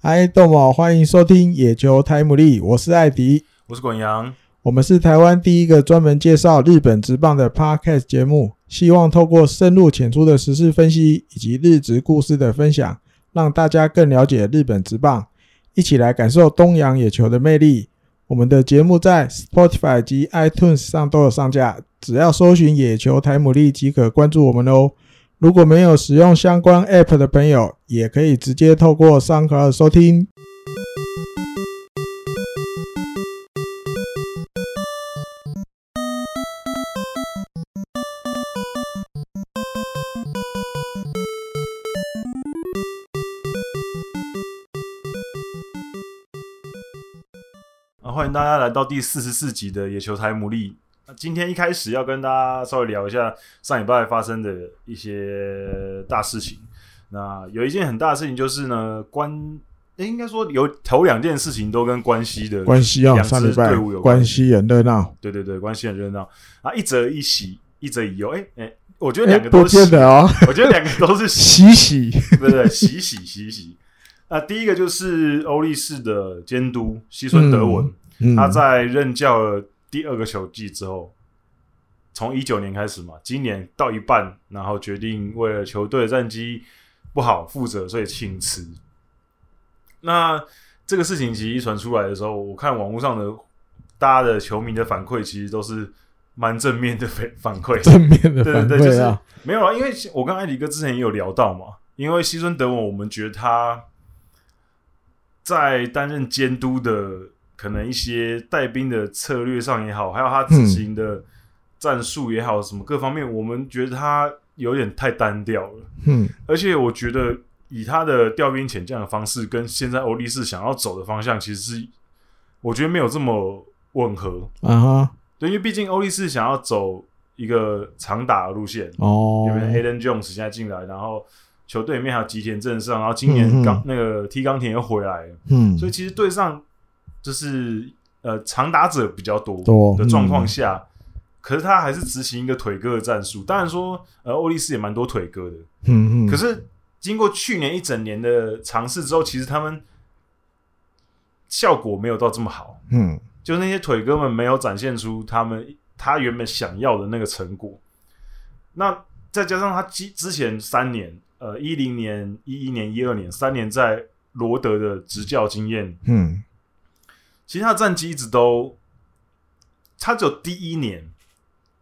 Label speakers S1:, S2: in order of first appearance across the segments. S1: 嗨，豆某，欢迎收听野球台姆利，我是艾迪，
S2: 我是滚羊，
S1: 我们是台湾第一个专门介绍日本职棒的 Podcast 节目，希望透过深入浅出的时事分析以及日职故事的分享，让大家更了解日本职棒，一起来感受东洋野球的魅力。我们的节目在 Spotify 及 iTunes 上都有上架，只要搜寻“野球台姆利”即可关注我们哦。如果没有使用相关 App 的朋友，也可以直接透过商壳收听。
S2: 啊，欢迎大家来到第四十四集的野球台牡蛎。那今天一开始要跟大家稍微聊一下上礼拜发生的一些大事情。那有一件很大的事情就是呢，关诶应该说有头两件事情都跟关西的
S1: 关西哦，
S2: 两支
S1: 上礼拜
S2: 队伍有
S1: 关西很热闹，
S2: 对对对，关系很热闹啊，一则一喜，一则一忧。哎哎，我觉得
S1: 哎
S2: 两个
S1: 不
S2: 都是
S1: 见
S2: 喜，
S1: 得哦，
S2: 我觉得两个都是喜，
S1: 喜喜，
S2: 对对，喜喜喜喜。那第一个就是欧力士的监督西村德文，
S1: 嗯，
S2: 他在任教了第二个球季之后，从一九年开始嘛，今年到一半，然后决定为了球队的战绩不好负责，所以请辞。那这个事情其实一传出来的时候，我看网络上的大家的球迷的反馈，其实都是蛮正面的反反馈。
S1: 正面的
S2: 对
S1: 反
S2: 对对，就
S1: 馈
S2: 是
S1: 啊，
S2: 没有啊，因为我跟艾迪哥之前也有聊到嘛，因为西村德文，我们觉得他在担任监督的可能一些带兵的策略上也好，还有他执行的战术也好，什么各方面，我们觉得他有点太单调了。
S1: 嗯
S2: 而且我觉得以他的调兵遣将的方式，跟现在欧力士想要走的方向，其实是我觉得没有这么吻合。
S1: 啊哈，
S2: 对，因为毕竟欧力士想要走一个长打的路线，
S1: 哦
S2: 有，没有 Aden Jones 现在进来，然后球队里面还有吉田正尚，然后今年
S1: 嗯嗯
S2: 钢、那个踢钢铁又回来了，
S1: 嗯
S2: 所，以其实队上就是呃长打者比较多
S1: 多嗯
S2: 的状况下，可是他还是执行一个腿哥的战术。当然说，呃，欧力士也蛮多腿哥的，
S1: 嗯嗯，
S2: 可是经过去年一整年的尝试之后，其实他们效果没有到这么好。
S1: 嗯
S2: 就是那些腿哥们没有展现出他们他原本想要的那个成果。那再加上他之之前三年，呃，一零年、一一年、一二年三年在罗德的执教经验，
S1: 嗯
S2: 其实他的战绩一直都，他只有第一年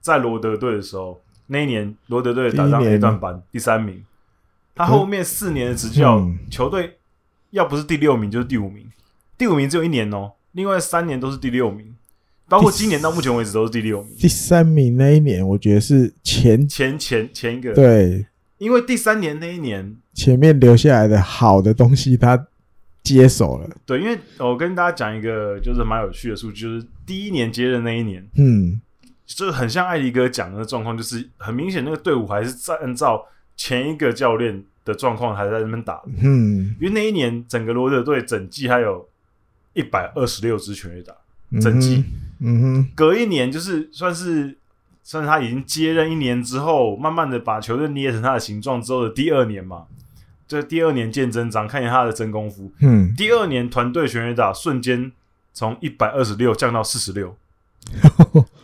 S2: 在罗德队的时候，那一年罗德队打上
S1: 第一年
S2: A 段班第三名，他后面四年的执教、
S1: 嗯
S2: 球队要不是第六名就是第五名，第五名只有一年哦，另外三年都是第六名，包括今年到目前为止都是第六名，
S1: 第三名那一年，我觉得是前
S2: 前前前一个，
S1: 对
S2: 因为第三年那一年
S1: 前面留下来的好的东西，他接手了，
S2: 对，因为我跟大家讲一个就是蛮有趣的数据，就是第一年接任那一年。
S1: 嗯
S2: 就是很像艾迪哥讲的状况，就是很明显那个队伍还是在按照前一个教练的状况还在那边打，
S1: 嗯，
S2: 因为那一年整个罗德队整季还有一百二十六支全垒打，
S1: 嗯
S2: 整季
S1: 哼，嗯哼，
S2: 隔一年就是算是算是他已经接任一年之后，慢慢的把球队捏成他的形状之后的第二年嘛，这第二年见真章，看见他的真功夫。
S1: 嗯，
S2: 第二年团队全垒打瞬间从一百二十六降到四十六，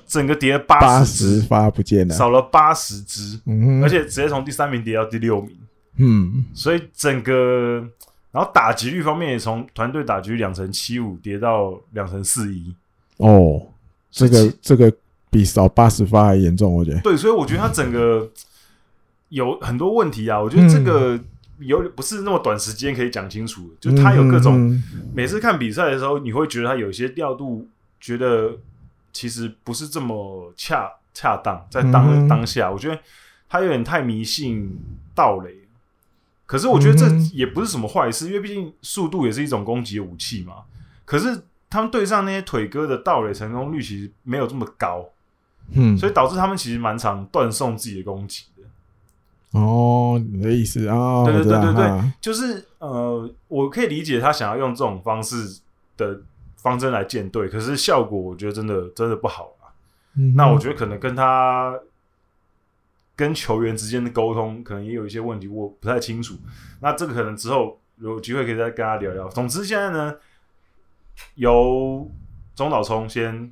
S2: 整个跌了八
S1: 八
S2: 十
S1: 十发不见了，
S2: 少了八十支，
S1: 嗯哼，
S2: 而且直接从第三名跌到第六名，
S1: 嗯
S2: 所以整个然后打击率方面也从团队打击率两成七五跌到两成四一，
S1: 哦，这
S2: 所以
S1: 个
S2: 其
S1: 这个比少八十发还严重，我觉得。
S2: 对，所以我觉得他整个有很多问题啊，我觉得这个有不是那么短时间可以讲清楚的，就是他有各种
S1: 嗯嗯
S2: 每次看比赛的时候，你会觉得他有一些调度，觉得其实不是这么恰恰当，在当、
S1: 嗯哼
S2: 当下，我觉得他有点太迷信盗垒。可是我觉得这
S1: 嗯哼
S2: 也不是什么坏事，因为毕竟速度也是一种攻击的武器嘛。可是他们对上那些腿哥的盗垒成功率其实没有这么高，
S1: 嗯，
S2: 所以导致他们其实蛮常断送自己的攻击的。
S1: 哦，你的意思哦，
S2: 对对
S1: 我知道
S2: 对对对
S1: 哈
S2: 就是呃，我可以理解他想要用这种方式的方针来建队，可是效果我觉得真的真的不好啊。
S1: 嗯
S2: 那我觉得可能跟他跟球员之间的沟通可能也有一些问题，我不太清楚。那这个可能之后有机会可以再跟他聊聊。总之现在呢，由中岛聪先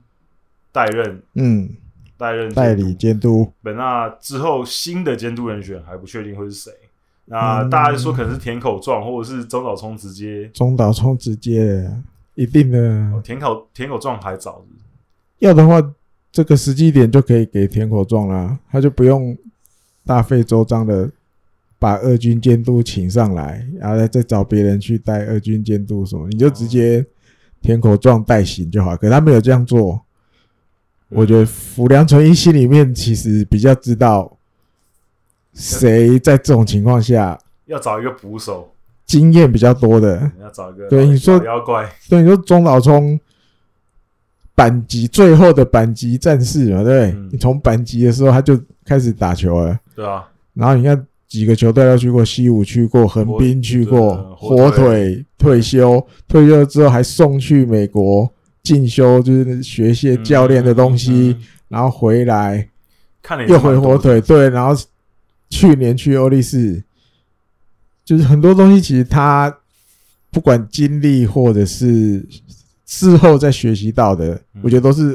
S2: 代任
S1: 嗯，
S2: 代任
S1: 代
S2: 监
S1: 理
S2: 督
S1: 监督，
S2: 本那之后新的监督人选还不确定会是谁。那
S1: 嗯
S2: 大家说可能是田口壮，或者是中岛聪直接
S1: 中岛聪直接一定的，
S2: 田口田口壮还早，
S1: 要的话，这个时机点就可以给田口壮啦，他就不用大费周章的把二军监督请上来，然后再找别人去带二军监督什么，你就直接田口壮代行就好。可他没有这样做，我觉得福良纯一心里面其实比较知道谁在这种情况下
S2: 要找一个捕手，
S1: 经验比较多的。
S2: 要找一个
S1: 对你说
S2: 老妖怪，
S1: 所以你说中岛聪板级最后的板级战士嘛，对不对？
S2: 嗯
S1: 你从板级的时候他就开始打球了，
S2: 对吧、啊？
S1: 然后你看几个球队都去过，西武去过，横滨去过，
S2: 火
S1: 火腿退休，退休之后还送去美国进修，就是学一些教练的东西，
S2: 嗯嗯嗯嗯
S1: 然后回来
S2: 看了也是
S1: 又回
S2: 蛮多
S1: 火
S2: 的
S1: 腿，对，然后去年去欧力士，就是很多东西其实他不管经历或者是事后再学习到的，
S2: 嗯
S1: 我觉得都是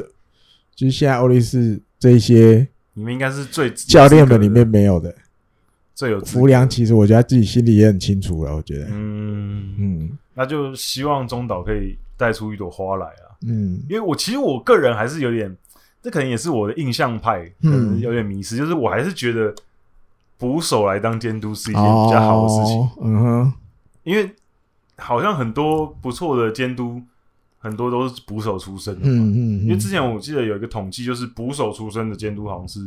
S1: 就是现在欧力士这一些
S2: 你们应该是最
S1: 教练们里
S2: 有资格
S1: 面没有的。
S2: 的最有资格
S1: 福良，其实我觉得他自己心里也很清楚了，我觉得，
S2: 嗯，
S1: 嗯
S2: 那就希望中岛可以带出一朵花来啊！
S1: 嗯
S2: 因为我其实我个人还是有点，这可能也是我的印象派，可
S1: 嗯
S2: 能有点迷失，就是我还是觉得捕手来当监督是一件比较好的事情，
S1: 哦嗯哼，
S2: 因为好像很多不错的监督，很多都是捕手出身的嘛。
S1: 嗯嗯，
S2: 因为
S1: 嗯
S2: 之前我记得有一个统计，就是捕手出身的监督好像是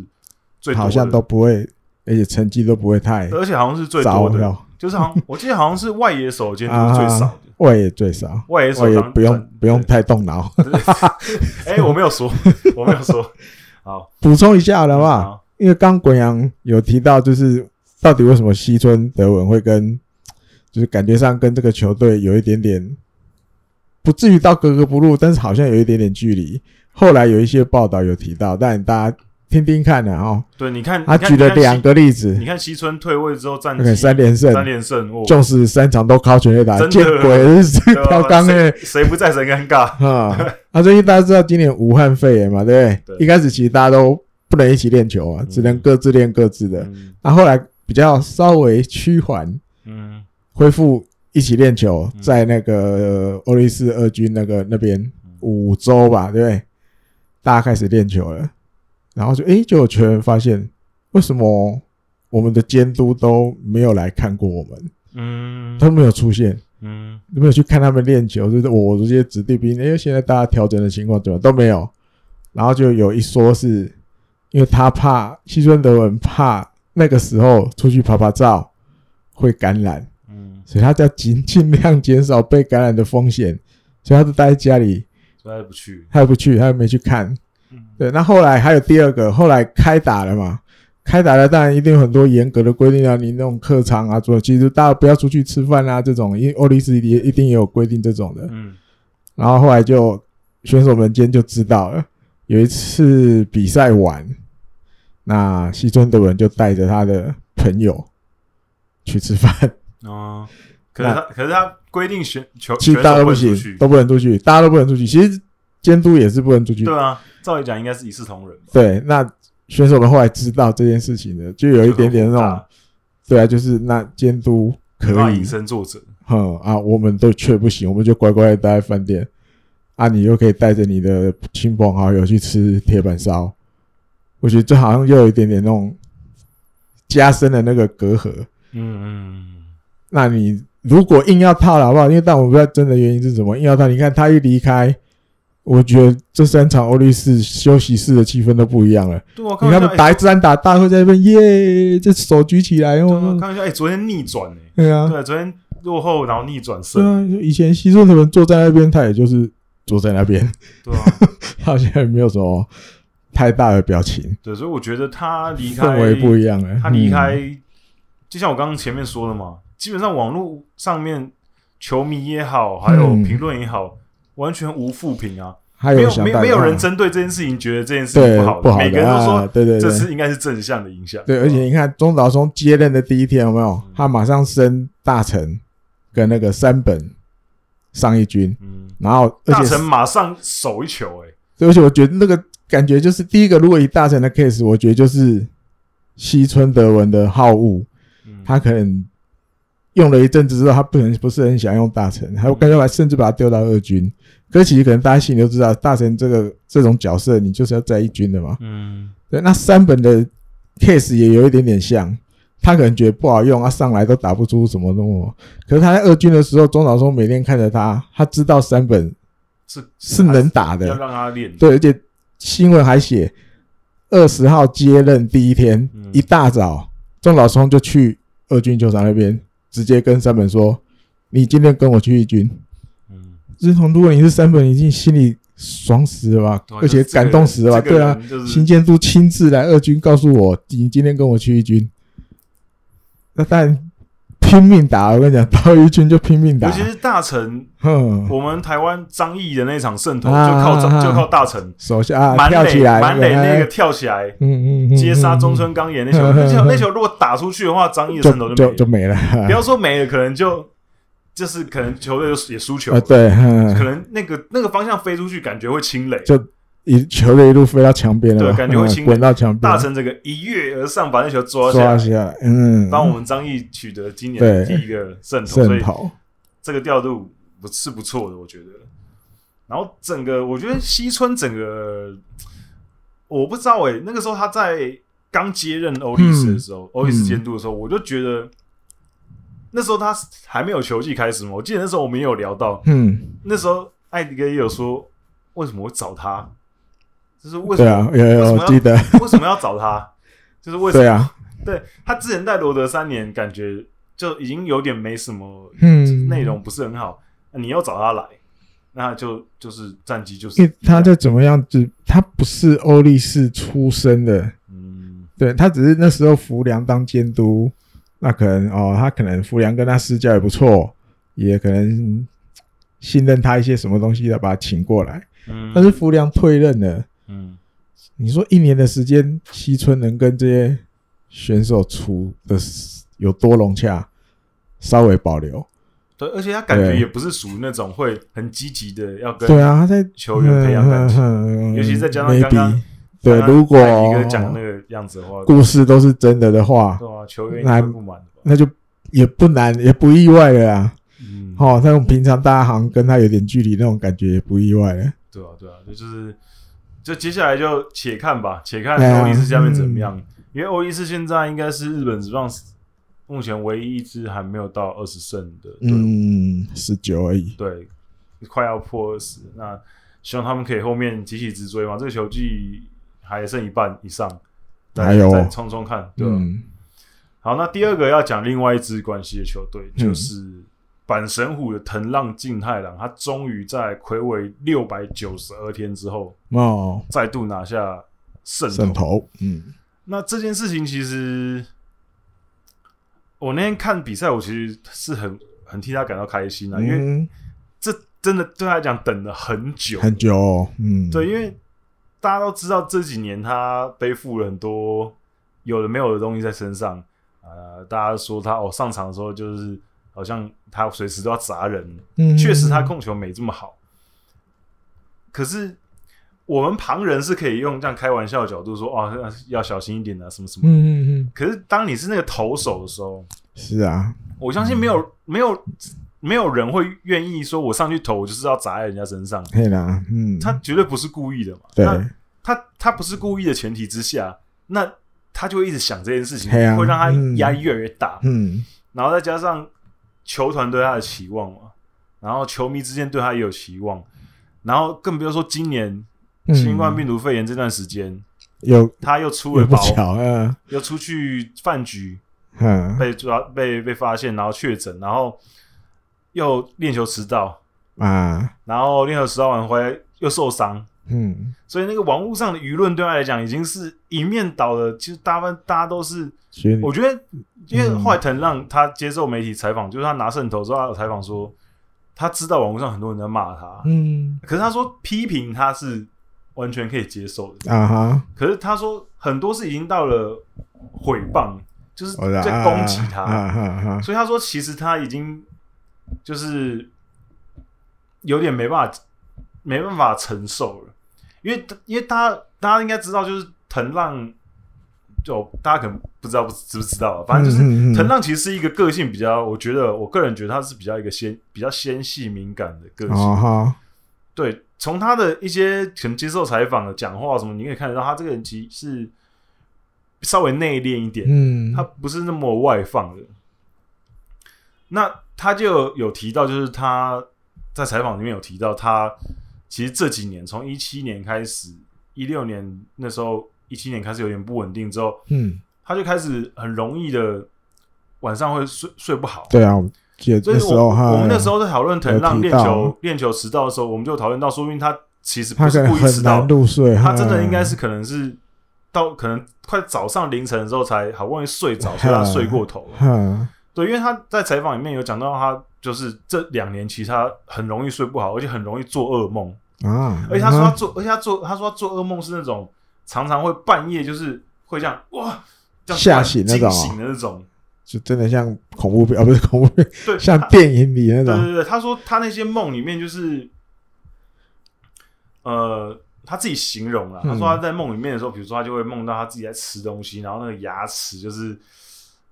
S2: 最多的，
S1: 好像都不会，而且成绩都不会太
S2: 而且好像是最
S1: 糟
S2: 多的，
S1: 糕，
S2: 就是好像我记得好像是外野手监督是最少的，
S1: 我也最少。
S2: 外野手
S1: 我也
S2: 当
S1: 不用不用太动脑，
S2: 哎、我没有说，我没有说。好，
S1: 补充一下了吧？
S2: 吧？
S1: 因为刚滚阳有提到，就是到底为什么西村德文会跟，就是感觉上跟这个球队有一点点，不至于到格格不入，但是好像有一点点距离。后来有一些报道有提到，但大家听听看呢、哦。
S2: 对，你看，
S1: 他
S2: 你看
S1: 举了两，个例子
S2: 你看西你看西村退位之后战绩
S1: ，OK，三连胜，
S2: 三连胜，哦，
S1: 就是三场都靠全垒打，
S2: 真的
S1: 见鬼，是
S2: 对 啊
S1: 跳钢欸诶！
S2: 谁不在谁尴尬。
S1: 啊，那最近大家知道今年武汉肺炎嘛，对不对？
S2: 对
S1: 一开始其实大家都不能一起练球啊，
S2: 嗯
S1: 只能各自练各自的。
S2: 嗯
S1: 那、后来比较稍微趋缓，
S2: 嗯
S1: 恢复一起练球，
S2: 嗯
S1: 在那个呃欧力士二军那个那边
S2: 嗯
S1: 五周吧，对不对？大家开始练球了，然后就诶，就有球员发现，为什么我们的监督都没有来看过我们，
S2: 嗯
S1: 都没有出现。
S2: 嗯
S1: 没有去看他们练球，就是我这些子弟兵，因为现在大家调整的情况怎么样都没有，然后就有一说是因为他怕西村德文怕那个时候出去拍拍照会感染，
S2: 嗯，
S1: 所以他就要尽尽量减少被感染的风险，所以他就待在家里，
S2: 所以他不去。
S1: 他也不去，他也没去看。
S2: 嗯
S1: 对，那后来还有第二个，后来开打了嘛，开打了当然一定有很多严格的规定啊，你那种客场啊，做其实大家不要出去吃饭啊这种，因为欧力士也一定也有规定这种的。
S2: 嗯
S1: 然后后来就选手们今天就知道了，有一次比赛完，那西村德文就带着他的朋友去吃饭，
S2: 哦，可是他可是他规定选球
S1: 其实大家都不
S2: 选手能出
S1: 行，
S2: 去
S1: 都不能出去，大家都不能出去。其实监督也是不能出去。
S2: 对啊，照理讲应该是一视同仁吧，
S1: 对，那选手们后来知道这件事情的，就有一点点那
S2: 就很
S1: 种
S2: 火，
S1: 对啊，就是那监督可
S2: 大没办法
S1: 以
S2: 以，身作则。
S1: 哼啊，我们都却不行，我们就乖乖地待在饭店。啊，你又可以带着你的亲朋好友去吃铁板烧，我觉得这好像又有一点点那种加深了那个隔阂。
S2: 嗯嗯
S1: 那你如果硬要套了好不好？因为但我不知道真的原因是什么，硬要套，你看他一离开，我觉得这三场欧力士休息室的气氛都不一样了。
S2: 嗯，对啊，
S1: 你
S2: 看
S1: 看他们打一支安打，大家会在那边耶，这手举起来，
S2: 对啊
S1: 哦，
S2: 看一下，哎，昨天逆转哎，
S1: 对啊，
S2: 对，昨天落后然后逆转
S1: 对
S2: 胜，
S1: 啊，以前西村的人坐在那边，他也就是坐在那边，
S2: 对啊，
S1: 他好像也没有什么太大的表情，
S2: 对，所以我觉得他离开
S1: 氛围不一样了。
S2: 他
S1: 嗯，
S2: 离开，就像我刚刚前面说的嘛，基本上网络上面球迷也好，还有
S1: 嗯
S2: 评论也好，完全无负评啊，
S1: 还
S2: 没
S1: 有
S2: 有
S1: 想
S2: 没有
S1: 法
S2: 没有
S1: 的
S2: 人
S1: 话
S2: 针对这件事情觉得这件事情
S1: 对
S2: 不好，
S1: 不好的
S2: 每个人都
S1: 啊
S2: 说
S1: 对对
S2: 这
S1: 对
S2: 次应该是正向的影响，
S1: 对，而且你看中岛松接任的第一天有没有？他马上升大臣，跟那个山本上一军，
S2: 嗯，
S1: 然后
S2: 大
S1: 而且
S2: 成马上守一球、欸，哎，
S1: 而且我觉得那个感觉就是第一个，如果以大成的 case，我觉得就是西村德文的好恶，
S2: 嗯，
S1: 他可能用了一阵子之后，他不能不是很想用大成，还有干脆把甚至把他丢到二军。可是其实可能大家心里都知道，大成这个这种角色，你就是要在一军的嘛。
S2: 嗯，
S1: 对，那三本的 case 也有一点点像，他可能觉得不好用，啊，上来都打不出什么东西。可是他在二军的时候，中岛聪每天看着他，他知道三本
S2: 是
S1: 是能打
S2: 要
S1: 的，
S2: 让他练，
S1: 对，而且新闻还写二十号接任第一天、
S2: 嗯
S1: 一大早，中岛聪就去二军球场那边，直接跟三本说：“你今天跟我去一军。
S2: 嗯，”
S1: 日同，如果你是三本，已经心里爽死了吧，
S2: 对啊
S1: 而且感动死了吧？对啊，，
S2: 就是这个人就是
S1: 新监督亲自来二军告诉我，你今天跟我去一军。那但拼命打，我跟你讲，到一军就拼命打
S2: 尤。其是大成，
S1: 哼，
S2: 我们台湾张毅的那场胜投就
S1: 啊
S2: 靠
S1: 啊啊
S2: 张就靠大成，
S1: 手下、啊、
S2: 满
S1: 跳
S2: 垒
S1: 起来，
S2: 满垒那个
S1: 哎，
S2: 跳起来
S1: 嗯嗯嗯，
S2: 接杀中
S1: 村，
S2: 村刚也那球，
S1: 嗯嗯嗯
S2: 那球那球如果打出去的话，张毅的
S1: 就
S2: 胜投就
S1: 就
S2: 没
S1: 就
S2: 了，
S1: 没了。
S2: 不要说没了，可能就就是可能球队就也输球
S1: 啊，
S2: 了，
S1: 对，
S2: 可
S1: 哼，
S2: 能那个那个方向飞出去，感觉会清垒。
S1: 就一球的一路飞到墙边了嘛，
S2: 对感觉会轻
S1: 嗯滚到墙边
S2: 大，成这个一跃而上把那球抓下
S1: 抓
S2: 来，
S1: 下来，嗯，
S2: 帮我们张毅取得今年的第
S1: 对
S2: 一个胜投，所
S1: 渗
S2: 以
S1: 透，
S2: 这个调度不是不错的，我觉得。然后整个，我觉得西村整个，我不知道哎、那个时候他在刚接任欧力
S1: 嗯
S2: 士的时候，欧力士监督的时候，我就觉得那时候他还没有球季开始嘛。我记得那时候我们也有聊到，
S1: 嗯，
S2: 那时候艾迪哥也有说，为什么我找他，就是为什
S1: 对
S2: 么、
S1: 啊，有有
S2: 为什么
S1: 有
S2: 要
S1: 记得，
S2: 为什么要找他，就是为什么
S1: 对啊，
S2: 对他之前在罗德三年，感觉就已经有点没什么
S1: 嗯，
S2: 内容不是很好，你要找他来，那就就是战绩就是
S1: 因为他再怎么样子，他不是欧力士出身的，
S2: 嗯
S1: 对他只是那时候福良当监督，那可能哦，他可能福良跟他私交也不错，也可能信任他一些什么东西要把他请过来。
S2: 嗯，
S1: 但是福良退任了，
S2: 嗯
S1: 你说一年的时间，西村能跟这些选手处的有多融洽，稍微保留。
S2: 对，而且他感觉
S1: 对
S2: 也不是属于那种会很积极的要跟
S1: 对嗯啊，他在
S2: 球员培养感情，
S1: 情
S2: 尤其再加上刚刚
S1: 对，如果
S2: 一个讲那个样子的话，
S1: 故事都是真的的话，
S2: 对啊，球员应该会不满的吧？
S1: 那就也不难，也不意外了啊。
S2: 嗯，
S1: 哦，那种平常大家好像跟他有点距离那种感觉也不意外了。
S2: 对啊，对啊，这就是就接下来就且看吧，且看
S1: 对啊嗯
S2: 欧力士下面怎么样。因为欧力士现在应该是日本职棒目前唯一一支还没有到二十胜的队伍，
S1: 嗯，十九而已。
S2: 对，快要破二十。那希望他们可以后面集体直追嘛，这个球季还剩一半以上，再
S1: 还有哦
S2: 再冲冲看，对啊、
S1: 嗯，
S2: 好，那第二个要讲另外一支关系的球队，
S1: 嗯
S2: 就是阪神虎的藤浪静太郎，他终于在魁违六百九十二天之后。
S1: 哦，
S2: 再度拿下胜
S1: 枕
S2: 投。
S1: 头，嗯
S2: 那这件事情其实，我那天看比赛，我其实是很很替他感到开心啊，因为
S1: 嗯，
S2: 这真的对他来讲等了很久，
S1: 很久哦，嗯，
S2: 对，因为大家都知道这几年他背负了很多有的没有的东西在身上，呃，大家说他哦上场的时候就是好像他随时都要砸人，
S1: 嗯，
S2: 确实他控球没这么好，可是我们旁人是可以用这样开玩笑的角度说，哦，要小心一点啊，什么什么。
S1: 嗯，嗯嗯，
S2: 可是当你是那个投手的时候，
S1: 是啊，
S2: 我相信没有没有没有人会愿意说我上去投，我就是要砸在人家身上，
S1: 可以啦，嗯，
S2: 他绝对不是故意的嘛。
S1: 对，
S2: 那他他不是故意的前提之下，那他就会一直想这件事情，
S1: 嘿啊
S2: 会让他
S1: 嗯
S2: 压力越来越大。
S1: 嗯，
S2: 然后再加上球团对他的期望嘛，然后球迷之间对他也有期望，然后更不要说今年
S1: 嗯
S2: 新冠病毒肺炎这段时间，
S1: 有
S2: 他又出
S1: 有
S2: 了
S1: 不
S2: 包，
S1: 巧，嗯
S2: 又出去饭局
S1: 嗯
S2: 被抓、被被发现，然后确诊，然后又练球迟到，
S1: 啊，
S2: 然后练球迟到完回来又受伤。
S1: 嗯，
S2: 所以那个网络上的舆论对他来讲已经是一面倒的，其实大部分大家都是
S1: 所以
S2: 我觉得，因为后来藤浪他接受媒体采访，就是他拿胜投之后，他有采访说，他知道网络上很多人在骂他，
S1: 嗯
S2: 可是他说批评他是完全可以接受的，
S1: 啊哈，
S2: 可是他说很多是已经到了毁谤，就是
S1: 我的
S2: 在攻击
S1: 啊
S2: 他，
S1: 哈哈，
S2: 所以他说其实他已经就是有点没办法没办法承受了，因为因为大家大家应该知道，就是藤浪，就大家可能不知道不知不知道，啊反正就是
S1: 是
S2: 藤浪其实是一个个性比较，我觉得我个人觉得他是比较一个纤比较纤细敏感的个性。
S1: 哦哈，
S2: 对，从他的一些可能接受采访的讲话什么，你可以看得到他这个人其实是稍微内敛一点，
S1: 嗯，
S2: 他不是那么外放的。那他就有提到，就是他在采访里面有提到他，其实这几年从一七年开始，一六年那时候一七年开始有点不稳定之后，
S1: 嗯，
S2: 他就开始很容易的晚上会睡睡不好。
S1: 对啊，我记得
S2: 所
S1: 那
S2: 以
S1: 时
S2: 我
S1: 候哈，
S2: 我们那时候在讨论藤浪
S1: 有提
S2: 练
S1: 到
S2: 球练球迟到的时候，我们就讨论到，说明他其实不
S1: 他可
S2: 是
S1: 能
S2: 故意
S1: 很
S2: 迟到
S1: 难，入睡，
S2: 他
S1: 嗯
S2: 真的应该是可能是到可能快早上凌晨的时候才好不容易睡着，所以他睡过头了。
S1: 哼，啊
S2: 对，因为他在采访里面有讲到，他就是这两年其实他很容易睡不好，而且很容易做噩梦。
S1: 啊，
S2: 而且他说他做，而且他做，他说他做噩梦是那种常常会半夜就是会这样哇，这样突然
S1: 吓醒那
S2: 惊
S1: 种啊
S2: 醒的那种。
S1: 就真的像恐怖片，哦，不是恐怖片，
S2: 对，
S1: 像
S2: 他
S1: 电影里那
S2: 对
S1: 种，
S2: 对对，他说他那些梦里面就是，呃，他自己形容了，
S1: 嗯
S2: 他说他在梦里面的时候，比如说他就会梦到他自己在吃东西，然后那个牙齿就是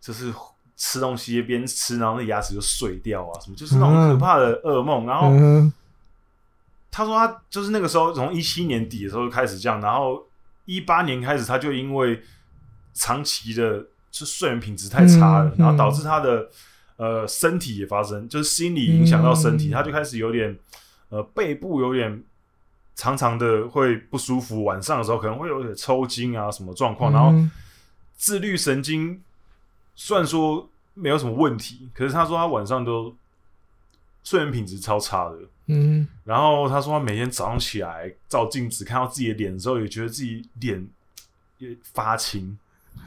S2: 就是吃东西边吃，然后那牙齿就碎掉啊，什么就是那种
S1: 嗯
S2: 可怕的噩梦。然后
S1: 嗯哼，
S2: 他说他就是那个时候从一七年底的时候就开始这样，然后一八年开始他就因为长期的就睡眠品质太差了，
S1: 嗯
S2: 然后导致他的呃身体也发生，就是心理影响到身体，
S1: 嗯
S2: 他就开始有点呃背部有点常常的会不舒服，晚上的时候可能会有点抽筋啊什么状况，然后
S1: 嗯
S2: 自律神经虽然说没有什么问题，可是他说他晚上都睡眠品质超差的。
S1: 嗯，
S2: 然后他说，他每天早上起来照镜子，看到自己的脸的时候，也觉得自己脸也发青，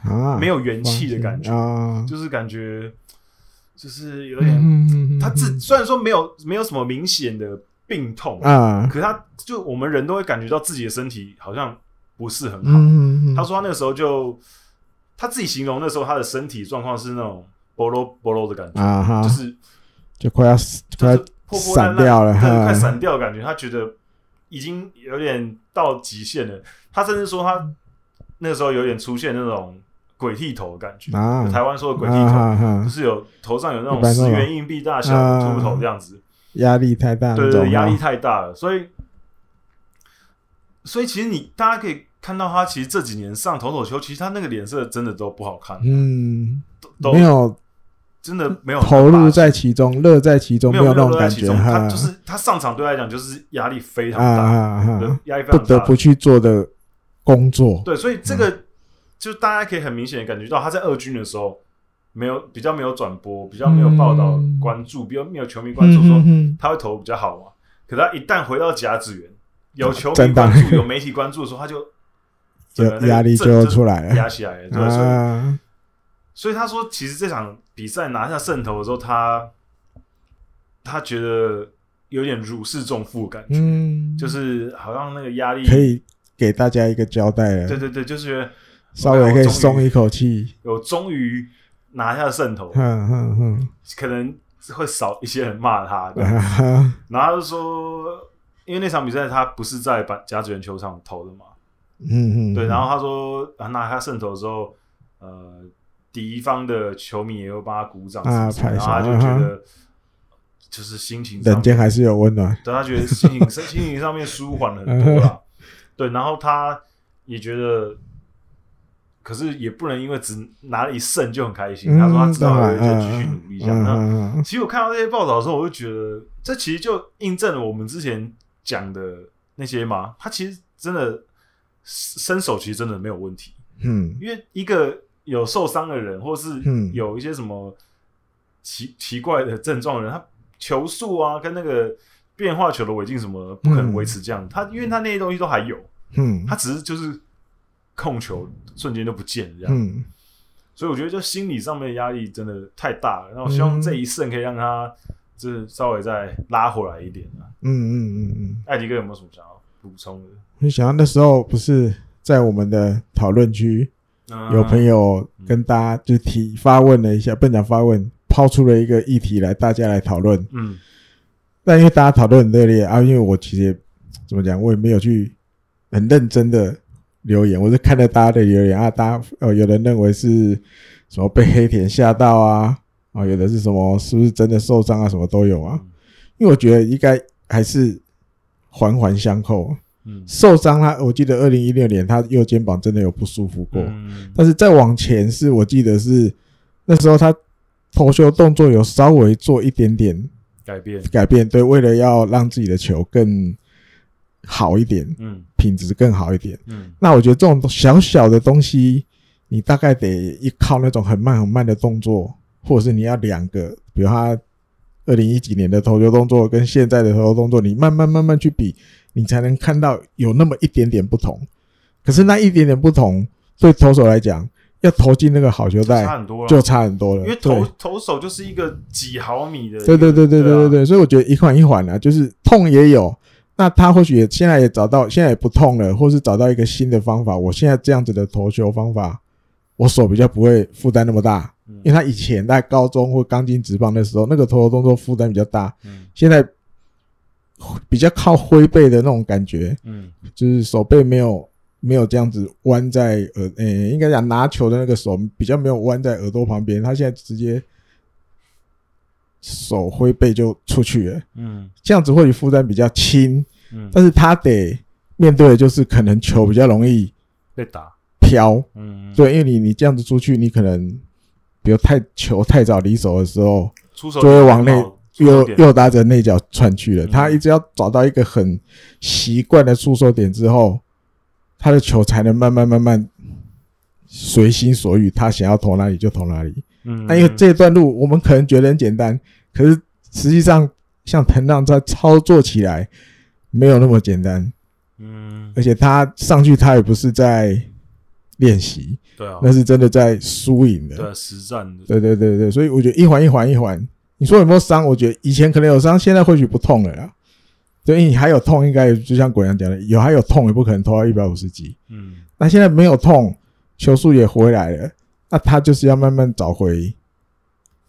S1: 啊，
S2: 没有元气的感觉，
S1: 啊，
S2: 就是感觉就是有
S1: 嗯
S2: 点。
S1: 嗯嗯嗯
S2: 他自
S1: 嗯
S2: 虽然说没有没有什么明显的病痛，
S1: 啊，
S2: 可他就我们人都会感觉到自己的身体好像不是很
S1: 嗯
S2: 好。
S1: 嗯嗯，
S2: 他说他那个时候就他自己形容那时候他的身体状况是那种 bolo bolo 的感觉，
S1: 啊哈，
S2: 就是
S1: 就快要死
S2: 就
S1: 快
S2: 是
S1: 要
S2: 破破烂
S1: 散掉了
S2: 烂，对，
S1: 哈
S2: 快散掉的感觉。他觉得已经有点到极限了。他甚至说他那时候有点出现那种鬼剃头的感觉，
S1: 啊
S2: 就台湾说的鬼剃
S1: 啊
S2: 头，
S1: 哈
S2: 不
S1: 哈，
S2: 是有头上有那
S1: 一
S2: 种
S1: 般那
S2: 十
S1: 种
S2: 元硬币大小
S1: 啊
S2: 的秃头这样子。
S1: 压力太大那
S2: 对
S1: 种
S2: 对，
S1: 哈，
S2: 压力太大了，所以所以其实你大家可以看到他，其实这几年上投手球，其实他那个脸色真的都不好看，
S1: 嗯，
S2: 都
S1: 没有
S2: 真的没有
S1: 投
S2: 很大
S1: 入
S2: 的
S1: 在其中，乐在其中，
S2: 没
S1: 有那
S2: 没有
S1: 种
S2: 乐在
S1: 感
S2: 其
S1: 觉
S2: 中，
S1: 哈
S2: 他，就是他上场对他来讲就是压力非常
S1: 啊
S2: 大。
S1: 啊哈，
S2: 压力非
S1: 不
S2: 常大
S1: 得不嗯去做的工作，
S2: 对，所以这个、就大家可以很明显的感觉到，他在二军的时候呃没有比较没有转播，比较没有报道
S1: 嗯
S2: 关注，比较没有球迷关
S1: 嗯
S2: 注说
S1: 嗯嗯
S2: 他会投得比较好嘛。可他一旦回到甲子园，有球迷
S1: 真的
S2: 关注、有媒体关注的时候，他就整个那
S1: 有
S2: 个
S1: 压力就
S2: 阵
S1: 出来了
S2: 压起来了。对，所以
S1: 啊，
S2: 所以他说，其实这场比赛拿下胜投的时候，他他觉得有点如释重负的感觉，
S1: 嗯，
S2: 就是好像那个压力
S1: 可以给大家一个交代
S2: 对
S1: 了，
S2: 对对，就是觉得
S1: 稍微可以
S2: 我终于
S1: 松一口气，
S2: 有终于拿下胜投，
S1: 哼哼哼
S2: 可能会少一些人骂他。对
S1: 啊哈，
S2: 然后他就说，因为那场比赛他不是在板甲子园球场投的嘛，
S1: 嗯嗯，
S2: 对。然后他说，啊、拿下胜投的时候，呃，敌方的球迷也会帮他鼓掌
S1: 啊
S2: 什么
S1: 拍
S2: 什么，然
S1: 手
S2: 后他就觉
S1: 嗯
S2: 得就是心情上
S1: 人间还是有温暖，
S2: 对他觉得心情心情上面舒缓了很多
S1: 嗯
S2: 啦。对，然后他也觉得，可是也不能因为只拿了一胜就很开心。他说他
S1: 嗯
S2: 知道
S1: 当
S2: 还
S1: 然
S2: 有就继续努力一下。
S1: 嗯
S2: 那
S1: 嗯嗯
S2: 其实我看到这些报道的时候，我就觉得这其实就印证了我们之前讲的那些嘛。他其实真的身手其实真的没有问题，
S1: 嗯
S2: 因为一个有受伤的人，或是
S1: 嗯
S2: 有一些什么奇奇怪的症状的人，他球速啊跟那个变化球的尾劲什么的，不可能维持这样。他因为他那些东西都还有，
S1: 嗯
S2: 他只是就是控球瞬间就不见了这样。
S1: 嗯
S2: 所以我觉得就心理上面的压力真的太大了。然后希望这一胜可以让他就是稍微再拉回来一点啊。
S1: 嗯嗯嗯嗯。
S2: 艾迪哥有没有什么想要补充的？
S1: 我就想到那时候不是在我们的讨论区，有朋
S2: 友嗯
S1: 友跟大家就提发问了一下，不能讲发问，抛出了一个议题来，大家来讨论。
S2: 嗯，
S1: 那因为大家讨论很热烈啊，因为我其实也怎么讲，我也没有去很认真的留言，我是看了大家的留言啊，大家呃，有人认为是什么被黑田吓到啊，啊，有的是什么是不是真的受伤啊，什么都有啊。因为我觉得应该还是环环相扣，
S2: 嗯，
S1: 受伤他，我记得二零一六年他右肩膀真的有不舒服过，
S2: 嗯，
S1: 但是再往前是我记得是那时候他投球动作有稍微做一点点
S2: 改变，
S1: 改变，对，为了要让自己的球更好一点，
S2: 嗯
S1: 品质更好一点。
S2: 嗯
S1: 那我觉得这种小小的东西，你大概得依靠那种很慢很慢的动作，或者是你要两个，比如他二零一几年的投球动作跟现在的投球动作，你慢慢慢慢去比，你才能看到有那么一点点不同。可是那一点点不同，对投手来讲，要投进那个好球
S2: 差
S1: 带
S2: 很多了，
S1: 哎就差很多了。
S2: 因为
S1: 对
S2: 投投手就是一个几毫米的一
S1: 对
S2: 个，
S1: 对对对对
S2: 啊
S1: 对对，所以我觉得一环一环啊，就是痛也有，那他或许也现在也找到，现在也不痛了，或是找到一个新的方法。我现在这样子的投球方法，我手比较不会负担那么大，
S2: 嗯
S1: 因为他以前在高中或刚进职棒的时候，那个投球动作负担比较大，
S2: 嗯
S1: 现在比较靠挥背的那种感觉，
S2: 嗯
S1: 就是手背没有。没有这样子弯在耳，呃、应该讲拿球的那个手比较没有弯在耳朵旁边，他现在直接手挥背就出去了。
S2: 嗯
S1: 这样子或许负担比较轻，
S2: 嗯，
S1: 但是他得面对的就是可能球比较容易
S2: 被打，
S1: 飘，
S2: 嗯，
S1: 对，因为你你这样子出去，你可能比如太球太早离手的时候，
S2: 出手
S1: 就会往内
S2: 有
S1: 右右打者内角窜去了，
S2: 嗯
S1: 他一直要找到一个很习惯的出手点之后，他的球才能慢慢慢慢随心所欲，他想要投哪里就投哪里。
S2: 嗯，
S1: 那因为
S2: 嗯
S1: 这段路我们可能觉得很简单，可是实际上像藤浪在操作起来没有那么简单，
S2: 嗯，
S1: 而且他上去他也不是在练习，
S2: 对啊，
S1: 那是真的在输赢
S2: 对
S1: 的。
S2: 啊实战的，
S1: 对对对对，所以我觉得一环一环一环，你说有没有伤？我觉得以前可能有伤，现在或许不痛了啦。所以你还有痛，应该就像果阳讲的，有还有痛，也不可能投到一百五十几。
S2: 嗯
S1: 那现在没有痛，球速也回来了，那他就是要慢慢找回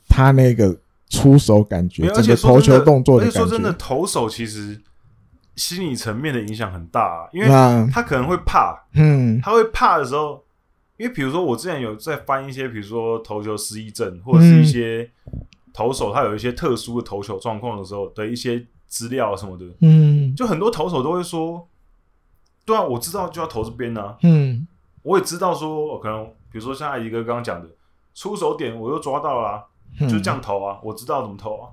S1: 他那个出手感觉
S2: 没，有而
S1: 整
S2: 且
S1: 个
S2: 说
S1: 投
S2: 真
S1: 球
S2: 的
S1: 动作
S2: 而且
S1: 感
S2: 说真的，
S1: 觉。
S2: 投手其实心理层面的影响很大啊，因为
S1: 那
S2: 他可能会怕，
S1: 嗯
S2: 他会怕的时候，因为比如说我之前有在翻一些，比如说投球失忆症，或者是一些
S1: 嗯
S2: 投手他有一些特殊的投球状况的时候的一些资料什么的，
S1: 嗯
S2: 就很多投手都会说，对啊，我知道就要投这边呢、啊，
S1: 嗯
S2: 我也知道说，哦、可能比如说像艾迪哥刚刚讲的，出手点我又抓到了啊、
S1: 嗯，
S2: 就这样投啊，我知道怎么投啊。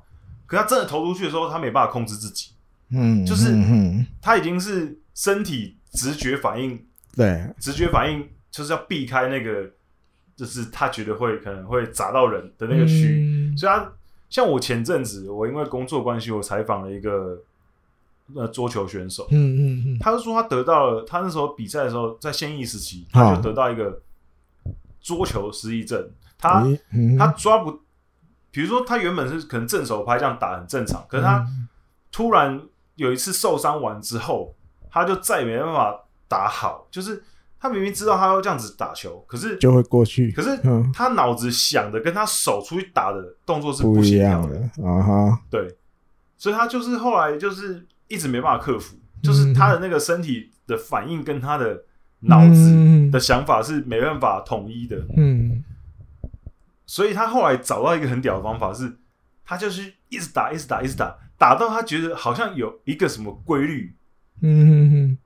S2: 可他真的投出去的时候，他没办法控制自己，
S1: 嗯，嗯，
S2: 就是
S1: 嗯，
S2: 他已经是身体直觉反应，
S1: 对，
S2: 直觉反应就是要避开那个，就是他觉得会可能会砸到人的那个区。
S1: 嗯
S2: 所以他像我前阵子，我因为工作关系，我采访了一个呃桌球选手，
S1: 嗯嗯嗯，
S2: 他就说他得到了，他那时候比赛的时候，在现役时期，
S1: 啊
S2: 他就得到一个桌球失忆症，他
S1: 咦嗯
S2: 他抓不，比如说他原本是可能正手拍这样打很正常，可是他
S1: 嗯
S2: 突然有一次受伤完之后，他就再也没办法打好，就是他明明知道他要这样子打球，可是
S1: 就会过去
S2: 可，是
S1: 嗯，
S2: 他脑子想的跟他手出去打的动作是
S1: 不一
S2: 协
S1: 样
S2: 调
S1: 的，啊哈，
S2: 对，所以他就是后来就是一直没办法克服，就是他的那个身体的反应跟他的脑子
S1: 嗯
S2: 的想法是没办法统一的，
S1: 嗯
S2: 所以他后来找到一个很屌的方法是，他就是一直打，一直打，一直打，打到他觉得好像有一个什么规律，
S1: 嗯嗯嗯，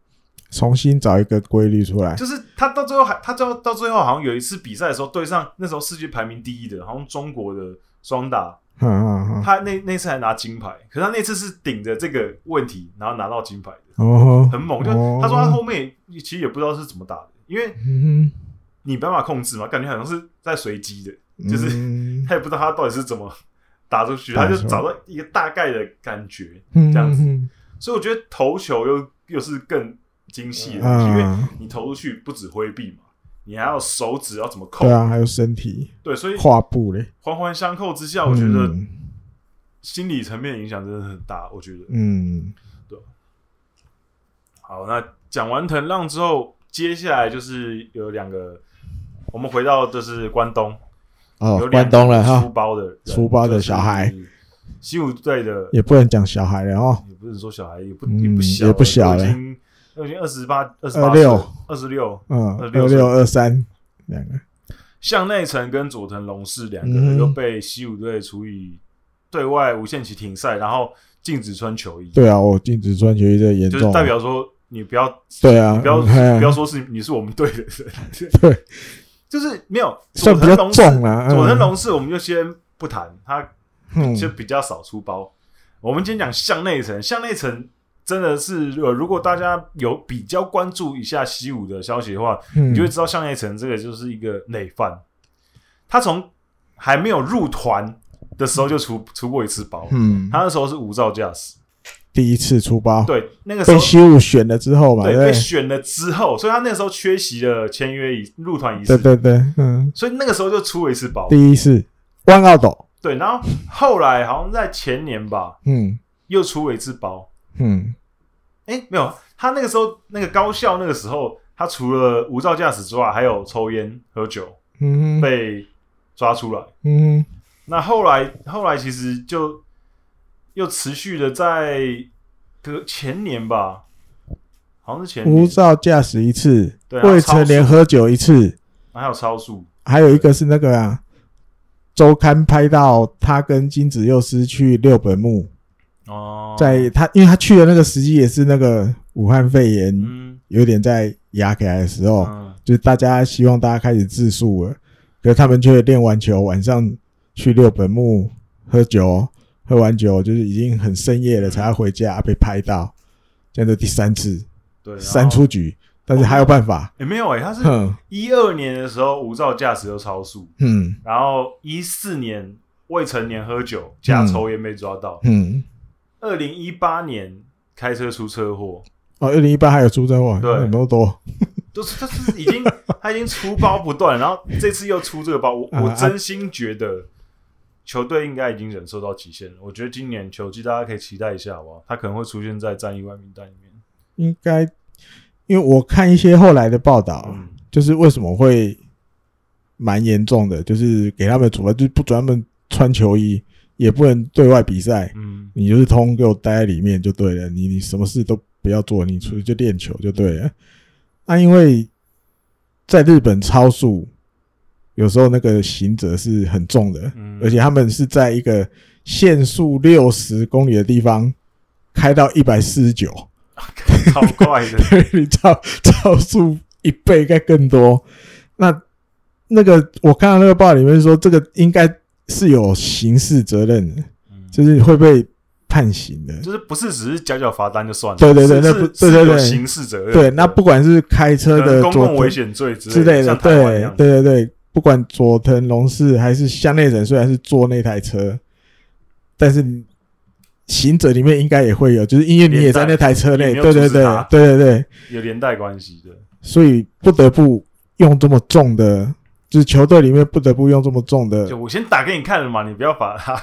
S1: 重新找一个规律出来，
S2: 就是他到最后还他最后到最后好像有一次比赛的时候对上那时候世界排名第一的，好像中国的双打，
S1: 嗯嗯嗯，
S2: 他那那次还拿金牌，可是他那次是顶着这个问题然后拿到金牌的，
S1: 哦，
S2: 很猛。就
S1: 哦
S2: 他说他后面也其实也不知道是怎么打的，因为
S1: 嗯
S2: 你没办法控制嘛，感觉好像是在随机的，
S1: 哼，
S2: 就是
S1: 是
S2: 他也不知道他到底是怎么打出去，
S1: 打
S2: 他
S1: 出
S2: 就
S1: 去
S2: 找到一个大概的感觉。
S1: 这
S2: 这样子
S1: 子
S2: 所以我觉得投球又又是更精细的东西，因为
S1: 啊，
S2: 你投出去不止挥臂嘛，你还要手指要怎么扣，
S1: 对啊，还有身体
S2: 对所以
S1: 跨步嘞，
S2: 环环相扣之下，我觉得
S1: 嗯
S2: 心理层面影响真的很大。我觉得
S1: 嗯
S2: 好，那讲完藤浪之后，接下来就是有两个，我们回到就是关东，
S1: 哦
S2: 有，两
S1: 关
S2: 个
S1: 东了哈
S2: 出，包的人
S1: 出包的小孩，
S2: 就是西武队的
S1: 也不能讲小孩了哦，
S2: 也不是说小孩，也不
S1: 嗯
S2: 也不小，
S1: 也不小
S2: 都已
S1: 嘞
S2: 经都已经二十八、二十八、
S1: 26、
S2: 二十六，
S1: 嗯，二
S2: 26
S1: 六二三两个，
S2: 向内城跟佐藤龙士两个
S1: 嗯
S2: 人
S1: 哼
S2: 又被西武队处以对外无限期停赛，然后禁止穿球衣，
S1: 对啊，我禁止穿球衣这严
S2: 就是
S1: 重啊，
S2: 代表说你不要
S1: 对啊，
S2: 你不要
S1: 嗯嘿啊
S2: 不要说是你是我们队的人，
S1: 对，
S2: 就是没有佐
S1: 算比较
S2: 藤龙士，
S1: 重了，
S2: 佐藤
S1: 嗯
S2: 龙士我们就先不谈，他
S1: 嗯
S2: 就比较少出包。我们今天讲向内层，向内层真的是，呃，如果大家有比较关注一下西武的消息的话，
S1: 嗯
S2: 你就会知道向内层这个就是一个累犯，他从还没有入团的时候就出出过一次包，
S1: 嗯，
S2: 他那时候是无照驾驶，
S1: 第一次出包，
S2: 对，那个时
S1: 被
S2: 候。
S1: 西武选了之后嘛，
S2: 对，
S1: 对
S2: 被
S1: 不
S2: 选了之后，所以他那时候缺席了签约仪入团仪
S1: 对
S2: 式，
S1: 对对对，嗯，
S2: 所以那个时候就出了一次包。
S1: 第一次弯奥斗，
S2: 对，然后后来好像在前年吧，
S1: 嗯
S2: 又出了一次包，
S1: 嗯
S2: 哎、没有，他那个时候那个高校那个时候，他除了无照驾驶之外，还有抽烟喝酒
S1: 嗯哼
S2: 被抓出来。
S1: 嗯哼
S2: 那后来后来其实就又持续的在隔前年吧，好像是前
S1: 无
S2: 年，
S1: 照驾驶一次，
S2: 对啊
S1: 未成年喝酒一次，
S2: 还有超速，
S1: 还有一个是那个啊，周刊拍到他跟金子佑司去六本木，
S2: 哦，
S1: 在他因为他去的那个时机也是那个武汉肺炎
S2: 嗯
S1: 有点在压起来的时候，
S2: 嗯，
S1: 就是大家希望大家开始自述了，可是他们却练完球晚上去六本木喝酒，喝完酒就是已经很深夜了才要回家，被拍到，这样就第三次
S2: 嗯对，然后
S1: 三出局，但是还有办法，
S2: 也、没有哎、他是
S1: 哼
S2: 一二年的时候无照驾驶又超速，
S1: 嗯
S2: 然后一四年未成年喝酒加
S1: 嗯
S2: 抽烟被抓到，
S1: 嗯，
S2: 二零一八年开车出车祸，
S1: 哦，二零一八还有出征哇，
S2: 对
S1: 很多多，
S2: 都是他是已经 他已经出包不断，然后这次又出这个包，我
S1: 啊
S2: 我
S1: 啊
S2: 真心觉得球队应该已经忍受到极限了。我觉得今年球季大家可以期待一下，好不好？他可能会出现在战役外名单里面。
S1: 应该因为我看一些后来的报道，
S2: 嗯，
S1: 就是为什么会蛮严重的，就是给他们处罚，就是不准他们穿球衣，也不能对外比赛。
S2: 嗯
S1: 你就是通通给我待在里面就对了，你你什么事都不要做，你出去就练球就对了。那、因为在日本超速，有时候那个刑责是很重的，
S2: 嗯
S1: 而且他们是在一个限速六十公里的地方开到一百四十九，
S2: 超快的，
S1: 你超超速一倍应该更多。那那个我看到那个报道里面说，这个应该是有刑事责任的，
S2: 嗯
S1: 就是会被判刑的。
S2: 就是不是只是缴缴罚单就算了，
S1: 对对对
S2: 是
S1: 那
S2: 是
S1: 不
S2: 是
S1: 对对
S2: 有
S1: 对
S2: 刑事责任，
S1: 对，那不管是开车
S2: 可
S1: 的
S2: 能公
S1: 左
S2: 共危险罪之
S1: 之类的，
S2: 像台湾一
S1: 对
S2: 样
S1: 对对对，不管佐藤龙士还是乡内人，虽然是坐那台车，但是行者里面应该也会有，就是因为你也在那台车内，
S2: 连带
S1: 对对
S2: 你没有阻
S1: 对
S2: 止他
S1: 对对对，
S2: 有连带关系的。
S1: 所以不得不用这么重的，就是球队里面不得不用这么重的
S2: 就，我先打给你看了嘛，你不要罚他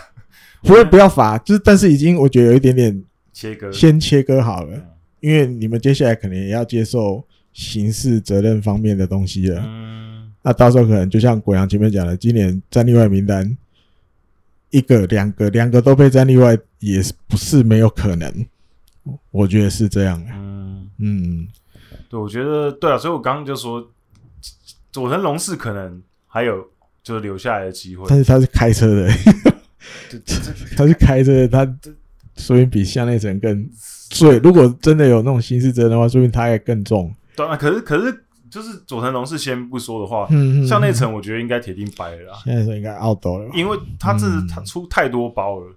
S1: 不会不要罚，就是但是已经我觉得有一点点
S2: 切割。
S1: 先切割好了
S2: 嗯，
S1: 因为你们接下来可能也要接受刑事责任方面的东西了。
S2: 嗯，
S1: 那到时候可能就像国阳前面讲的，今年战例外名单一个、两个、两个都被战例外，也是不是没有可能。我觉得是这样的。
S2: 嗯，
S1: 嗯，
S2: 对，我觉得对啊，所以我刚刚就说，佐藤龙士可能还有就是留下来的机会。
S1: 但是他是开车的，
S2: 这这
S1: 他是开车的，他说明比向内城更罪。如果真的有那种刑事责任的话，说明他也更重。
S2: 对啊，可是可是就是佐藤龙士先不说的话，
S1: 嗯，
S2: 向内城我觉得应该铁定掰了啦，
S1: 向内城应该 out 了吧？
S2: 因为他这
S1: 嗯
S2: 他出太多包了。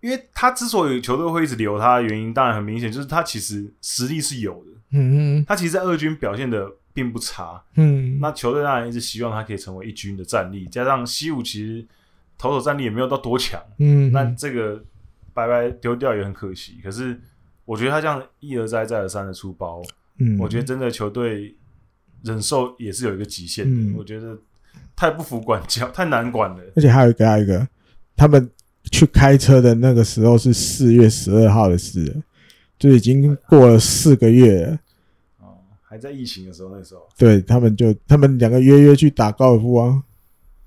S2: 因为他之所以球队会一直留他，的原因当然很明显，就是他其实实力是有的，
S1: 嗯嗯
S2: 他其实在二军表现的并不差。
S1: 嗯，
S2: 那球队当然一直希望他可以成为一军的战力，加上西武其实投手战力也没有到多强，
S1: 嗯
S2: 那这个白白丢掉也很可惜。可是我觉得他这样一而再再而三的出包，
S1: 嗯
S2: 我觉得真的球队忍受也是有一个极限的。
S1: 嗯
S2: 我觉得太不服管教，太难管了。
S1: 而且还有一个，还有一个，他们去开车的那个时候是四月十二号的事了，就已经过了四个月了。
S2: 哦，还在疫情的时候，那时候
S1: 对他们就他们两个约约去打高尔夫啊，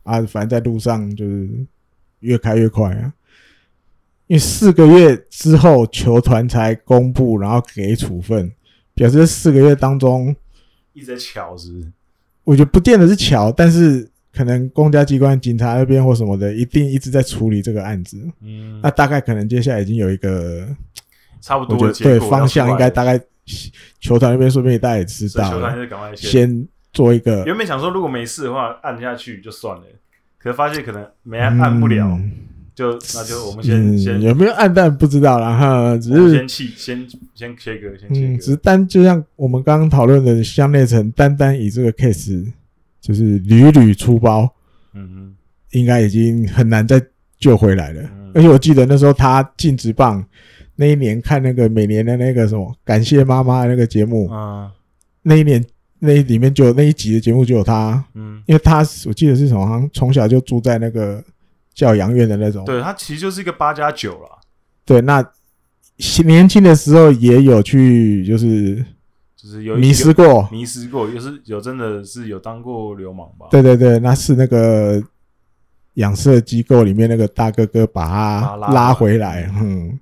S1: 啊，反正在路上就是越开越快啊。因为四个月之后球团才公布，然后给处分，表示这四个月当中，
S2: 一直在巧是不是？
S1: 我觉得不见得是巧，但是可能公家机关、警察那边或什么的，一定一直在处理这个案子。
S2: 嗯，
S1: 那大概可能接下来已经有一个，
S2: 差不
S1: 我
S2: 多
S1: 觉
S2: 的
S1: 得
S2: 结果
S1: 对方向应该大概，球团那边说不定大家也知
S2: 所以
S1: 道
S2: 球团
S1: 了，
S2: 还是赶快先。
S1: 先做一个
S2: 原本想说如果没事的话按下去就算了，可是发现可能没按按不了，
S1: 嗯
S2: 就那就我们先
S1: 嗯
S2: 先
S1: 有没有暗淡不知道啦，哈，只
S2: 我们
S1: 是
S2: 先弃先先切割先切
S1: 嗯，只
S2: 割
S1: 是。单就像我们刚刚讨论的向内层，单单以这个 case 就是屡屡出包，
S2: 嗯
S1: 应该已经很难再救回来了。
S2: 嗯
S1: 而且我记得那时候他进职棒那一年，看那个每年的那个什么感谢妈妈的那个节目，
S2: 嗯啊
S1: 那一年那里面就有那一集的节目就有他，
S2: 嗯，
S1: 因为他是我记得是什么，好像从小就住在那个教养院的那种，
S2: 对，它其实就是一个八加九啦，
S1: 对，那年轻的时候也有去就是
S2: 就是有一
S1: 迷失过，
S2: 迷失过，也是有真的是有当过流氓吧？
S1: 对对对，那是那个养色机构里面那个大哥哥把他
S2: 把他
S1: 拉
S2: 拉
S1: 回
S2: 回
S1: 来，嗯，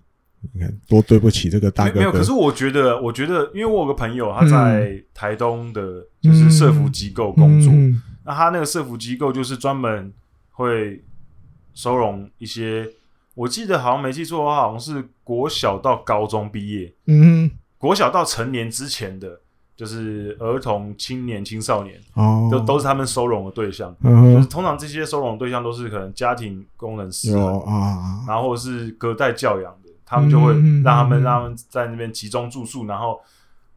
S1: 你看多对不嗯起这个大
S2: 没没
S1: 哥
S2: 有，
S1: 哥
S2: 可是，我觉得，我觉得，因为我有个朋友，他在台东的，就是社服机构工作。
S1: 嗯
S2: 那他那个社服机构就是专门会收容一些，我记得好像没记错的话，好像是国小到高中毕业，
S1: 嗯，
S2: 国小到成年之前的，就是儿童、青年、青少年，
S1: 哦，
S2: 都、都是他们收容的对象。就是
S1: 嗯
S2: 通常这些收容对象都是可能家庭工人
S1: 哼
S2: 失
S1: 有
S2: 衡，
S1: 啊，
S2: 然后或者是隔代教养的，他们就会
S1: 嗯
S2: 让他们
S1: 嗯
S2: 让他们在那边集中住宿，然后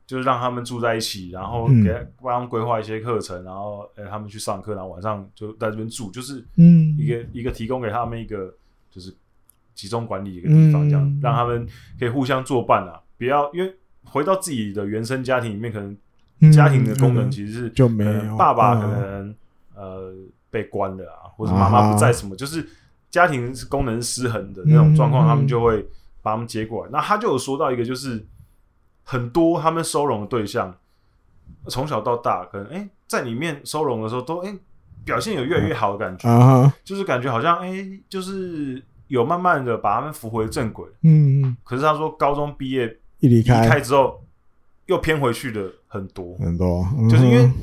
S2: 就是让他们住在一起，然后
S1: 嗯
S2: 给帮他们规划一些课程，然后呃他们去上课，然后晚上就在这边住，就是
S1: 嗯，
S2: 一个一个提供给他们一个就是集中管理一个地方，
S1: 嗯
S2: 这样让他们可以互相作伴啊，不要因为回到自己的原生家庭里面，可能
S1: 个
S2: 家庭的功能其实是
S1: 就没
S2: 可
S1: 有
S2: 能爸爸
S1: 嗯
S2: 可能呃被关了啊，或者妈妈不在什么，就是家庭是功能失衡的那种状
S1: 嗯
S2: 况，
S1: 嗯
S2: 他们就会把他们接过来。那他就有说到一个，就是很多他们收容的对象，从小到大，可能哎、诶在里面收容的时候都哎、诶表现有越来越好的感觉，
S1: 啊哈，
S2: 就是感觉好像哎、诶就是有慢慢的把他们扶回正轨。
S1: 嗯，嗯
S2: 可是他说高中毕业
S1: 一离
S2: 离开之后，又偏回去的很多。
S1: 很多，
S2: 就是
S1: 嗯
S2: 因为
S1: 哼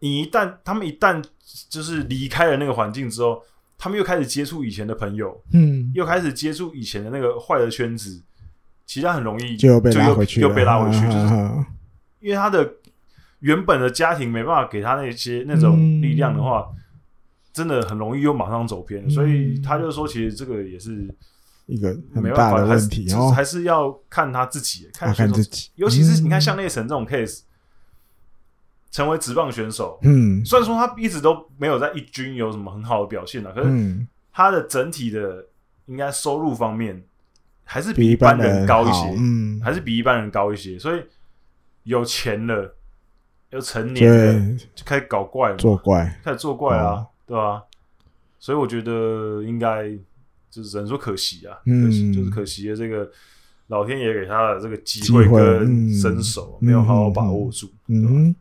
S2: 你一旦他们一旦就是离开了那个环境之后，他们又开始接触以前的朋友，
S1: 嗯，
S2: 又开始接触以前的那个坏的圈子，其实他很容易
S1: 就又被拉
S2: 又
S1: 回去了，
S2: 又被拉回去，
S1: 啊
S2: 就
S1: 哈
S2: 是
S1: 哈
S2: 因为他的原本的家庭没办法给他那些那
S1: 嗯
S2: 种力量的话，真的很容易又马上走偏，
S1: 嗯
S2: 所以他就说，其实这个也是
S1: 一个很
S2: 没办
S1: 大
S2: 法，
S1: 的
S2: 还
S1: 问
S2: 是
S1: 题
S2: 就是
S1: 哦，
S2: 还是要看他自己，
S1: 要
S2: 看选
S1: 看
S2: 手
S1: 自，己，
S2: 尤其是你看
S1: 嗯
S2: 像内城这种 case，成为职棒选手，
S1: 嗯
S2: 虽然说他一直都没有在一军有什么很好的表现啊，可是
S1: 嗯，
S2: 他的整体的应该收入方面还是
S1: 比
S2: 比
S1: 一
S2: 一般
S1: 般人
S2: 高一
S1: 好
S2: 些，
S1: 嗯，
S2: 还是比一般人高一些。所以有钱了，又成年了，
S1: 对，
S2: 就开始搞怪了，
S1: 作怪，
S2: 开始作怪啊，
S1: 哦
S2: 对吧、所以我觉得应该就是只能说可惜啊，
S1: 嗯
S2: 可惜就是可惜的这个老天爷给他的这个机
S1: 机
S2: 会
S1: 会
S2: 跟
S1: 嗯
S2: 身手、没有好好把握住，对吧？
S1: 嗯，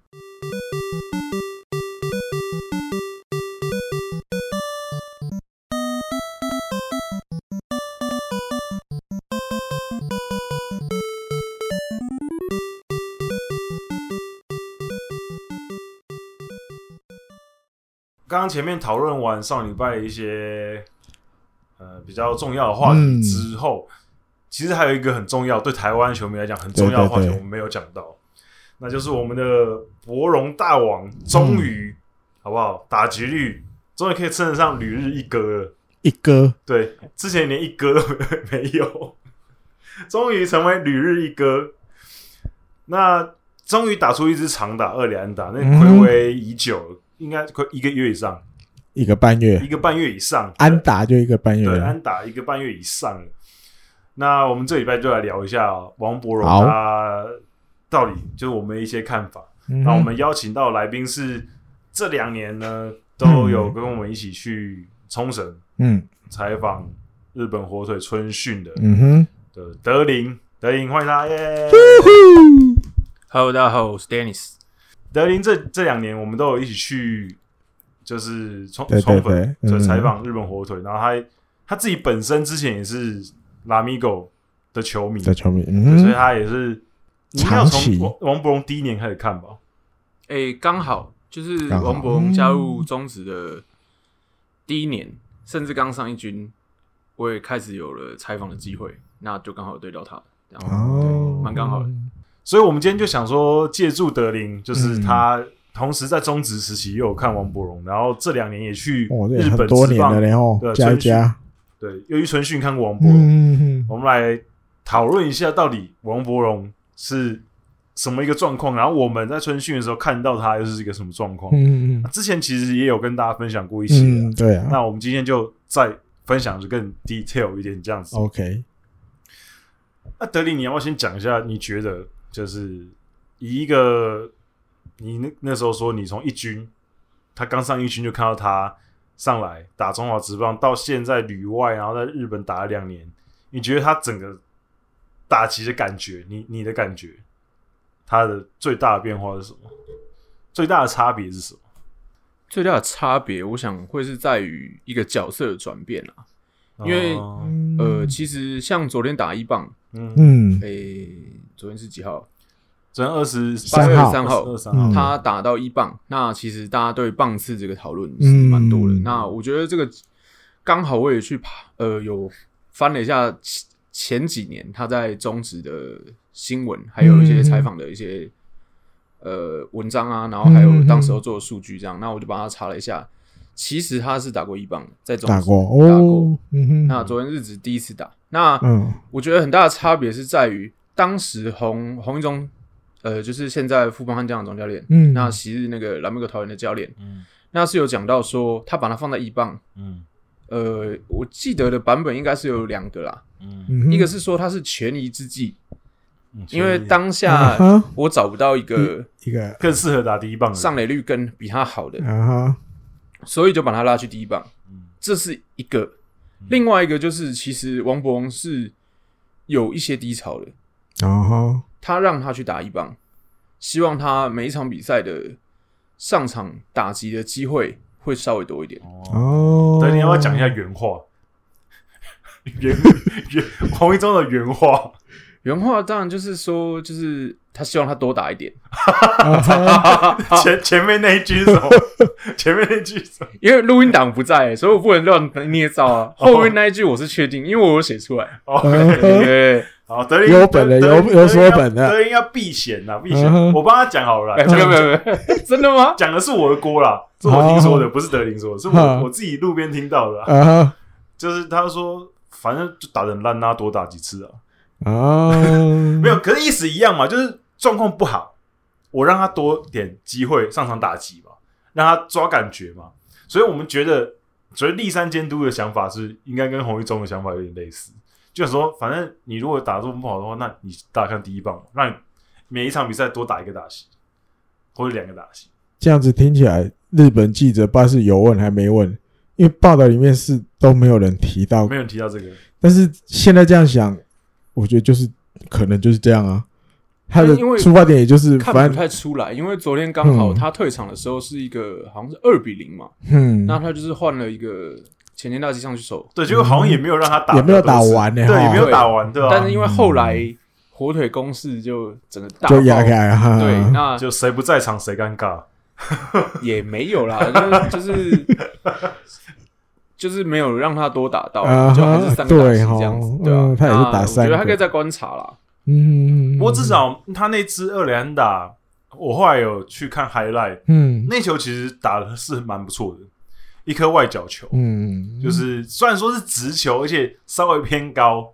S2: 刚刚前面讨论完上礼拜的一些呃比较重要的话题之后，其实还有一个很重要，对台湾球迷来讲很重要的话
S1: 对
S2: 题，
S1: 对对
S2: 我们没有讲到，那就是我们的博荣大王终于、好不好打击率终于可以称得上旅日一哥了。
S1: 一哥，
S2: 对，之前连一哥都没有， 终于成为旅日一哥。那终于打出一支长打二连打，那
S1: 嗯
S2: 暌违已久，应该快一个月以上。
S1: 一个半月
S2: 一，个半月以上，
S1: 安嗯打就一个半月
S2: 对
S1: 了，
S2: 安打一个半月以上了。那我们这礼拜就来聊一下王伯荣
S1: 好
S2: 他到底就是我们一些看法。
S1: 嗯
S2: 那我们邀请到来宾是这两年呢都有跟我们一起去冲绳
S1: 嗯
S2: 采访日本火腿春训的
S1: 嗯哼，
S2: 的德林，德林欢迎他耶！
S3: Hello，大家好，我是 Dennis。
S2: 德林这这两年我们都有一起去就是冲
S1: 对对对
S2: 冲粉，
S1: 嗯
S2: 就采访日本火腿，然后他他自己本身之前也是拉米狗的球迷，
S1: 的球迷，
S2: 对所以
S1: 嗯，
S2: 他也是你没有
S1: 长期
S2: 从王王伯荣第一年开始看吧？
S3: 哎，刚好就是
S1: 刚好
S3: 王伯荣加入中职的第一年，甚至刚上一军，我也开始有了采访的机会，那就刚好有对到他，然后
S1: 哦
S3: 对，蛮刚好的。
S2: 所以我们今天就想说，借助德林，
S1: 嗯
S2: 就是他同时在中职时期又有看王伯荣，然后这两年也去
S1: 哇，这也
S2: 日
S1: 很
S2: 本
S1: 多
S2: 职
S1: 年
S2: 棒
S1: 了，然后
S2: 对
S1: 加一
S2: 春训
S1: 加，
S2: 对，又去春训看过王伯荣，
S1: 嗯嗯嗯，
S2: 我们来讨论一下，到底王伯荣是什么一个状况？然后我们在春训的时候看到他又是一个什么状况？
S1: 嗯嗯
S2: 之前其实也有跟大家分享过一些啊、
S1: 嗯，对啊
S2: 那我们今天就再分享的更 detail 一点，这样子。
S1: ，OK，
S2: 那德里，你要不要先讲一下？你觉得就是以一个你那那时候说你从一军，他刚上一军就看到他上来打中华职棒，到现在旅外，然后在日本打了两年，你觉得他整个打击的感觉，你你的感觉，他的最大的变化是什么？最大的差别是什么？
S3: 最大的差别，我想会是在于一个角色的转变啊。因为
S2: 哦
S3: 呃，其实像昨天打一棒，
S2: 嗯，
S1: 嗯，
S3: 诶、昨天是几号？
S2: 昨天二十
S1: 三号
S3: 三号
S2: 二三号，
S1: 嗯
S3: 他打到一棒，那其实大家对棒次这个讨论是蛮多的。
S1: 嗯
S3: 那我觉得这个刚好我也去爬，呃，有翻了一下前前几年他在中职的新闻，还有一些采访的一些、呃文章啊，然后还有当时候做的数据这样。那我就帮他查了一下，其实他是打过一棒的，在中职
S1: 打过
S3: 打过
S1: 哦，嗯哼，
S3: 那昨天日职第一次打，那
S1: 嗯
S3: 我觉得很大的差别是在于，当时洪洪一中，呃，就是现在富邦悍将的总教练，
S1: 嗯，
S3: 那昔日那个蓝莓狗桃园的教练，
S2: 嗯
S3: 那是有讲到说，他把它放在一棒，
S2: 嗯
S3: 呃，我记得的版本应该是有两个啦，
S2: 嗯
S1: 嗯哼
S3: 一个是说他是权宜之计，
S2: 嗯，
S3: 因为
S2: 所以
S3: 当
S1: 啊
S3: 下
S1: 哈，嗯
S3: 我找不到一个
S1: 一个
S2: 更适合打第一棒的人
S3: 上垒率跟比他好的，
S1: 啊哈，
S3: 所以就把他拉去第一棒。
S2: 嗯
S3: 这是一个。
S1: 嗯
S3: 另外一个就是，其实王伯荣是有一些低潮的，
S1: 然后
S3: 他让他去打一棒，希望他每一场比赛的上场打击的机会会稍微多一点。
S2: 哦，
S1: 哦，
S2: 对，你要不要讲一下原话？ 原 原黄一中的原话，
S3: 原话当然就是说，就是他希望他多打一点，
S1: 啊 哈？
S2: 前前面那一句是 什么？前面那一句是什么？
S3: 因为录音档不在，所以我不能乱捏造啊。后面那一句我是确定，因为我有 写出来。
S2: 哦，
S3: 对对
S1: 嗯
S3: 对，
S2: 好，德林
S1: 有本的
S2: 德
S1: 有
S2: 德
S1: 有所本的
S2: 德林要避嫌呐，避
S1: 嗯哼
S2: 嫌。我帮他讲好了啦，
S3: 哎没有
S2: 讲
S3: 没有没有， 真的吗？
S2: 讲的是我的锅啦，是我听说的，不是德林说的，是
S1: 嗯
S2: 我我自己路边听到的啦。
S1: 啊哈
S2: 就是他说，反正就打得很烂啊，多打几次啊，
S1: 啊，
S2: 没有，可是意思一样嘛，就是状况不好，我让他多点机会上场打击嘛，让他抓感觉嘛。所以我们觉得，所以立三监督的想法是应该跟洪一中的想法有点类似，就是说，反正你如果打得这么不好的话，那你打看第一棒嘛，让你每一场比赛多打一个打席或者两个打席。
S1: 这样子听起来，日本记者爸是有问还没问，因为报道里面是都没有人提到
S2: 没有人提到这个，
S1: 但是现在这样想，我觉得就是可能就是这样啊。他的
S3: 因为
S1: 出发点也就是
S3: 看
S1: 反
S3: 不
S1: 正
S3: 太出来，因为昨天刚好
S1: 嗯
S3: 他退场的时候是一个好像是二比零嘛，
S1: 嗯，
S3: 那他就是换了一个前田大基上去守，
S2: 对，结果好像也没有让他打，
S1: 也没有打，完哦呢，
S2: 对，
S1: 哈
S2: 也没有打完，
S1: 啊
S2: 对吧、
S3: 但是因为后来火腿攻势就整个大
S1: 嗯就压
S3: 爆
S1: 开啊了哈。
S3: 对，那
S2: 就谁不在场谁尴尬，
S3: 也没 有啦，就是就是就是没有让他多打到，
S1: 啊哈
S3: 就还是三个打
S1: 对
S3: 击
S1: 吼
S3: 这样子，对啊
S1: 嗯，他也是
S3: 那
S1: 打三
S3: 我
S1: 个
S3: 觉得他可以再观察啦。
S1: 嗯，嗯，嗯
S2: 不过至少他那支二连打，我后来有去看 highlight，
S1: 嗯
S2: 那球其实打的是蛮不错的，一颗外角球，
S1: 嗯，
S2: 就是虽然说是直球，而且稍微偏高，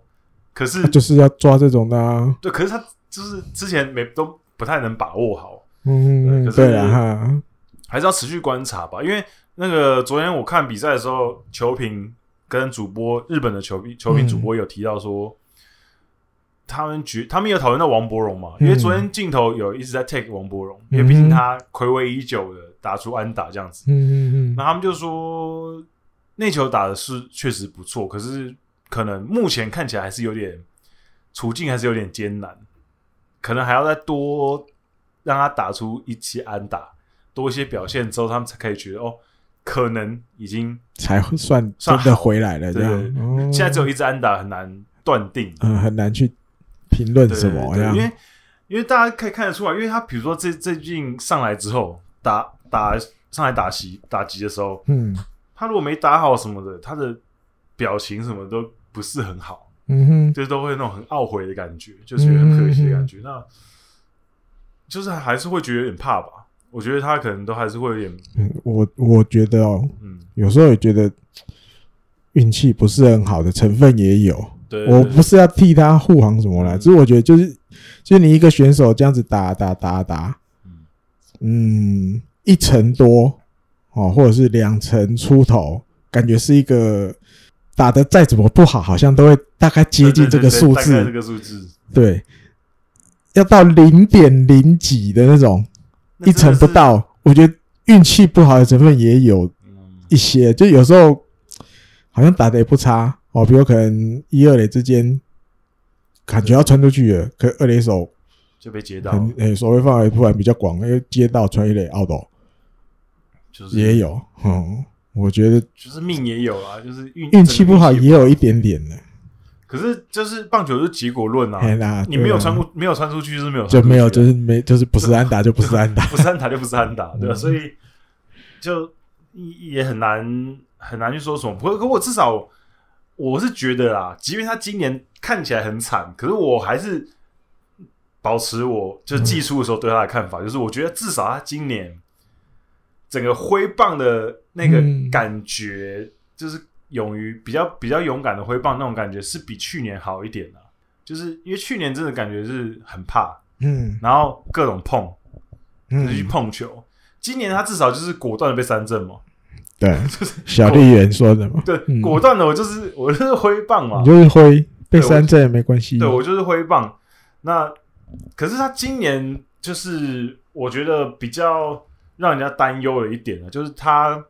S2: 可是
S1: 他啊就是要抓这种的啊，
S2: 对，可是他就是之前没都不太能把握好，
S1: 嗯，嗯
S2: 对可
S1: 嗯
S2: 是
S1: 对了哈，
S2: 还是要持续观察吧。因为那个昨天我看比赛的时候，球评跟主播日本的球评球评主播有提到说，他们觉他们有讨论到王伯荣嘛，因为
S1: 嗯
S2: 昨天镜头有一直在 take 王伯荣，
S1: 嗯哼
S2: 因为毕竟他暌违已久的打出安打这样子，
S1: 嗯嗯
S2: 那他们就说内球打的是确实不错，可是可能目前看起来还是有点处境还是有点艰难，可能还要再多让他打出一期安打，多一些表现之后，他们才可以觉得哦，可能已经
S1: 才算
S2: 算
S1: 真的回来了这
S2: 对
S1: 样
S2: 对。对
S1: 哦
S2: 现在只有一支安打，很难断定。
S1: 嗯很难去评论
S2: 对
S1: 什
S2: 对
S1: 么
S2: 对
S1: 这样
S2: 因。为因为大家可以看得出来，因为他比如说这最近上来之后打打上来打席打击的时候，
S1: 嗯
S2: 他如果没打好什么的，他的表情什么都不是很好，
S1: 嗯哼，
S2: 就是都会有那种很懊悔的感觉，就是有很可惜的感觉。那就是还是会觉得有点怕吧。我觉得他可能都还是会有点，
S1: 嗯我我觉得哦，
S2: 嗯，
S1: 有时候也觉得运气不是很好的成分也有。
S2: 对，
S1: 我
S2: 对
S1: 不是要替他护航什么啦，
S2: 嗯
S1: 只是我觉得就是，就是你一个选手这样子打打打打
S2: 嗯，
S1: 嗯，一成多哦，或者是两成出头，感觉是一个打的再怎么不好，好像都会大概接近这个数
S2: 对对对大概这
S1: 字，
S2: 个数字
S1: 对，要到零点零几的那种，
S2: 那
S1: 一成不
S2: 真的是，
S1: 到，我觉得运气不好的成分也有
S2: 嗯，
S1: 一些，就有时候好像打的也不差哦，比如可能一二垒之间感觉要穿出去了，可二垒手
S2: 就被接到
S1: 很，诶、所谓范围突然比较广，因为接到穿一垒 out
S2: 就是
S1: 也，有，嗯，我觉得
S2: 就是命也有啦，就是运
S1: 运气不好
S2: 真的
S1: 也有一点点的，
S2: 可是就是棒球是结果论啊，
S1: 嘿啦，
S2: 你没有
S1: 对啊
S2: 穿过，没有穿出去是没有穿
S1: 就没有，
S2: 出去
S1: 就
S2: 的
S1: 是没，就是不是安打就不是 安打，
S2: 不是安打就不是安打，对吧、啊
S1: 嗯
S2: 所以就也很难很难去说什么。不过，可我至少我是觉得啦，即便他今年看起来很惨，可是我还是保持我就季初的时候对他的
S1: 嗯
S2: 看法，就是我觉得至少他今年整个挥棒的那个
S1: 嗯
S2: 感觉，就是勇于比较比较勇敢的挥棒那种感觉，是比去年好一点的、就是因为去年真的感觉是很怕，
S1: 嗯
S2: 然后各种碰，就是去
S1: 嗯，
S2: 碰球。今年他至少就是果断的被三振嘛，
S1: 对，小丽人说的 嘛，
S2: 对，
S1: 嗯
S2: 果断的我就是我就是挥棒嘛
S1: 你，就是挥被
S2: 对我
S1: 三振也没关系，
S2: 对我就是挥棒。那可是他今年就是我觉得比较让人家担忧的一点呢，就是他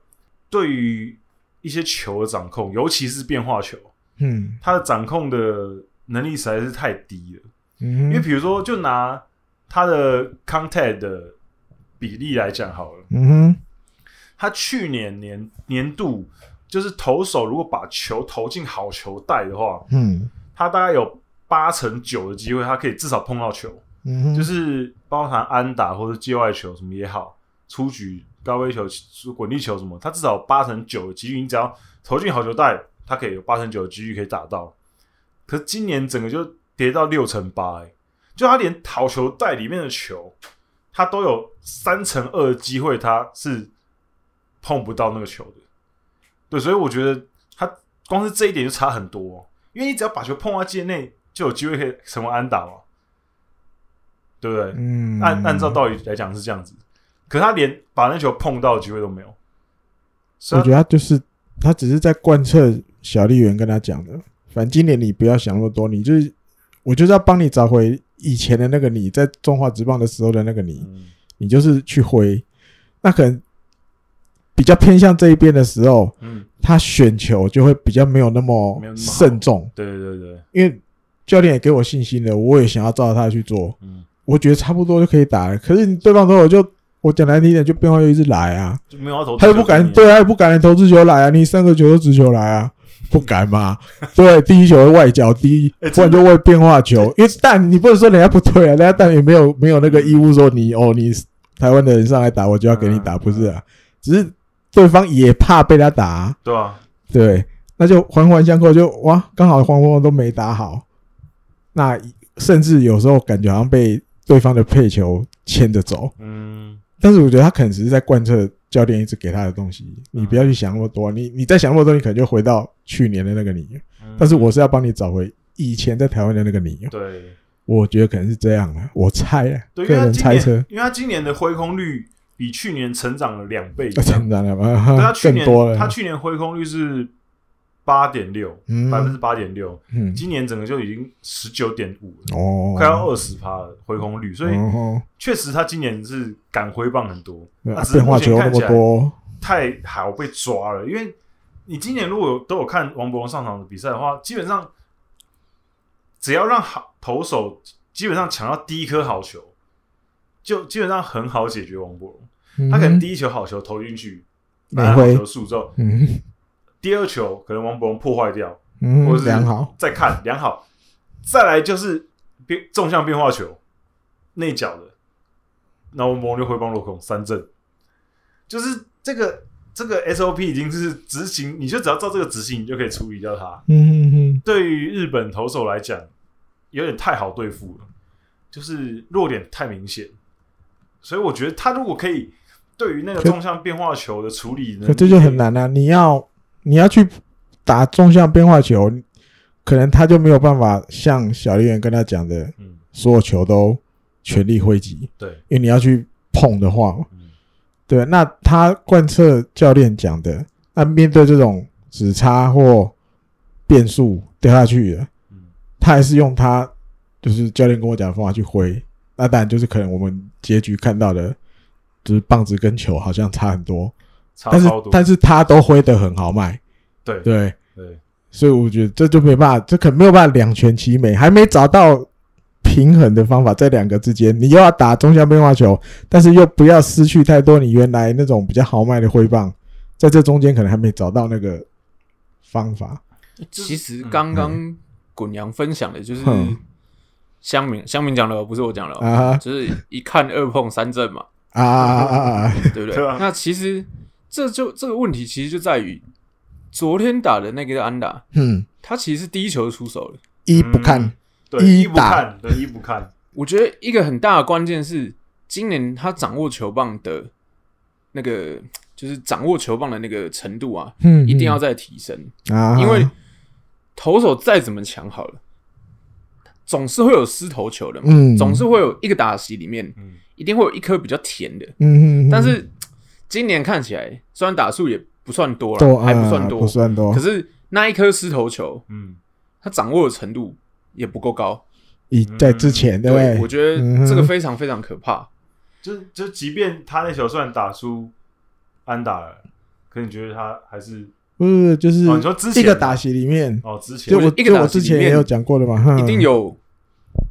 S2: 对于一些球的掌控，尤其是变化球，
S1: 嗯
S2: 他的掌控的能力实在是太低了。因为
S1: 嗯哼
S2: 比如说，就拿他的 contact 的比例来讲好了。
S1: 嗯哼，
S2: 他去年年年度就是投手，如果把球投进好球带的话，
S1: 嗯
S2: 他大概有八成九的机会，他可以至少碰到球，
S1: 嗯哼，
S2: 就是包含安打或者界外球什么也好，出局高飞球、滚地球什么，他至少八成九的几率，你只要投进好球带，他可以有八成九的几率可以打到。可是今年整个就跌到六成八、欸，就他连好球带里面的球，他都有三成二的机会，他是碰不到那个球的。对，所以我觉得他光是这一点就差很多、因为你只要把球碰到界内，就有机会可以成为安打嘛，对不对？
S1: 嗯
S2: 按按照道理来讲是这样子，可是他连把那球碰到的机会都没有，所
S1: 我觉
S2: 以
S1: 得他就是他只是在贯彻小丽媛跟他讲的，反正今年你不要想那么多，你就是我就是要帮你找回以前的那个你，在中华职棒的时候的那个
S2: 他
S1: 你，
S2: 嗯
S1: 你就是去挥。那可能比较偏向这一边的时候，
S2: 嗯，
S1: 他选球就会比较没有那么
S2: 没有那么好
S1: 慎重，
S2: 对对对对，
S1: 因为教练也给我信心了，我也想要照着他去做，
S2: 嗯，
S1: 我觉得差不多就可以打了。可是你对方投我就我讲难听一点，就变化又一直来啊。
S2: 就没有要投，
S1: 他又不敢，，对啊，又不敢连投掷球来啊！你三个球都直球来啊，不敢嘛？对，第一球会外角低，
S2: 哎
S1: 不然就会变化球。因为但你不能说人家不对啊，人家但也没有没有那个义务说你哦，你台湾的人上来打，我就要给你打，
S2: 嗯
S1: 不是啊？只是对方也怕被他打啊，
S2: 对吧？
S1: 对，那就环环相扣，就哇，刚好黄蜂都没打好，那甚至有时候感觉好像被对方的配球牵着走。
S2: 嗯，
S1: 但是我觉得他可能只是在贯彻教练一直给他的东西，你
S2: 嗯
S1: 不要去想那么多，啊你你再想那么多，你可能就回到去年的那个你。啊
S2: 嗯
S1: 但是我是要帮你找回以前在台湾的那个你，啊
S2: 对
S1: 我觉得可能是这样的，我猜啊，
S2: 对，
S1: 个
S2: 因为他
S1: 人
S2: 今
S1: 猜测，
S2: 年，因为他今年的挥空率比去年成长了两倍以
S1: 啊
S2: 上
S1: 成，长了
S2: 对
S1: 吧
S2: 他，去
S1: 更多
S2: 年
S1: 了，
S2: 他去年挥空率是八点六，
S1: 嗯
S2: 百分之八点六，
S1: 嗯
S2: 今年整个就已经十九点五了，
S1: 哦，
S2: 快要二十趴了挥空率，所以
S1: 哦
S2: 确实他今年是敢挥棒很多，
S1: 对啊
S2: 那只是
S1: 变化
S2: 目前
S1: 球那
S2: 看起
S1: 么
S2: 来
S1: 多，
S2: 太好被抓了。因为你今年如果有都有看王博龙上场的比赛的话，基本上只要让好投手基本上抢到第一颗好球，就基本上很好解决王博龙。他可能
S1: 嗯
S2: 第一球好球投进去，
S1: 美
S2: 拿好
S1: 辉
S2: 球数之后，
S1: 嗯
S2: 第二球可能王博荣破坏掉，
S1: 嗯
S2: 或，是
S1: 良好，
S2: 再看良好，再来就是变纵向变化球，内角的，那我们就回帮罗孔三振，就是这个这个 SOP 已经是执行，你就只要照这个执行，你就可以处理掉它。
S1: 嗯嗯嗯，
S2: 对于日本投手来讲，有点太好对付了，就是弱点太明显，所以我觉得他如果可以对于那个
S1: 可
S2: 纵向变化球的处理能力，
S1: 可这就很难啊！你要你要去打纵向变化球，可能他就没有办法像小笠原跟他讲的，
S2: 嗯，
S1: 所有球都全力挥击，
S2: 对，
S1: 因为你要去碰的话，
S2: 嗯，
S1: 对，那他贯彻教练讲的，那面对这种只差或变数掉下去的，
S2: 嗯
S1: 他还是用他就是教练跟我讲的方法去挥，那当然就是可能我们结局看到的，就是棒子跟球好像差很多，
S2: 差
S1: 但是
S2: 超多，
S1: 但是他都挥得很好卖，
S2: 对
S1: 对，
S2: 对，
S1: 所以我觉得这就没办法，这可能没有办法两全其美，还没找到平衡的方法，在两个之间，你又要打中向变化球，但是又不要失去太多你原来那种比较豪迈的挥棒，在这中间可能还没找到那个方法。
S3: 其实刚刚滚阳分享的就是
S1: 嗯
S3: 乡民，乡民讲的哦不是我讲的哦，
S1: 啊
S3: 就是一看二碰三正嘛，
S1: 啊啊啊！啊！
S3: 对 不对？
S2: 对啊
S3: 那其实这就这个问题其实就在于昨天打的那个安打，
S1: 嗯，
S3: 他其实是第一球出手的。
S1: 一不看
S2: 嗯，对，
S1: 一
S2: 一不
S1: 打
S2: 看，对，一不看，
S3: 我觉得一个很大的关键是今年他掌握球棒的那个，就是掌握球棒的那个程度啊，
S1: 嗯，
S3: 一定要再提升，
S1: 啊，
S3: 因为投手再怎么强好了。总是会有失头球的嘛，
S1: 嗯
S3: 总是会有一个打席里面
S2: 嗯，
S3: 一定会有一颗比较甜的，
S1: 嗯嗯，嗯
S3: 但是今年看起来，虽然打数也不算多
S1: 都
S3: 了，还不算
S1: 啊
S3: 多，
S1: 不算多
S3: 可，是那一颗失头球，
S2: 嗯，
S3: 他掌握的程度也不够高。
S1: 以在之前嗯对不对？
S3: 我觉得这个非常非常可怕。
S2: 就就即便他那球虽然打出安打了，可你觉得他还是
S1: 不是呃就是
S2: 哦你说之前
S1: 一个打席里面，
S2: 哦之前
S1: 就我
S3: 一个
S1: 就我
S3: 打
S1: 之
S3: 席
S1: 前
S3: 里面
S1: 也有讲过的嘛，哼
S3: 一定有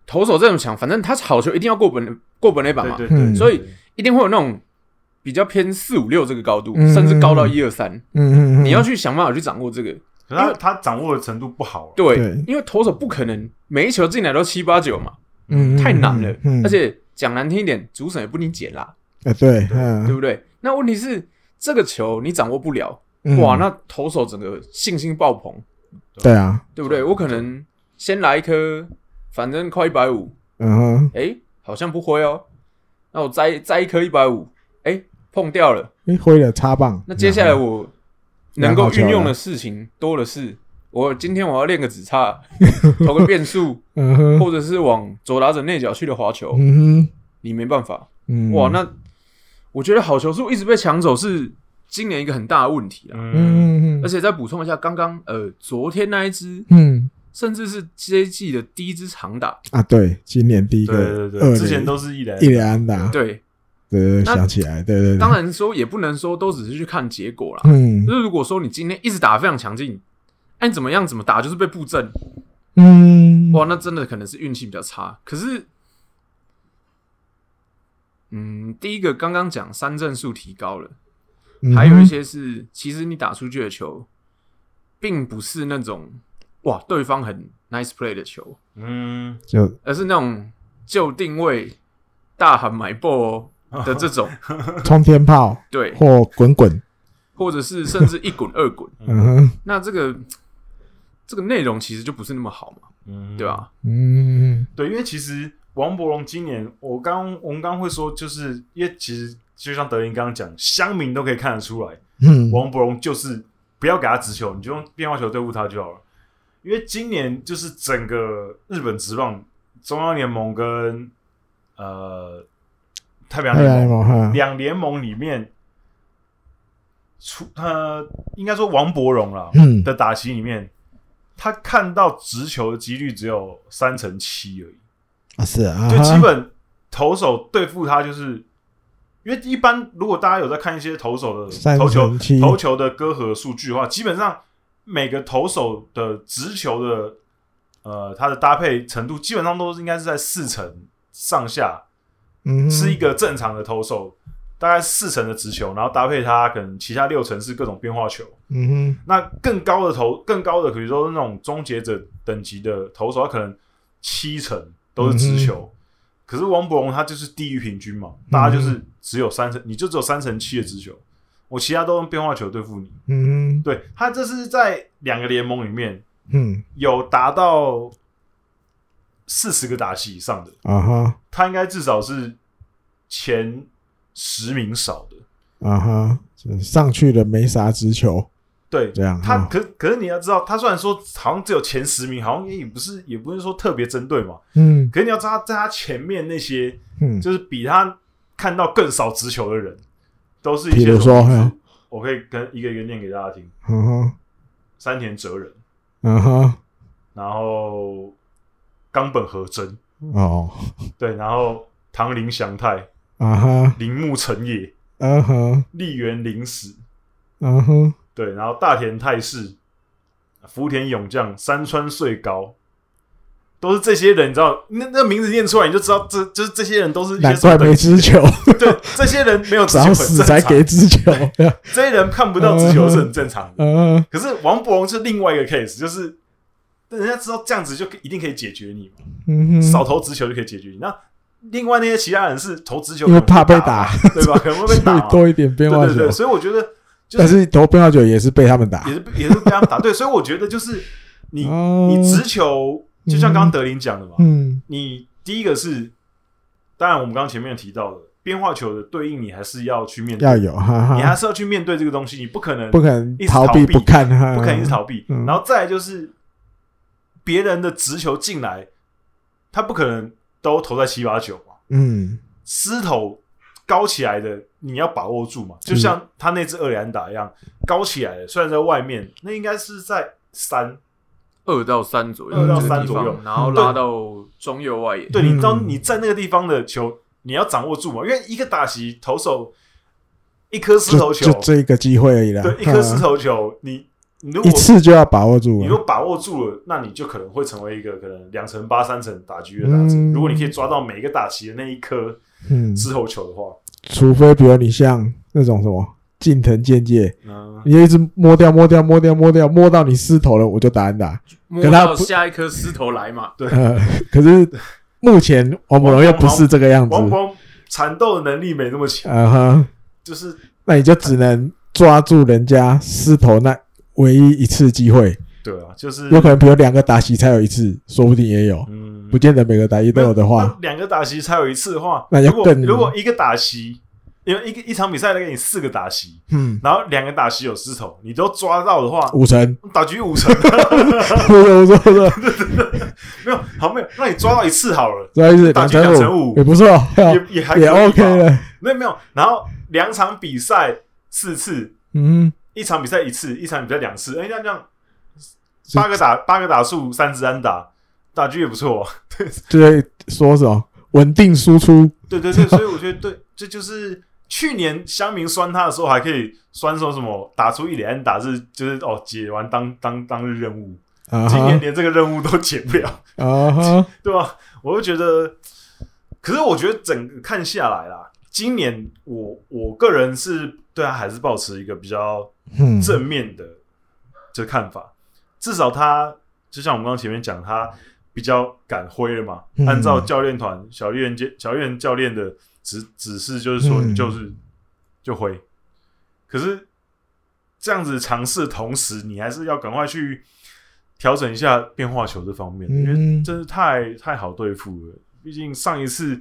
S3: 投手这么强，反正他好球一定要过本过本垒板嘛
S2: 对对，对，
S1: 嗯
S3: 所以一定会有那种比较偏四五六这个高度，
S1: 嗯
S3: 甚至高到一二三，
S1: 嗯嗯，嗯
S3: 你要去想办法去掌握这个。
S2: 可是他他掌握的程度不好，
S3: 对，
S1: 对
S3: 因为投手不可能每一球进来都七八九嘛，
S1: 嗯嗯
S3: 太难了。
S1: 嗯嗯
S3: 而且讲难听一点，主审也不理解啦。
S1: 呃对，
S3: 对
S1: 嗯
S3: 不对？那问题是这个球你掌握不了，
S1: 嗯
S3: 哇，那投手整个信心爆棚，
S1: 对啊，
S3: 对不对？
S2: 对
S3: 我可能先来一颗，反正快一百五，
S1: 嗯哼，
S3: 哎，好像不挥哦，那我再再一颗一百五，哎，碰掉了，
S1: 诶，挥了插棒，
S3: 那接下来我能够运
S1: 两好球
S3: 用的
S1: 了
S3: 事情多的是。我今天我要练个指 叉，投个变速，
S1: 嗯哼，
S3: 或者是往左打者内角去的滑球，
S1: 嗯哼，
S3: 你没办法。
S1: 嗯，
S3: 哇，那我觉得好球数一直被抢走是今年一个很大的问题啊。
S2: 嗯，
S1: 嗯嗯
S3: 而且再补充一下，刚刚呃，昨天那一支，
S1: 嗯
S3: 甚至是这一季的第一支长打，
S1: 啊，对，今年第一
S2: 对
S1: 个
S2: 对对
S1: 二
S2: 对，
S1: 垒
S2: 之前都是一垒
S1: 一连安打，
S3: 对，
S1: 对对，对
S3: 那
S1: 想起来，对啊对，对
S3: 当，然说也不能说都只是去看结果啦。
S1: 嗯
S3: 就是如果说你今天一直打得非常强劲，按怎么样怎么打就是被布阵，
S1: 嗯，
S3: 哇，那真的可能是运气比较差。可是，嗯，第一个刚刚讲三振数提高了，
S1: 嗯
S3: 还有一些是其实你打出去的球，并不是那种哇对方很 nice play 的球，
S2: 嗯，
S1: 就
S3: 而是那种就定位大喊买爆哦的这种，
S1: 冲天炮
S3: 对，
S1: 或滚滚，
S3: 或者是甚至一滚二滚，
S1: 嗯哼，
S3: 那这个这个内容其实就不是那么好嘛，
S2: 嗯
S3: 对吧？
S1: 嗯
S2: 对，因为其实王伯荣今年，我刚我们刚会说，就是因为其实就像德林刚刚讲，乡民都可以看得出来，
S1: 嗯，
S2: 王伯荣就是不要给他直球，你就用变化球对付他就好了。因为今年就是整个日本职棒中央联盟跟呃太平洋
S1: 太阳
S2: 联
S1: 联
S2: 盟
S1: 盟哈，
S2: 两联盟里面，出呃应该说王伯荣啦、
S1: 嗯
S2: 的打席里面，他看到直球的几率只有三成七而已。
S1: 啊是啊，
S2: 就基
S1: 哈
S2: 本投手对付他，就是因为一般如果大家有在看一些投手的
S1: 三
S2: 投球
S1: 乘七
S2: 投球的割合数据的话，基本上每个投手的直球的呃它的搭配程度，基本上都是应该是在四成上下，
S1: 嗯哼
S2: 是一个正常的投手大概四成的直球，然后搭配它可能其他六成是各种变化球。
S1: 嗯
S2: 那更高的投，更高的，比如说那种终结者等级的投手，他可能七成都是直球。可是王博龙他就是地域平均嘛，大家就是只有三成，你就只有三成七的直球，我其他都用变化球对付你。
S1: 哼，嗯
S2: 对他这是在两个联盟里面
S1: 哼，嗯
S2: 有达到四十个打席以上的，
S1: 啊哈
S2: 他应该至少是前十名少的。
S1: 啊哈，这上去了没啥直球，
S2: 对，
S1: 这样
S2: 他
S1: 啊
S2: 可可是你要知道，他虽然说好像只有前十名，好像也不是也不是说特别针对嘛。
S1: 嗯
S2: 可是你要知道，在他前面那些
S1: 嗯
S2: 就是比他看到更少直球的人，都是一
S1: 比
S2: 些
S1: 如说
S2: 什么
S1: 还有
S2: 我可以跟一个一个念给大家听：
S1: 嗯哼
S2: 山田哲人，
S1: 嗯哼，
S2: 然后冈本和真，
S1: 哦
S2: 对，然后唐林祥太、
S1: 啊哈
S2: 铃木成也、
S1: 嗯哼
S2: 立原林史，
S1: 嗯哼
S2: 对，然后大田泰士、福田勇将、山川穗高，都是这些人，你知道，那那名字念出来你就知道这，就是这些人都是一些
S1: 难怪
S2: 什么
S1: 没
S2: 等级
S1: 直球，
S2: 对，这些人没有
S1: 只
S2: 直球
S1: 要
S2: 很
S1: 死
S2: 正
S1: 才
S2: 常，
S1: 给直球，
S2: 这些人看不到直球是很正常的。
S1: 嗯
S2: 可是王伯荣是另外一个 case，就是人家知道这样子就一定可以解决你嘛，
S1: 嗯
S2: 少
S1: 哼，
S2: 投直球就可以解决你。那另外那些其他人是投直球，
S1: 因为怕被
S2: 打
S1: 打
S2: 嘛，对吧？可能会被打
S1: 所
S2: 嘛
S1: 以，多一点变化
S2: 对对
S1: 球
S2: 对，，所以我觉得就
S1: 但是投变化球也是被他们打
S2: 也，是被也是被他们打对，所以我觉得就是你、
S1: 哦
S2: 你直球，就像刚刚德林讲的嘛，
S1: 嗯
S2: 你第一个是，当然我们刚刚前面提到的变化球的对应，你还是要去面对，
S1: 要有哈
S2: 你还
S1: 哈，
S2: 是要去面对这个东西，你不可能
S1: 不可能
S2: 一直
S1: 逃
S2: 逃
S1: 避
S2: 避
S1: 不看哈，
S2: 不可能一直逃避，
S1: 嗯
S2: 然后再来就是别人的直球进来，他不可能都投在七八九嘛，
S1: 嗯
S2: 狮头高起来的，你要把握住嘛。
S1: 嗯
S2: 就像他那只厄里安达一样，高起来的，虽然在外面，那应该是在三。
S3: 二到三左右，
S1: 二到
S3: 这个
S2: 三
S3: 地
S2: 左右
S3: 方然后拉到中右外野。
S2: 对
S1: 嗯
S2: 你当你在那个地方的球，你要掌握住嘛，因为一个打席投手一颗石头
S1: 就
S2: 球
S1: 就，这一个机会而已啦，
S2: 对，一颗石
S1: 嗯
S2: 头球，你你如
S1: 一
S2: 果
S1: 次就要把握住
S2: 你
S1: 了，
S2: 如果把握住了，那你就可能会成为一个可能两成八三成打局的打者。
S1: 嗯
S2: 如果你可以抓到每一个打席的那一颗
S1: 嗯，
S2: 石头球的话，
S1: 除非比如你像那种什么近藤健介，
S2: 嗯，
S1: 你就一直摸掉摸掉摸掉摸掉，摸到你湿头了，我就打安打。
S3: 摸
S1: 可他
S3: 到
S1: 不
S3: 下一颗狮头来嘛，
S1: 呃，可是目前王柏荣又不是这个样子，
S2: 王光缠斗的能力没那么强，
S1: 啊哈，
S2: 就是
S1: 那你就只能抓住人家湿头那唯一一次机会，
S2: 对啊，就是
S1: 有可能比如两个打席才有一次，说不定也有，
S2: 嗯
S1: 不见得每个打席都有的话，
S2: 那两个打席才有一次的话，
S1: 那要
S2: 如果
S1: 更
S2: 如果一个打席，因为一个一场比赛来给你四个打席，
S1: 嗯，
S2: 然后两个打席有失头，你都抓到的话，
S1: 五成，
S2: 打局五成
S1: 我说我说我说，
S2: 没有好没有，那你抓到一次好了，
S1: 所以是
S2: 打
S1: 两
S2: 击两
S1: 成
S2: 成五
S1: 也不错，
S2: 也也还可以
S1: 哦也
S2: 吧
S1: OK 了，
S2: 没有没有，然后两场比赛四次，
S1: 嗯，
S2: 一场比赛一次，一场比赛两次，哎、这样这样
S1: 是
S2: 八个打八个打数，三支安打，打局也不错、 啊，
S1: 就是说什么稳定输出，
S2: 对对对，所以我觉得对，这就是。去年乡民酸他的时候，还可以酸说什么打出一连安打是就是哦解完当当当日任务，
S1: 啊
S2: 今
S1: 哈
S2: 年连这个任务都解不了，
S1: 啊哈，
S2: 对吧？我就觉得，可是我觉得整个看下来啦，今年我我个人是对他还是保持一个比较
S1: 嗯，
S2: 正面的这看法，至少他就像我们刚刚前面讲，他比较敢挥了嘛。
S1: 嗯
S2: 按照教练团小绿人教小绿人教练的指指示，就是说
S1: 嗯
S2: 你就是、就挥。可是这样子尝试的同时，你还是要赶快去调整一下变化球这方面，因为
S1: 嗯
S2: 真是太太好对付了。毕竟上一次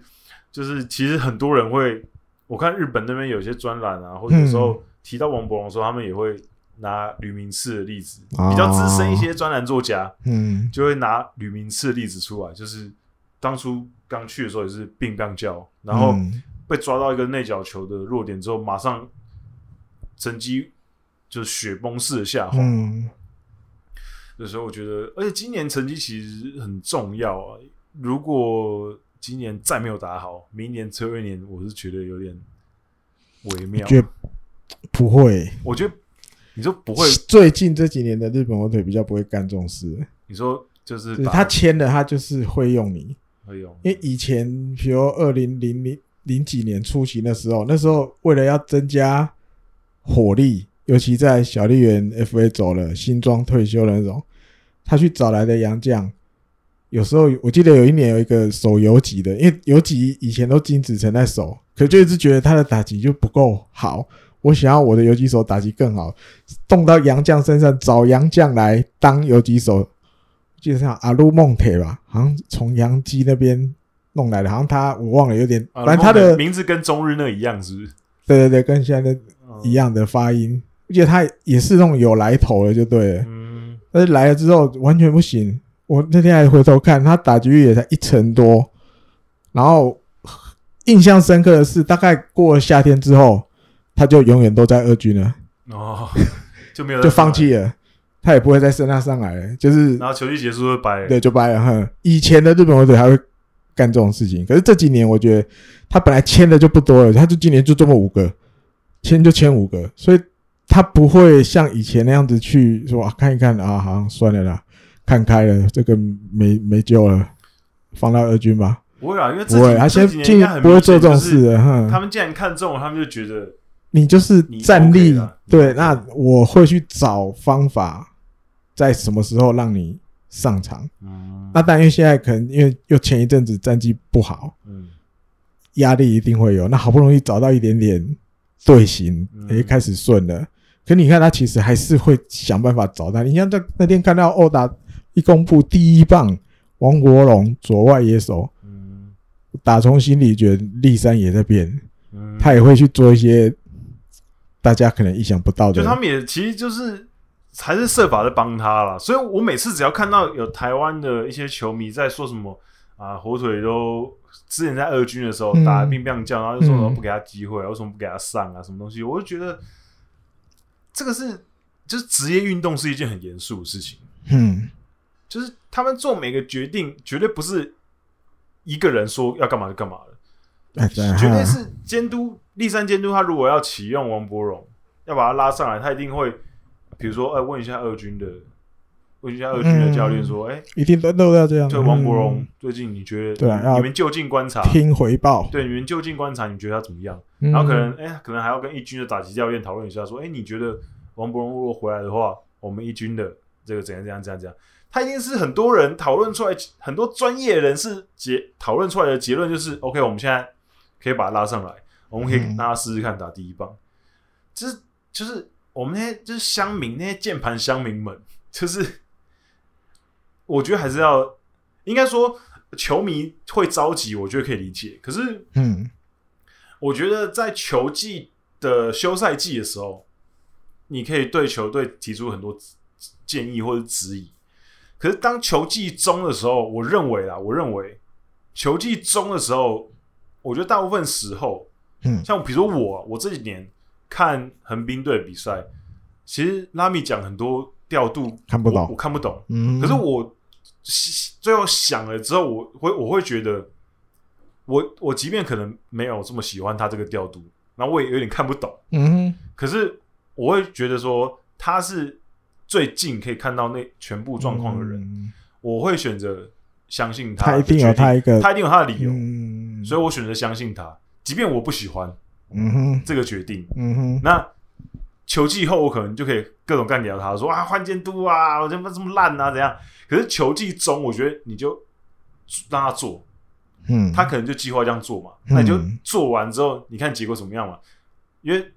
S2: 就是，其实很多人会，我看日本那边有些专栏啊，或者有时
S1: 嗯
S2: 候提到王伯荣的时候，他们也会拿吕明次的例子，
S1: 哦
S2: 比较资深一些专栏作家
S1: 嗯
S2: 就会拿吕明次的例子出来，就是当初刚去的时候也是病病叫，然后
S1: 嗯
S2: 被抓到一个内角球的弱点之后，马上成绩就是雪崩式的下滑。
S1: 嗯
S2: 有时候我觉得，而且今年成绩其实很重要啊。如果今年再没有打好，明年最后一年，我是觉得有点微妙。
S1: 觉得不会。
S2: 我觉得你说不会，
S1: 最近这几年的日本火腿比较不会干这种事，
S2: 你说就是
S1: 就是
S2: 把
S1: 他签了，他就是会用你。
S2: 哎呦，
S1: 因为以前，比如二零零零零几年初期那时候，那时候为了要增加火力，尤其在小笠原 FA 走了，新装退休的那种，他去找来的洋将。有时候我记得有一年有一个手游级的，因为游级以前都金子诚在守，可就一直觉得他的打击就不够好。我想要我的游击手打击更好，动到洋将身上，找洋将来当游击手。记得像阿鲁孟铁吧，好像从洋基那边弄来的，好像他我忘了，有点，
S2: 啊
S1: 反正他的
S2: 名字跟中日那一样，是不是？
S1: 对对对，跟现在的一样的发音，而且他也是那种有来头的，就对了。
S2: 嗯，
S1: 但是来了之后完全不行，我那天还回头看他打击率也才一成多，然后印象深刻的是，大概过了夏天之后，他就永远都在二军了，
S2: 哦，就没有
S1: 就
S2: 再
S1: 放弃了，他也不会再升他上来了，就是
S2: 上来。然后球季结束就掰了，
S1: 对，就掰了。哼，以前的日本火腿还会干这种事情，可是这几年我觉得他本来签的就不多了，他就今年就这么五个，签就签五个，所以他不会像以前那样子去说、啊、看一看啊，好像算了啦，看开了，这个没没救了，放到二军吧。
S2: 不会啦，啊因为这
S1: 不会，啊
S2: 几
S1: 他先
S2: 这几年
S1: 进
S2: 应该很
S1: 不会
S2: 明
S1: 做
S2: 显
S1: 这种
S2: 就
S1: 事
S2: 是
S1: 的。
S2: 他
S1: 哼，
S2: 们既然看中了，他们就觉得
S1: 你就是
S2: 你
S1: 站
S2: OK
S1: 立
S2: 啦，
S1: 对，
S2: 你
S1: 那我会去找方法，在什么时候让你上场。
S2: 嗯
S1: 那但因为现在可能因为又前一阵子战绩不好，
S2: 嗯
S1: 压力一定会有。那好不容易找到一点点队形，
S2: 嗯
S1: 也开始顺了。可你看他其实还是会想办法找他。你像在那天看到殴打一公布第一棒王国龙左外野手，
S2: 嗯
S1: 打从心里觉得立山也在变，
S2: 嗯，
S1: 他也会去做一些大家可能意想不到的。
S2: 就他们也其实就是还是设法在帮他啦。所以我每次只要看到有台湾的一些球迷在说什么啊，火腿都之前在二军的时候
S1: 嗯
S2: 打得乒乓叫，然后就说
S1: 嗯
S2: 什么不给他机会啊，为什么不给他上啊，什么东西，我就觉得这个是就是职业运动是一件很严肃的事情，
S1: 嗯，
S2: 就是他们做每个决定绝对不是一个人说要干嘛就干嘛的。
S1: 哎
S2: 绝对是监督立山监督，他如果要启用王柏荣，要把他拉上来，他一定会，比如说，哎、问一下二军的，问一下二军的教练说，哎、
S1: 一定都都要这样。
S2: 对王柏荣、
S1: 嗯
S2: 最近你觉得，
S1: 对啊要
S2: 你们就近观察，
S1: 听回报，
S2: 对，你们就近观察，你觉得他怎么样？
S1: 然
S2: 然后可能，哎、可能还要跟一军的打击教练讨论一下，说，哎、你觉得王柏荣如果回来的话，我们一军的这个怎样怎样怎样怎样？他一定是很多人讨论出来，很多专业人士结讨论出来的结论就是，OK，我们现在可以把他拉上来，我们可以
S1: 嗯
S2: 让他试试看打第一棒。就是就是我们那些就是乡民那些键盘乡民们，就是我觉得还是要应该说球迷会着急，我觉得可以理解，可是
S1: 嗯
S2: 我觉得在球季的休赛季的时候，你可以对球队提出很多建议或者质疑。可是当球季中的时候，我认为啦，我认为球季中的时候，我觉得大部分时候，
S1: 嗯
S2: 像比如说我，我这几年看横滨队比赛，其实拉米讲很多调度
S1: 看不懂
S2: 我我看不懂。
S1: 嗯，
S2: 可是我西最后想了之后，我会我会觉得，我我即便可能没有这么喜欢他这个调度，然后我也有点看不懂，
S1: 嗯
S2: 可是我会觉得说他是最近可以看到那全部状况的人，
S1: 嗯
S2: 我会选择相信他
S1: 他
S2: 的
S1: 一
S2: 决
S1: 定
S2: 定，
S1: 有他一个
S2: 他一定有他的理由，
S1: 嗯，
S2: 所以我选择相信他，即便我不喜欢
S1: 嗯哼，
S2: 这个决定，
S1: 嗯哼，
S2: 那球季后，我可能就可以各种干掉他，说啊换监督啊，我怎么这么烂啊，怎样？可是球季中，我觉得你就让他做，
S1: 嗯，
S2: 他可能就计划这样做嘛，那你就
S1: 嗯
S2: 做完之后，你看结果怎么样嘛？因为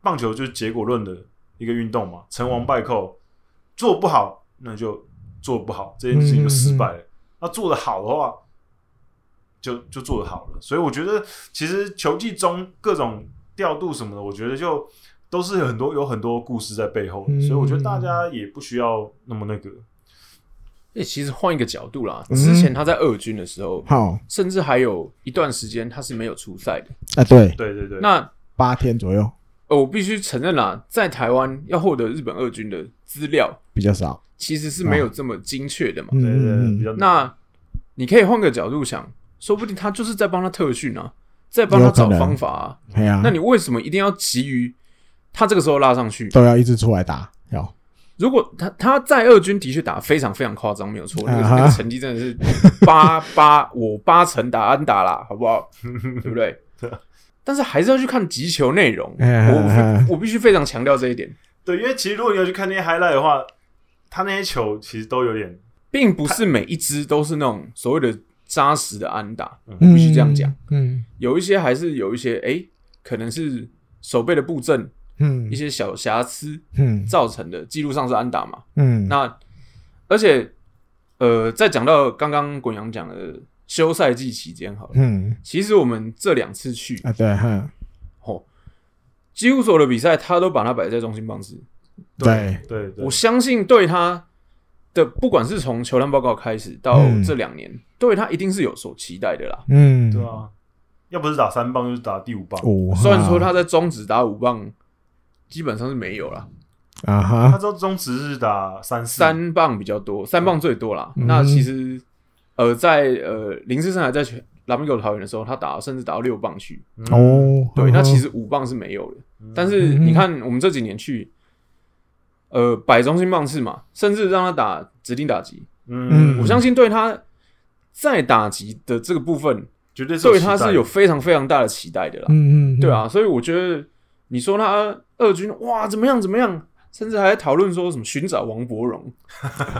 S2: 棒球就是结果论的一个运动嘛，成
S1: 嗯
S2: 王败寇，做不好那就做不好，这件事情就失败了。
S1: 嗯
S2: 那做得好的话，就就做得好了。所以我觉得，其实球技中各种调度什么的，我觉得就都是有很多有很多故事在背后的，
S1: 嗯
S2: 所以我觉得大家也不需要那么那个，
S3: 诶，其实换一个角度啦，
S1: 嗯
S3: 之前他在二军的时候，
S1: 好
S3: 甚至还有一段时间他是没有出赛的。
S1: 啊，对，
S2: 对对对，
S3: 那
S1: 八天左右
S3: 呃，我必须承认啦，在台湾要获得日本二军的资料，
S1: 比较少，
S3: 其实是没有这么精确的嘛。
S1: 嗯
S2: 啊对对对比较
S3: 那你可以换个角度想，说不定他就是在帮他特训啊，在帮他找方法啊。
S1: 哎呀，
S3: 那你为什么一定要急于他这个时候拉上去？
S1: 都要一直出来打，要
S3: 如果他他在二军的确打得非常非常夸张，没有错，那个、
S1: 啊哈
S3: 那 个成绩真的是八八我八成打安打啦，好不好？对不对？但是还是要去看击球内容。
S1: 哎哎哎
S3: 我我必须非常强调这一点，
S2: 对，因为其实如果你要去看那些 highlight 的话，他那些球其实都有点
S3: 并不是每一支都是那种所谓的扎实的安打，
S1: 嗯
S3: 必须这样讲。，
S1: 嗯
S3: 有一些还是有一些，哎、可能是手背的布阵
S1: 嗯
S3: 一些小瑕疵
S1: 嗯
S3: 造成的，记录上是安打嘛。
S1: 嗯，
S3: 那而且，呃，再讲到刚刚滚阳讲的休赛季期间好了，
S1: 嗯
S3: 其实我们这两次去，
S1: 啊对哈，
S3: 吼，几乎所有的比赛他都把它摆在中心棒子。
S1: 对
S2: 对对
S3: 我相信对他的，不管是从球探报告开始到
S1: 嗯
S3: 这两年，对他一定是有所期待的啦。
S1: 嗯
S2: 对啊，要不是打三棒就是打第五棒，
S1: 五哈，
S3: 虽然说他在中指打五棒，基本上是没有啦，
S1: 啊
S2: 他
S1: 哈，
S2: 知道中职是打三四，
S3: 三棒比较多，三棒最多啦。
S1: 嗯
S3: 那其实呃，在呃林志胜还在全拉米狗桃园的时候，他打甚至打到六棒去。
S2: 嗯，
S1: 哦，
S3: 对，
S1: 嗯
S3: 那其实五棒是没有的。
S2: 嗯
S3: 但是你看，我们这几年去，呃，摆中心棒次嘛，甚至让他打指定打击，
S2: 嗯，
S3: 我相信对他在打击的这个部分，
S2: 绝对是
S3: 对
S2: 期
S3: 他
S2: 待
S3: 是有非常非常大的期待的啦。
S1: 嗯嗯，嗯
S3: 对，啊，所以我觉得你说他二军哇怎么样怎么样，甚至还在讨论说什么寻找王伯荣，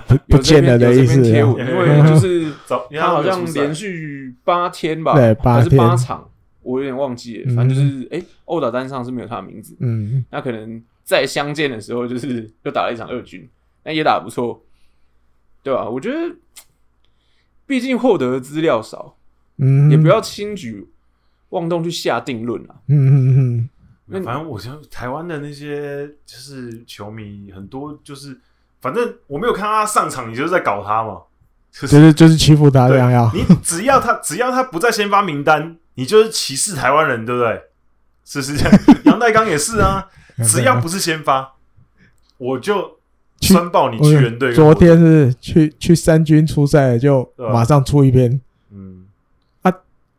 S1: 不
S3: 有
S1: 不
S3: 这
S1: 见
S3: 边
S1: 了的意
S3: 有这
S1: 思
S3: 边贴
S1: 啊，
S3: 文，因为就是
S2: 早，因为
S3: 他好
S2: 没有
S3: 像
S2: 出赛
S3: 连续八天吧，
S1: 对八
S3: 还是八
S1: 天
S3: 场，我有点忘记了，
S1: 嗯
S3: 反正就是哎殴打单上是没有他的名字，
S1: 嗯
S3: 那可能在相见的时候就是 又打了一场二军，那也打得不错，对吧、我觉得。毕竟获得的资料少，
S1: 嗯，
S3: 也不要轻举妄动去下定论啊。
S1: 嗯，嗯嗯
S3: 那你
S2: 反正我像台湾的那些就是球迷很多，就是反正我没有看他上场，你就是在搞他嘛，就
S1: 嗯，
S2: 是
S1: 就是就是欺负他这样要，
S2: 你只要他只要他不在先发名单，你就是歧视台湾人，对不对？是不是这样，杨代刚也是 啊，只要不是先发，我就
S1: 去
S2: 酸爆你
S1: 我
S2: 去原队。
S1: 昨，天是去去三军出赛就
S2: 对啊
S1: 马上出一篇，
S2: 嗯，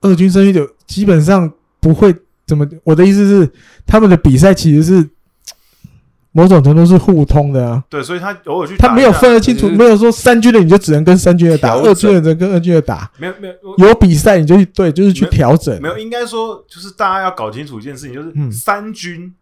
S1: 二军生育就基本上不会怎么，我的意思是他们的比赛其实是某种程度是互通的啊。
S2: 对，所以他偶尔去打一下，
S1: 他没有分得清楚，
S3: 就是
S1: 没有说三军的你就只能跟三军的打，
S3: 调
S1: 二
S3: 整
S1: 军的只能跟二军的打。
S2: 没有没有我
S1: 有比赛你就去对，就是去调整。
S2: 没有，应该说就是大家要搞清楚一件事情，就
S1: 嗯
S2: 是三军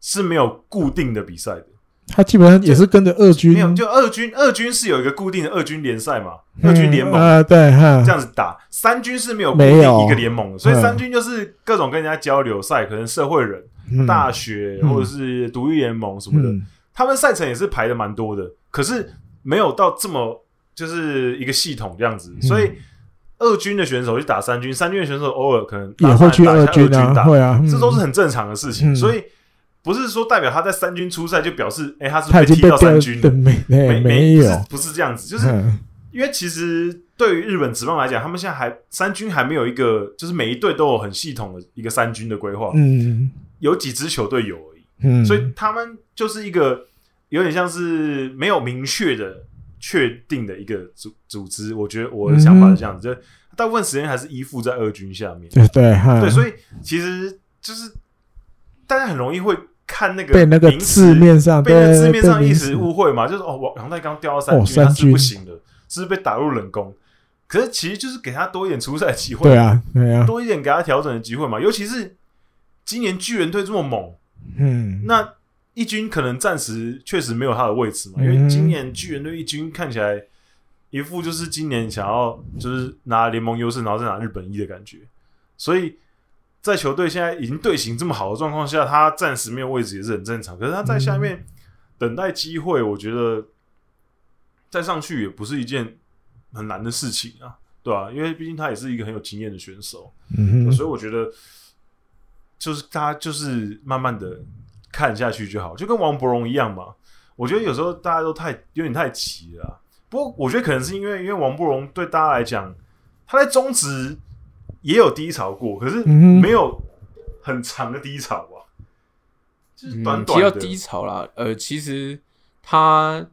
S2: 是没有固定的比赛的。
S1: 他基本上也是跟着二军，
S2: 没有，就二军，二军是有一个固定的二军联赛嘛，二
S1: 嗯
S2: 军联盟、
S1: 啊，对哈，
S2: 这样子打，三军是没有固
S1: 没有
S2: 定一个联盟的，所以
S1: 嗯
S2: 三军就是各种跟人家交流赛，可能社会人、
S1: 样
S2: 大学
S1: 嗯
S2: 或者是独立联盟什么的，他们赛程也是排的蛮多的，可是没有到这么就是一个系统这样子，
S1: 嗯
S2: 所以二军的选手去打三军，三军的选手偶尔可能
S1: 也会去
S2: 打一
S1: 二
S2: 下军
S1: 啊，
S2: 打，
S1: 会啊，嗯
S2: 这都是很正常的事情，
S1: 嗯
S2: 所以。不是说代表他在三军出赛就表示，哎、他是
S1: 他已经
S2: 踢
S1: 被
S2: 到
S1: 调
S2: 三军的
S1: 对，没
S2: 没
S1: 没
S2: 没
S1: 没
S2: 不
S1: 有
S2: 是，不是这样子，就是
S1: 嗯
S2: 因为其实对于日本职棒来讲，他们现在还三军还没有一个，就是每一队都有很系统的一个三军的规划，
S1: 嗯
S2: 有几支球队有而已，
S1: 嗯，
S2: 哦所以他们就是一个有点像是没有明确的、确定的一个组组织。我觉得我的想法是这样子，就大部分时间还是依附在二军下面。
S1: 嗯对啊对哈，
S2: 对，所以其实就是大家很容易会看那个
S1: 被那个
S2: 名词
S1: 字面上
S2: 被那个字面上意思
S1: 思
S2: 误会嘛，就是哦，王杨太刚掉到三
S1: 哦
S2: 军，他
S1: 三
S2: 是
S1: 军
S2: 不行的，是被打入冷宫。可是其实就是给他多一点出赛的机会，
S1: 对，啊对啊，
S2: 多一点给他调整的机会嘛。尤其是今年巨人队这么猛，
S1: 嗯，
S2: 那一军可能暂时确实没有他的位置嘛，因
S1: 嗯
S2: 为今年巨人队一军看起来一副就是今年想要就是拿联盟优势，然后再拿日本一的感觉，所以。在球队现在已经队形这么好的状况下，他暂时没有位置也是很正常。可是他在下面等待机会，我觉得再上去也不是一件很难的事情啊，对吧、因为毕竟他也是一个很有经验的选手。
S1: 嗯哼
S2: 所以我觉得就是大家就是慢慢的看下去就好，就跟王伯荣一样嘛。我觉得有时候大家都太有点太急了啊、不过我觉得可能是因为因为王伯荣对大家来讲，他在中职也有低潮过，可是
S1: 嗯哼
S2: 没有很长的低潮吧，就是短
S3: 嗯
S2: 短
S3: 提到
S2: 的。
S3: 低潮啦，呃，其实他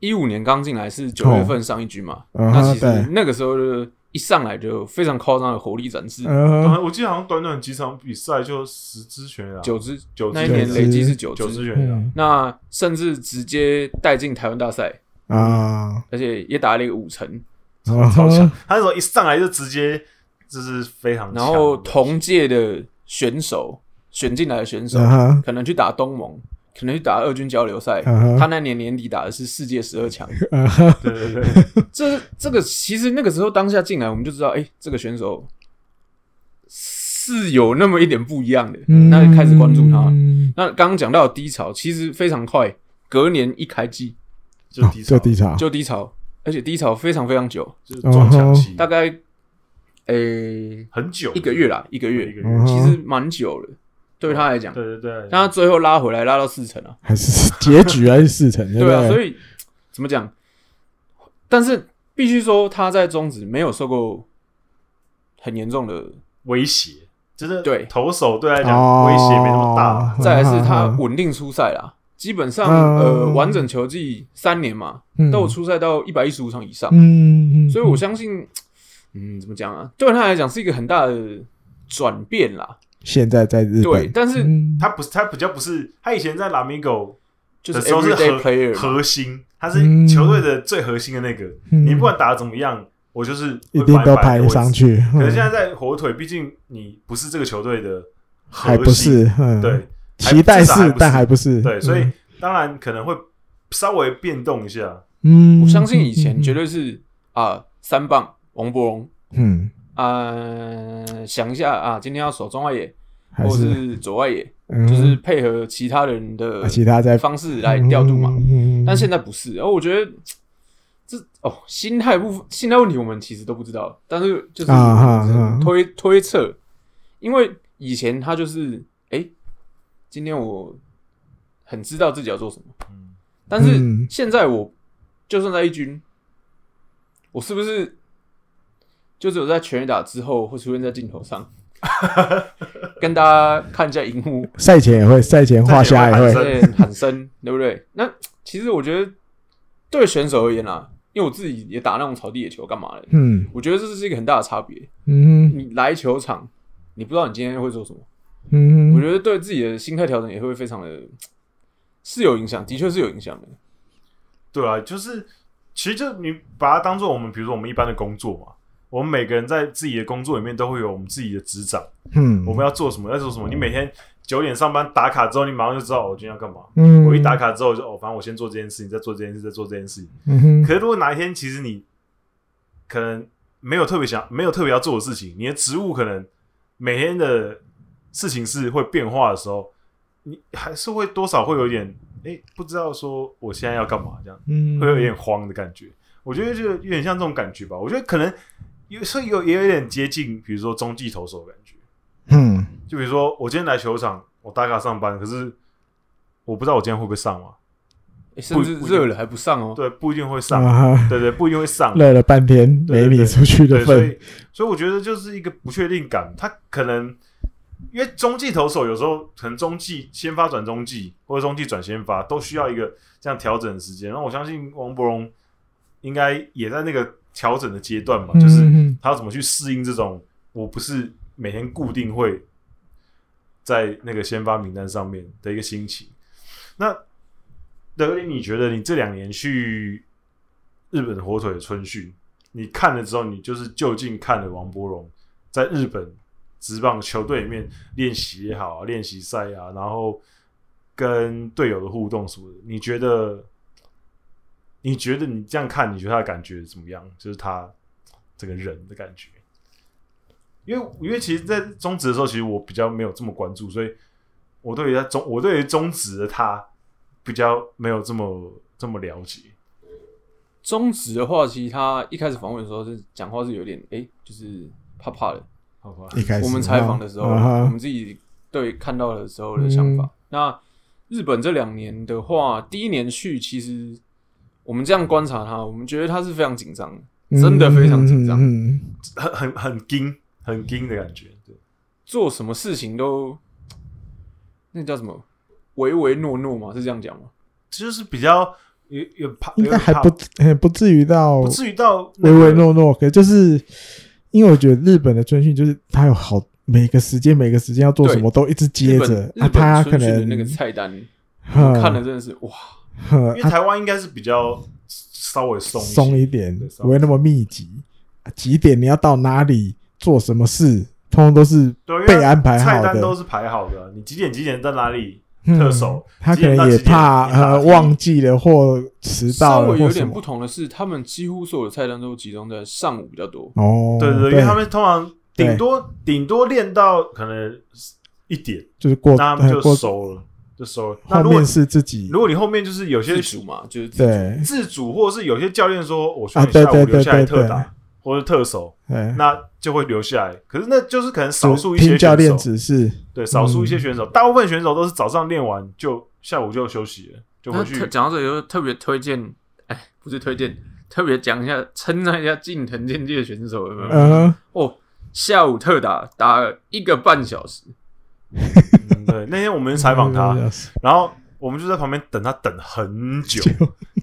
S3: 一五年刚进来是九月份上一局嘛，
S1: 嗯
S3: 那
S1: 哼
S3: 其
S1: 对
S3: 实那个时候就一上来就有非常夸张的火力展示，
S1: 嗯
S2: 啊我记得好像短短几场比赛就十支全垒打，
S3: 九支
S2: 九支
S3: 那一年累积是九
S2: 九支
S3: 支，
S2: 全垒打，
S1: 嗯
S3: 那甚至直接带进台湾大赛，
S1: 啊，
S2: 嗯
S1: 嗯
S3: 而且也打了一个五成，
S1: 超
S2: 超强。他那时候一上来就直接这是非常强的
S3: 然后同届的选手选进来的选手，
S1: 啊哈，
S3: 可能去打东盟，可能去打二军交流赛。
S1: 啊哈
S3: 他那年年底打的是世界十 二强，
S1: 啊哈，
S2: 对对 对，
S3: 这这个其实那个时候当下进来，我们就知道，哎、这个选手是有那么一点不一样的，
S2: 嗯
S3: 那就开始关注他。
S1: 嗯
S3: 那刚刚讲到的低潮，其实非常快，隔年一开季
S2: 就
S1: 哦
S2: 低潮，
S1: 就低潮，
S3: 就低潮，而且低潮非常非常久，
S2: 就是撞
S1: 哦
S2: 墙期，
S3: 大概呃、
S2: 很久，
S3: 一个月啦，一个
S2: 一个
S3: 月，
S2: 月
S1: 嗯哼
S3: 其实蛮久了，对他来讲，
S2: 对对对，
S3: 但他最后拉回来拉到四成啊，
S1: 还是结局还是四 成，对不
S3: 对啊，所
S1: 对？
S3: 以怎么讲？但是必须说他在中职没有受过很严重的
S2: 威胁，就是
S3: 对
S2: 投手对来讲
S1: 哦
S2: 威胁没那么大，
S3: 再来是他
S1: 啊
S3: 稳定出赛啦，基本上、
S1: 嗯
S3: 呃完整球季三年嘛，
S1: 嗯
S3: 都有出赛到一百一十五场以上，
S1: 嗯，嗯
S3: 所以我相信，嗯，怎么讲啊？对他来讲是一个很大的转变啦。
S1: 现在在日本，
S3: 对，但是
S1: 嗯
S2: 他不是他比较不是，他以前在拉米狗
S3: 就是
S2: 的时候是
S3: everyday
S2: 核
S3: player，嘛
S2: 核心，他是
S1: 嗯
S2: 球队的最核心的那个，
S1: 嗯
S2: 你不管打的怎么样，我就是会
S1: 一定
S2: 摆
S1: 都
S2: 摆
S1: 排
S2: 位置
S1: 上。去，
S2: 可是
S1: 嗯
S2: 现在在火腿，毕竟你不是这个球队的核
S1: 还不
S2: 心，
S1: 是，嗯，
S2: 对，还
S1: 期待
S2: 至少还
S1: 是
S2: 不，是
S1: 但还不是，嗯
S2: 对，所以当然可能会稍微变动一下，
S1: 嗯，
S3: 我相信以前绝
S1: 得，
S3: 对是啊三棒王伯荣
S1: 嗯，
S3: 啊，想一下啊，今天要守中外野
S1: 还
S3: 或者
S1: 是
S3: 是左外野，
S1: 嗯
S3: 就是配合其他人的
S1: 啊其他在
S3: 方式来调度嘛。
S1: 嗯
S3: 但现在不是，然后我觉得这哦心态部分心态问题我们其实都不知道，但是就是
S1: 啊啊
S3: 只
S1: 啊
S3: 能推推测，因为以前他就是哎、诶今天我很知道自己要做什么，
S2: 嗯，
S3: 但是
S1: 嗯
S3: 现在我就算在一军，我是不是就只有在全垒打之后会出现在镜头上，跟大家看一下荧幕，
S1: 赛前也会，赛前画虾也
S2: 赛前
S1: 会，
S3: 对，喊声， 对不对？那其实我觉得对选手而言啦、因为我自己也打那种草地野球，干嘛的？
S1: 嗯
S3: 我觉得这是一个很大的差别。
S1: 嗯
S3: 你来球场，你不知道你今天会做什么，
S1: 嗯，
S3: 我觉得对自己的心态调整也会非常的是有影响，的确是有影响的。
S2: 对啊，就是其实就你把它当做我们，比如说我们一般的工作嘛，我们每个人在自己的工作里面都会有我们自己的职掌，
S1: 嗯，
S2: 我们要做什么，要做什么。你每天九点上班打卡之后，你马上就知道哦我今天要干嘛。
S1: 嗯，
S2: 我一打卡之后我就哦，反正我先做这件事情，再做这件事，再做这件事情。
S1: 嗯哼，
S2: 可是如果哪一天其实你可能没有特别想，没有特别要做的事情，你的职务可能每天的事情是会变化的时候，你还是会多少会有一点哎、诶不知道说我现在要干嘛这样。
S1: 嗯，
S2: 会有点慌的感觉。我觉得就有点像这种感觉吧。我觉得可能有，所以有也有点接近，比如说中继投手的感觉。
S1: 嗯，
S2: 就比如说我今天来球场，我打卡上班，可是我不知道我今天会不会上嘛？
S3: 诶甚至
S2: 不一定
S3: 热了还不上哦，
S2: 对，不一定会上。
S1: 啊哈，
S2: 对对，不一定会上。
S1: 累了半天
S2: 对
S1: 没你
S2: 对对
S1: 出去的
S2: 对，所
S1: 份，
S2: 以所以我觉得就是一个不确定感。他可能因为中继投手有时候可能中继先发转中继，或者中继转先发，都需要一个这样调整的时间。然后我相信王伯荣应该也在那个调整的阶段吧，就是
S1: 嗯
S2: 他要怎么去适应这种我不是每天固定会在那个先发名单上面的一个心情。那德林，你觉得你这两年去日本火腿的春训，你看了之后，你就是就近看了王柏荣在日本职棒球队里面练习也好、啊，练习赛啊，然后跟队友的互动什么的，你觉得？你觉得你这样看，你觉得他的感觉怎么样？就是他这个人的感觉。因为因为其实，在中职的时候，其实我比较没有这么关注，所以我对于他中我对于中职的他比较没有这么这么了解。
S3: 中指的话，其实他一开始访问的时候是讲话是有点哎、诶就是怕怕的。
S2: 好吧，
S1: 一开始
S3: 我们采访的时候，
S1: 啊
S3: 我
S1: 哈嗯
S3: 们自己对看到的时候的想法。那日本这两年的话，第一年去，其实我们这样观察他，我们觉得他是非常紧张的，真的非常紧张，
S1: 嗯
S2: 很很很惊很惊的感觉，对，
S3: 做什么事情都那叫什么唯唯诺诺嘛，是这样讲吗？
S2: 这就是比较有有怕，
S1: 应该还
S2: 有
S1: 不
S2: 点
S1: 呃不至于到
S2: 怕不至于到那
S1: 唯
S2: 个
S1: 唯诺诺，可就是因为我觉得日本的春训就是他有好每个时间每个时间要做什么都一直接
S3: 日本
S1: 着
S3: 日
S1: 啊，
S3: 本
S1: 他可
S3: 春训的
S1: 能嗯
S3: 那个菜单，
S1: 哼
S3: 我看了真的是哇，
S1: 哼
S2: 因为
S1: 啊
S2: 台湾应该是比较稍微松
S1: 松
S2: 一
S1: 一
S2: 些
S1: 点
S2: 对，松
S1: 不会那么密集。啊几点你要到哪里？做什么事，通通都是
S2: 对，因为
S1: 被安排好
S2: 菜单都
S1: 的。
S2: 是排好的啊，你几点几点在哪里？
S1: 嗯
S2: 特首
S1: 他
S2: 几
S1: 可
S2: 点到
S1: 能也
S2: 几点
S1: 怕
S2: 你打
S1: 呃
S2: 的
S1: 忘记了或迟
S3: 稍
S1: 到了
S3: 微有
S1: 或什
S3: 点
S1: 么
S3: 不。同的是，他们几乎所有的菜单都集中在上午比较多。
S1: 哦，
S2: 对对对，因为他们通常
S1: 对
S2: 顶多顶多练到可能一点，
S1: 就是过
S2: 那他们
S1: 呃
S2: 就
S1: 过
S2: 收了，就收了。那
S1: 后
S2: 如果
S1: 面是自己
S2: 如果你后面就是有些
S3: 自主嘛，就是自主
S1: 对
S2: 自主，或者是有些教练说我
S1: 啊
S2: 选下
S1: 对
S2: 午
S1: 对对
S2: 留下来特
S1: 对对
S2: 打或者特手，
S1: 对，
S2: 那就会留下来。可是那就是可能少数一
S1: 听
S2: 些
S1: 教
S2: 选
S1: 练
S2: 手，
S1: 指嗯示。
S2: 对，少数一些选手，大部分选手都是早上练完就下午就休息了，就
S3: 那
S2: 回
S3: 特
S2: 去。
S3: 讲到这里，就特别推荐，哎，不是推荐，特别讲一下，称赞一下近藤健介的选手有没有？
S1: 嗯，
S3: 哦，下午特打打了一个半小时，
S2: 嗯对，那天我们采访
S1: 嗯
S2: 他，然后我们就在旁边等他等很 久，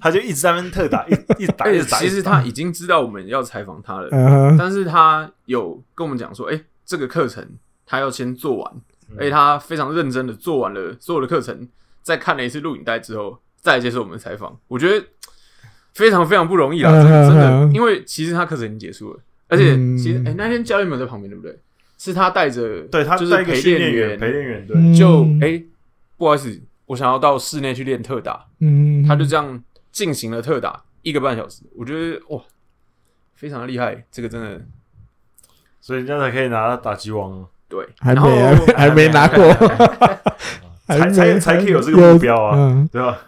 S2: 他就一直在那边特打，一一 直打，
S3: 而
S2: 一
S3: 且
S2: 直打。
S3: 其
S2: 一直
S3: 实
S2: 打
S3: 他已经知道我们要采访他了，
S1: 嗯哼，
S3: 但是他有跟我们讲说，哎，这个课程他要先做完，
S1: 嗯
S3: 而且他非常认真的做完了所有的课程，再看了一次录影带之后，再来接受我们的采访，我觉得非常非常不容易啊，
S1: 嗯
S3: 真的真
S1: 嗯
S3: 的，
S1: 嗯
S3: 因为其实他课程已经结束了，而且
S1: 嗯
S3: 其实哎那天教练没有在旁边，对不对？是他带着，
S2: 对他
S3: 就是
S2: 带一个
S3: 陪
S2: 训
S3: 练
S2: 练员，
S3: 员，
S2: 陪练员对，
S1: 嗯
S3: 就哎不好意思，我想要到室内去练特打，
S1: 嗯，
S3: 他就这样进行了特打一个半小时，我觉得哇，非常厉害，这个真的
S2: 所以人家才可以拿打击王啊，
S3: 对。
S1: 还
S3: 然后
S1: 没还没拿过， 还
S2: 才
S1: 没
S2: 才才可以有这个目标啊，
S1: 嗯
S2: 对吧？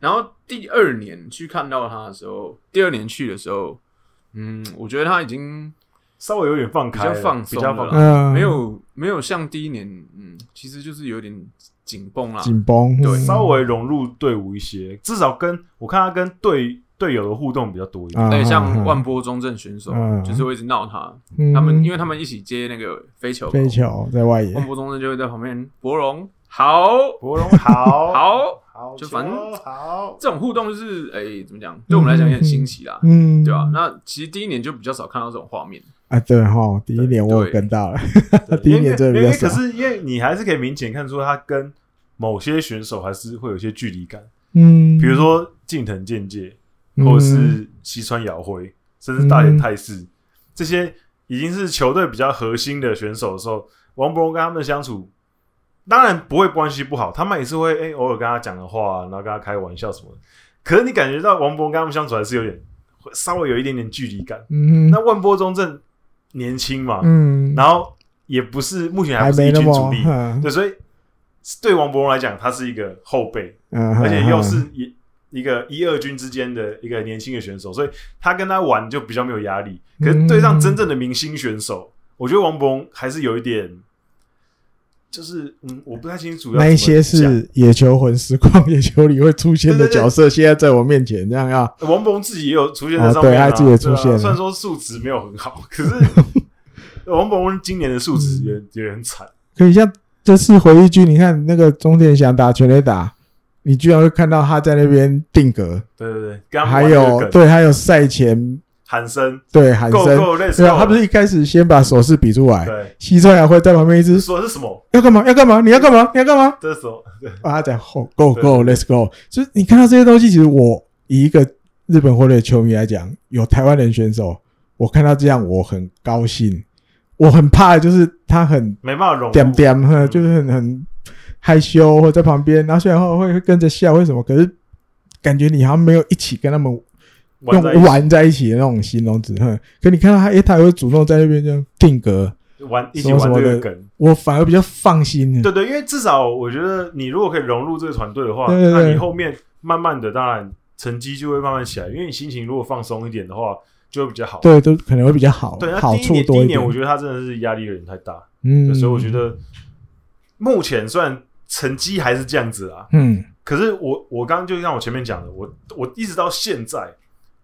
S3: 然后第二年去看到他的时候，第二年去的时候，嗯，我觉得他已经
S2: 稍微有点放
S3: 比
S2: 开了，
S3: 较放
S2: 比
S3: 松
S2: 较
S3: 了
S2: 放
S3: 啦
S2: 开。
S1: 嗯，
S3: 没有没有像第一年，嗯，其实就是有点紧绷啦。
S1: 紧绷，
S3: 对
S1: 嗯
S2: 啊稍微融入队伍一些，至少跟我看他跟队队友的互动比较多一点。
S1: 啊
S3: 对，像万波中正选手，
S1: 嗯
S3: 就是会一直闹他，
S1: 嗯
S3: 他们因为他们一起接那个飞球嘛，
S1: 飞球在外野，
S3: 万波中正就会在旁边，博龙好
S2: 博龙好，
S3: 好，
S2: 好
S3: 就反正
S2: 球好，
S3: 这种互动就是，哎、怎么讲？对我们来讲也很新奇啦，
S2: 啊
S1: 嗯，
S3: 对吧、那其实第一年就比较少看到这种画面，
S1: 啊，对哈，第一年我有
S3: 对
S1: 跟到了，
S2: 对
S1: 第一年真的
S2: 因为因为
S1: 比较
S2: 可
S1: 少
S2: 是因为你还是可以明显看出他跟某些选手还是会有一些距离感，
S1: 嗯，
S2: 比如说近藤健介，
S1: 嗯
S2: 或者是西川遥辉，甚至大田泰世，这些已经是球队比较核心的选手的时候，王博荣跟他们的相处，当然不会关系不好，他们也是会哎、偶尔跟他讲个话，啊然后跟他开玩笑什么的。可是你感觉到王博荣跟他们相处还是有点会稍微有一点点距离感。
S1: 嗯
S2: 那万波中正年轻嘛，
S1: 嗯，
S2: 然后也不是目前还
S1: 还
S2: 不是
S1: 没
S2: 一
S1: 那
S2: 军
S1: 么
S2: 主力，，
S1: 嗯
S2: 对，所以对王博荣来讲，他是一个后辈，
S1: 嗯，
S2: 而且
S1: 嗯
S2: 又是一一个一二军之间的一个年轻的选手，所以他跟他玩就比较没有压力。可是对上真正的明星选
S1: 嗯
S2: 手，我觉得王博荣还是有一点，就是嗯，我不太清楚要
S1: 那一
S2: 怎
S1: 些
S2: 么讲
S1: 是野球魂实况野球里会出现的
S2: 对对对
S1: 角色，现在在我面前这样啊，
S2: 王博荣自己也有出现
S1: 啊
S2: 在上面、
S1: 对他自己也出现
S2: 对
S1: 了
S2: 啊虽然说数值没有很好，可是王博荣今年的数值也也很惨。
S1: 可以像这次回忆剧，你看那个钟点祥打全垒打，你居然会看到他在那边定格，
S2: 对对对，跟他
S1: 还
S2: 们玩这个
S1: 有
S2: 梗
S1: 对，还有赛前
S2: 喊声
S1: 对喊
S2: 够
S1: 声，
S2: 够类似
S1: 对，啊，他不是一开始先把手势比出来，
S2: 对，
S1: 西川还会在旁边一直
S2: 就
S1: 说
S2: 说是什么？
S1: 要干嘛要干嘛，你要干嘛你要干嘛，
S2: 这是什么？对
S1: 啊，他讲 Go Go Go Let's Go，就是你看到这些东西，其实我以一个日本火腿的球迷来讲，有台湾人选手，我看到这样我很高兴，我很怕的就是他很
S2: 没办法融入。
S1: 点点，
S2: 嗯
S1: 呵就是很很害羞或在旁边，然后虽然后会会跟着笑，为什么？可是感觉你好像没有一起跟他们
S2: 玩在一
S1: 用
S2: 起
S1: 玩在一起的那种形容词，哼。可你看到他，诶、他也会主动在那边这样定格，
S2: 玩一
S1: 什
S2: 起
S1: 么
S2: 玩
S1: 什
S2: 这
S1: 么
S2: 个
S1: 的
S2: 梗。
S1: 我反而比较放心了。
S2: 对对，因为至少我觉得你如果可以融入这个团队的话，
S1: 对对对
S2: 那你后面慢慢的，当然成绩就会慢慢起来。因为你心情如果放松一点的话，就会比较好。
S1: 对，都可能会比较好，
S2: 对，那
S1: 好
S2: 第一
S1: 处
S2: 年第
S1: 多
S2: 一
S1: 一
S2: 年，
S1: 点
S2: 我。觉得他真的是压力有点太大，
S1: 嗯，
S2: 对所以我觉，得目前虽然成绩还是这样子啊，
S1: 嗯
S2: 可是我我刚刚就像我前面讲的，我我一直到现在，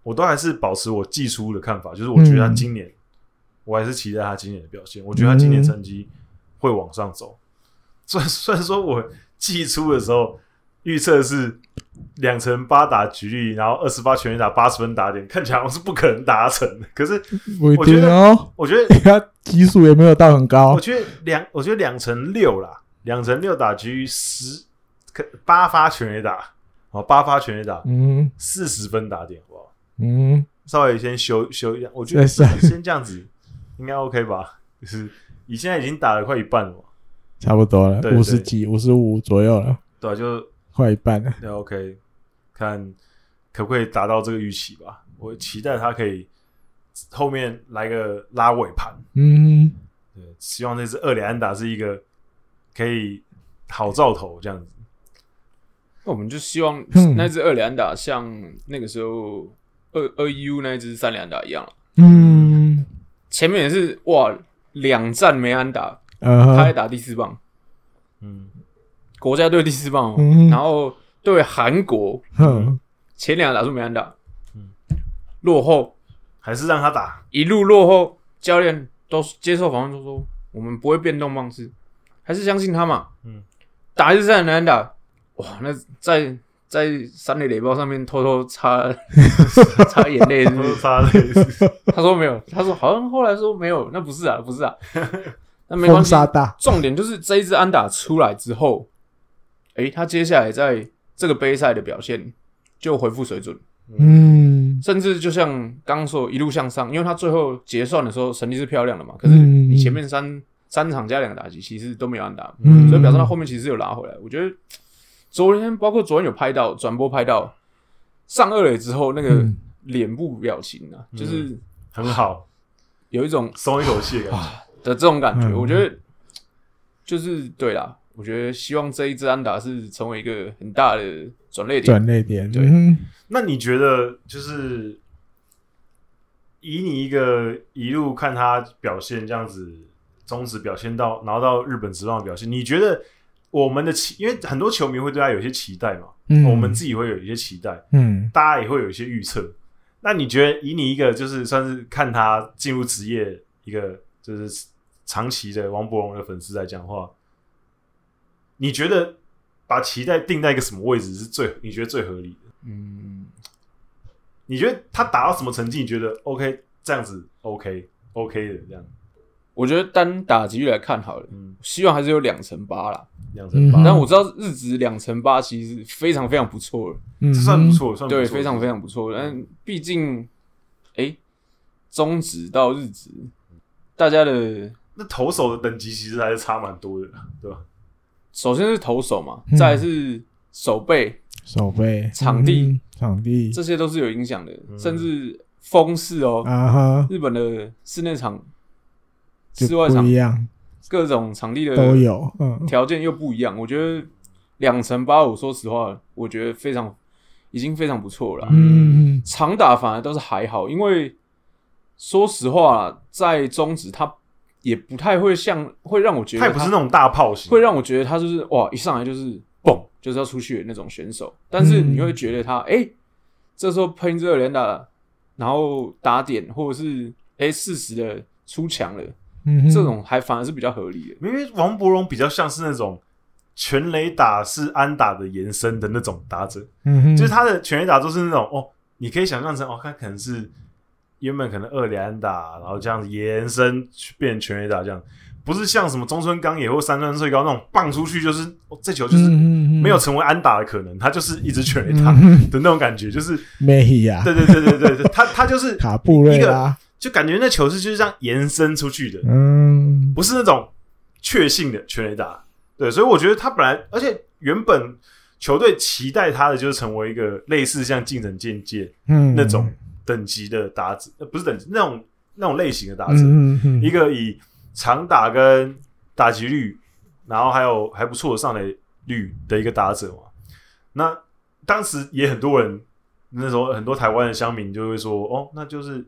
S2: 我都还是保持我季初的看法，就是我觉得他今年，我还是期待他今年的表现，我觉得他今年成绩会往上走。虽然虽然说我季初的时候预测是两成八打局率，然后二十八全垒打八十分打点，看起来我是不可能达成的。可是
S1: 不一
S2: 我觉
S1: 定
S2: 得
S1: 哦，
S2: 我觉得
S1: 他基数也没有到很高
S2: 我，觉得两，我觉得两成六啦，两成六打局十，可八发全垒打，哦，八发全垒打，
S1: 嗯
S2: 四十分打点，好不好？
S1: 嗯，
S2: 稍微先修修一下，我觉得
S1: 再上
S2: 先这样子，应该 OK 吧？就是你现在已经打了快一半了嘛，
S1: 差不多了
S2: 对，对
S1: 五十几、五十五左右了，
S2: 对啊，就
S1: 快一半了。
S2: 那 OK，看可不可以达到这个预期吧。我期待他可以后面来个拉尾盘，
S1: 嗯，
S2: 对，希望这支厄里安达是一个可以好兆头这样子。
S3: 那我们就希望
S1: 嗯
S3: 那只二连打像那个时候二二 U 那只三连打一样啊，
S1: 嗯，
S3: 前面也是哇两战没安打，他还
S1: 呃，
S3: 打第四棒，
S2: 嗯，
S3: 国家队第四棒、哦，
S1: 嗯
S3: 然后对韩国
S1: 哼，
S3: 前两打数没安打，
S2: 嗯
S3: 落后
S2: 还是让他打，
S3: 一路落后，教练都接受访问都说我们不会变动棒式，还是相信他嘛。
S2: 嗯，
S3: 打就是很难打，哇，那在在三垒垒包上面偷偷 擦擦眼泪是不
S2: 都是
S3: 是，
S2: 他的
S3: 他说没有，他说好像后来说没有，那不是啊，不 是啊，那没关
S1: 风
S3: 系。
S1: 沙大，
S3: 重点就是这一支安打出来之后，诶、他接下来在这个杯赛的表现就恢复水准。
S1: 嗯，
S3: 甚至就像刚刚说一路向上，因为他最后结算的时候成绩是漂亮的嘛，可是
S1: 嗯
S3: 你前面三、三场加两个打击其实都没有安打，
S1: 嗯
S3: 所以表示他后面其实有拉回来。我觉得昨天包括昨天有拍到转播拍到上二垒之后那个
S1: 嗯
S3: 脸部表情啊，就是
S2: 很好，
S3: 有一种
S2: 松一口气的感觉。
S3: 的这种感觉，
S1: 嗯
S3: 我觉得就是对啦。我觉得希望这一支安打是成为一个很大的转捩点。
S1: 转泪点，
S3: 对
S1: 嗯
S2: 那你觉得就是以你一个一路看他表现这样子，终止表现到然后到日本职棒的表现，你觉得我们的期，因为很多球迷会对他有一些期待嘛，
S1: 嗯
S2: 我们自己会有一些期待，
S1: 嗯
S2: 大家也会有一些预测。那你觉得以你一个就是算是看他进入职业一个就是长期的王博荣的粉丝来讲话，你觉得把期待定在一个什么位置是最你觉得最合理的？
S3: 嗯，
S2: 你觉得他打到什么成绩？你觉得 OK 这样子 OK OK 的这样，
S3: 我觉得单打击率来看好了，
S2: 嗯，
S3: 希望还是有两成八啦。
S2: 两成八
S1: 嗯，
S3: 但我知道日职两成八其实是非常非常不错了，
S1: 嗯，
S2: 这算不错，算不错
S3: 对，非常非常不错。但毕竟，哎、中职到日职，大家的
S2: 那投手的等级其实还是差蛮多的，对吧？
S3: 首先是投手嘛，
S1: 嗯
S3: 再来是手背，
S1: 手背、
S3: 场地
S1: 嗯、场地
S3: 这些都是有影响的，
S2: 嗯
S3: 甚至风势哦，
S1: 啊哈，
S3: 日本的室内场、
S1: 就
S3: 室外
S1: 不
S3: 场
S1: 一样，
S3: 各种场地的
S1: 都有，嗯
S3: 条件又不一样。我觉得两成八五，说实话，我觉得非常已经非常不错了啦。
S1: 嗯
S3: 长打反而倒是还好，因为说实话，在中职他也不太会像会让我觉得
S2: 他也不是那种大炮型，
S3: 会让我觉得他就是哇一上来就是嘣就是要出去的那种选手，但是
S1: 嗯
S3: 你会觉得他哎、诶这时候喷热连打，然后打点或者是哎适时的出墙了，
S1: 嗯哼，
S3: 这种还反而是比较合理的。
S2: 因为王伯荣比较像是那种全垒打是安打的延伸的那种打者，
S1: 嗯哼，
S2: 就是他的全垒打都是那种哦，你可以想象成哦，他可能是原本可能二连安打，然后这样子延伸去变全垒打这样，不是像什么中村刚也或三川穗高那种棒出去就是、哦、这球
S1: 嗯
S2: 就是没
S1: 没
S2: 有成为安打的可能，他就是一直全垒
S1: 嗯
S2: 打的那种感觉，就是
S1: 梅亚
S2: 对对对对对对，他他就是
S1: 卡布瑞拉，
S2: 就感觉那球是就是这样延伸出去的，
S1: 嗯
S2: 不是那种确信的全垒打。对，所以我觉得他本来，而且原本球队期待他的就是成为一个类似像竞争境界
S1: 嗯
S2: 那种等级的打者，呃，不是等级那种那种类型的打者，
S1: 嗯嗯
S2: 一
S1: 嗯
S2: 个以长打跟打击率，然后还有还不错的上垒率的一个打者嘛。那当时也很多人，那时候很多台湾的乡民就会说，哦，那就是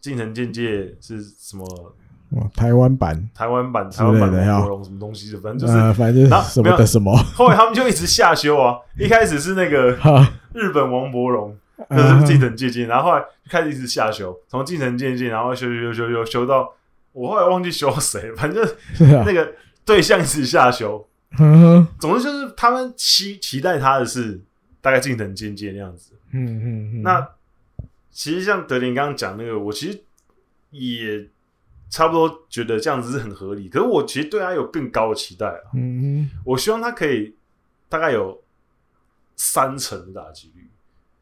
S2: 进城境界是什么
S1: 哇台湾版，
S2: 台湾版、
S1: 之
S2: 台
S1: 类
S2: 湾
S1: 的
S2: 版
S1: 呀
S2: 王国龙什么东西的，反正就是、
S1: 呃反正
S2: 然后
S1: 什
S2: 没有
S1: 么的什么，
S2: 后来他们就一直下修啊。一开始是那个
S1: 哈，
S2: 日本王伯荣，
S1: 啊
S2: 那是进程借鉴，然后后来就开始一直下修，从进程借鉴，然后修修修修修到我后来忘记修到谁，反正
S1: 是啊
S2: 那个对象一直下修。
S1: 嗯哼
S2: 总之就是他们期期待他的是大概进程渐渐那样子。
S1: 嗯嗯嗯，
S2: 那其实像德林刚刚讲那个，我其实也差不多觉得这样子是很合理，可是我其实对他有更高的期待啊。
S1: 嗯
S2: 我希望他可以大概有三成的打击率。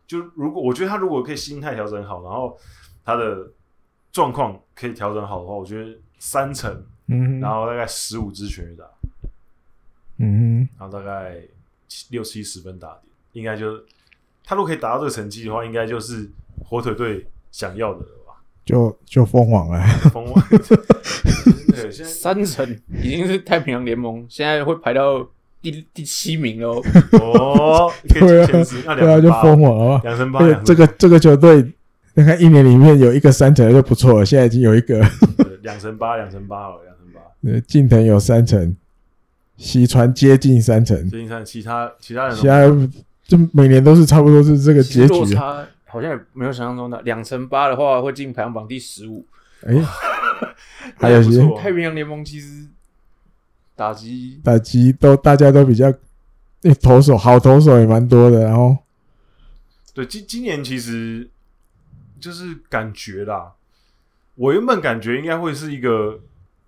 S2: 就如果我觉得他如果可以心态调整好，然后他的状况可以调整好的话，我觉得三成，
S1: 嗯
S2: 然
S1: 哼，
S2: 后大概十五支全垒打，
S1: 嗯
S2: 然后大概七六七十分打点，应该就他如果可以达到这个成绩的话，应该就是火腿队想要的了 吧？
S1: 哼，就就封王了。
S2: 疯王，对，现在
S3: 三成已经是太平洋联盟，现在会排到第第七名 喽。
S2: 哦，可以
S1: 对啊
S2: 进前十，那
S1: 对啊，
S2: 两
S1: 就
S2: 成八
S1: 封王了。
S2: 两成八，
S1: 这
S2: 两
S1: 个
S2: 成
S1: 这个这个球队，你看一年里面有一个三成就不错了，现在已经有一个
S2: 对两成八，两成八了，两成八。
S1: 呃近藤有三成，西川接近三成，
S2: 最近看其他其他人
S1: 其他就每年都是差不多是这个
S3: 其
S1: 结
S3: 实落
S1: 局。啊
S3: 差好像也没有想象中的，两成八的话会进排行榜第十五。
S1: 哎，还有
S2: 不
S1: 些
S2: 错啊
S3: 太平洋联盟其实打击
S1: 打击都大家都比较，诶投手好投手也蛮多的，然后
S2: 对，今今年其实就是感觉啦，我原本感觉应该会是一个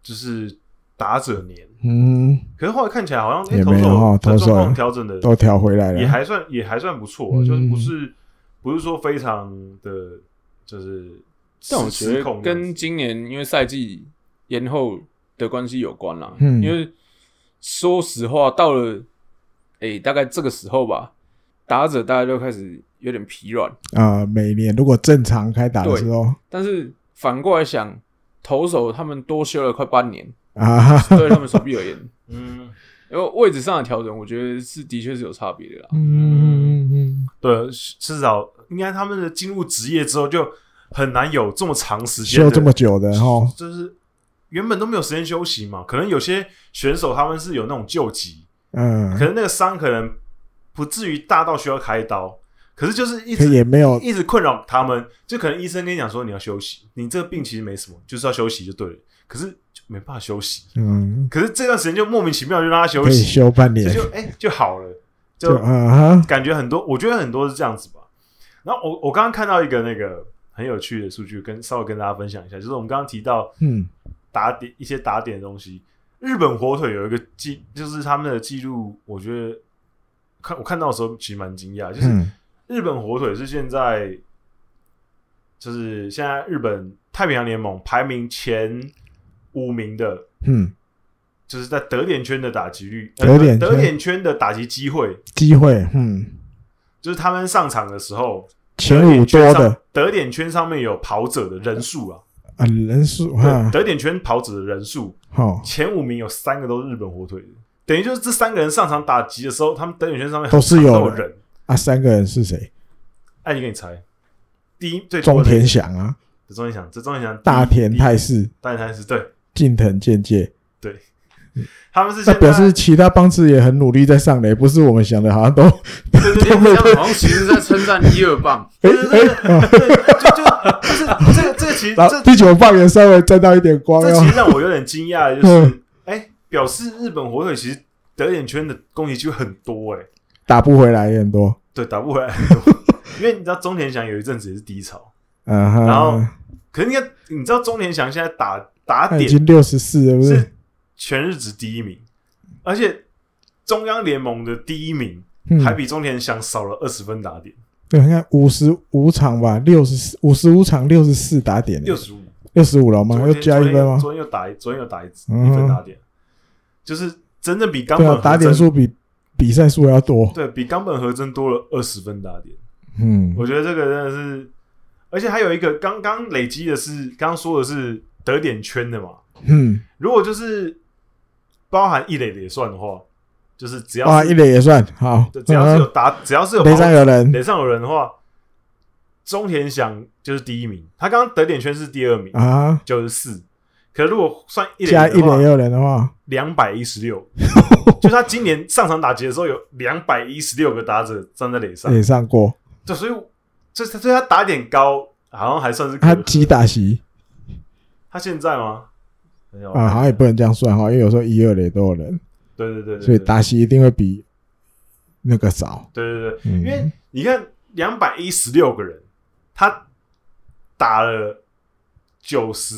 S2: 就是打者年，
S1: 嗯
S2: 可是后来看起来好像哎、
S1: 也
S2: 投
S1: 没有
S2: 手
S1: 哦
S2: 的
S1: 投手
S2: 状况调整的
S1: 都调回来
S2: 也
S1: 了，
S2: 还算也还算不错、啊
S1: 嗯
S2: 就是不是不是说非常的，就是
S3: 但我觉
S2: 失
S3: 得
S2: 控
S3: 跟今年因为赛季延后的关系有关啦。
S1: 嗯
S3: 因为说实话，到了诶、大概这个时候吧，打者大家就开始有点疲软。
S1: 啊、每年如果正常开打的时候
S3: 但是反过来想，投手他们多休了快半 年，
S1: 啊，
S3: 对他们手臂而言，
S2: 嗯，
S3: 因为位置上的调整，我觉得是的确是有差别的啦。
S1: 嗯嗯，
S2: 对，至少应该他们的进入职业之后就很难有这么长时间
S1: 休
S2: 的
S1: 这么久的，然后
S2: 就是原本都没有时间休息嘛，可能有些选手他们是有那种救急，
S1: 嗯
S2: 可，能那个伤可能不至于大到需要开刀，可是就是一
S1: 可
S2: 直
S1: 也没有
S2: 一直困扰他们，就可能医生跟你讲说你要休息，你这个病其实没什么，就是要休息就对了，可是就没办法休息，
S1: 嗯，
S2: 可是这段时间就莫名其妙就让他休
S1: 可以
S2: 息，
S1: 休半
S2: 这
S1: 年，
S2: 就哎、就好了，
S1: 就
S2: 就
S1: 啊哈，
S2: 感觉很多，我觉得很多是这样子吧。然后我我刚刚看到一个那个很有趣的数据，跟稍微跟大家分享一下，就是我们刚刚提到
S1: 嗯
S2: 打点一些打点的东西。日本火腿有一个记，就是他们的记录，我觉得看我看到的时候其实蛮惊讶，就是
S1: 嗯
S2: 日本火腿是现在就是现在日本太平洋联盟排名前五名的，
S1: 嗯，
S2: 就是在得点圈的打击率，
S1: 得点圈
S2: 呃、得点圈的打击机会，
S1: 机会，嗯，
S2: 就是他们上场的时候，
S1: 前
S2: 得
S1: 五
S2: 点圈
S1: 多
S2: 上
S1: 的
S2: 得点圈上面有跑者的人数啊，
S1: 啊人数
S2: 对，
S1: 哈，
S2: 得点圈跑者的人数，
S1: 好
S2: 前五名有三个都是日本火腿的，等于就是这三个人上场打击的时候，他们得点圈上面
S1: 都是有
S2: 有
S1: 人
S2: 人。
S1: 啊，三个人是谁？
S2: 哎，你给你猜，第一最多
S1: 中
S2: 的
S1: 田翔啊，
S2: 这中田翔，这中田翔
S1: 大田
S2: 太
S1: 泰示、
S2: 大田太是对，
S1: 近藤健介，
S2: 他们是
S1: 那
S2: 现在
S1: 表示其他帮次也很努力在上垒，不是我们想的，好像都
S2: 对对 对
S1: 哎
S3: 这样好像其实在称赞一二 棒，
S2: 对对对
S1: 哦
S2: 对对，对就就就是这个这个其实
S1: 然后
S2: 这
S1: 第九棒也稍微沾到一点光
S2: 这
S1: 哦
S2: 其，实让我有点惊讶，的
S1: 嗯
S2: 就是哎，表示日本火腿其实得点圈的攻击机会很多哎，
S1: 打不回来也很多，
S2: 对，打不回来很 多，因为你知道中田翔有一阵子也是低潮，
S1: 嗯哈，
S2: 然后可是你看，你知道中田翔现在打打
S1: 他
S2: 点
S1: 哎已经六十四了，不
S2: 是
S1: 是？
S2: 全日职第一名，而且中央联盟的第一名
S1: 嗯，
S2: 还比中田翔少了二十分打点，
S1: 对，你看五十五场吧，六十四五十五场六十四打点，
S2: 六十五。
S1: 六十五了吗？
S2: 昨
S1: 嗯又
S2: 天
S1: 加一分吗？
S2: 昨天又打一，昨天又打一
S1: 嗯
S2: 一分打点，就是真正比冈
S1: 对
S2: 本
S1: 啊，
S2: 和
S1: 打点
S2: 真
S1: 数比比赛数还要多。
S2: 对比冈本和真多了二十分打点。
S1: 嗯，
S2: 我觉得这个真的是，而且还有一个刚刚累积的是，刚刚说的是得点圈的嘛。
S1: 嗯，
S2: 如果就是包含一垒的也算的话，就是只要
S1: 啊，
S2: 是
S1: 一垒也算好
S2: 对，只要是有
S1: 嗯
S2: 打，只要是有
S1: 垒上有人，
S2: 垒上有人的话，中田翔就是第一名，他刚刚得点圈是第二名，
S1: 啊，
S2: 九十四。可如果算一垒
S1: 加一
S2: 的
S1: 垒也
S2: 话，
S1: 有人的话，
S2: 两百一十 六，就是他今年上场打击的时候有两百一十六个打者站在垒上，
S1: 也上过，
S2: 对，所以这这所以他打点高，好像还算是可
S1: 他
S2: 以
S1: 击打席
S2: 他现在吗？没有
S1: 啊，好像也不能这样算哈，因为有时候一二垒都有人，
S2: 对对对对，
S1: 所以
S2: 对
S1: 打席一定会比那个少。
S2: 对对对，
S1: 嗯
S2: 因为你看两百一十六个人，他打了九十，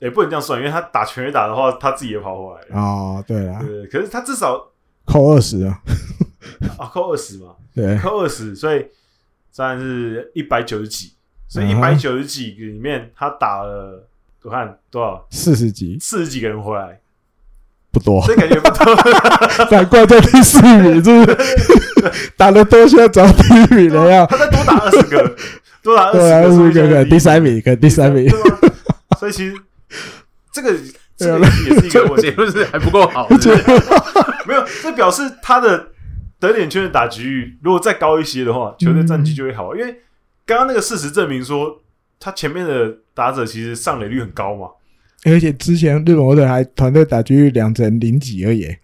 S2: 也不能这样算，因为他打全垒打的话，他自己也跑回来了。
S1: 哦，对了，
S2: 对，可是他至少
S1: 扣二十啊，
S2: 啊扣二十嘛，
S1: 对，
S2: 扣二十，所以当然是一百九十几，所以一
S1: 嗯
S2: 百
S1: 哼
S2: 九十几个里面，他打了我看多少
S1: 四十集
S2: 四十几个人回来，
S1: 不多，
S2: 所以感觉不多。
S1: 难怪在第四名，是不 是打得多，现在找第一名了呀？
S2: 他再多打二十个，多打
S1: 对啊，
S2: 二
S1: 二
S2: 十
S1: 十
S2: 个，
S1: 个可能第三，名，可能第三名，
S2: 对啊。所以其实这个这
S1: 啊
S2: 个也是一个问
S3: 结
S2: 题，
S3: 论是还不够 好，是不是
S2: 没有，这表示他的得点圈的打击率如果再高一些的话，球队战绩就会好。因为刚刚那个事实证明说，他前面的打者其实上垒率很高嘛，
S1: 而且之前日本火腿还团队打局两成零几而已，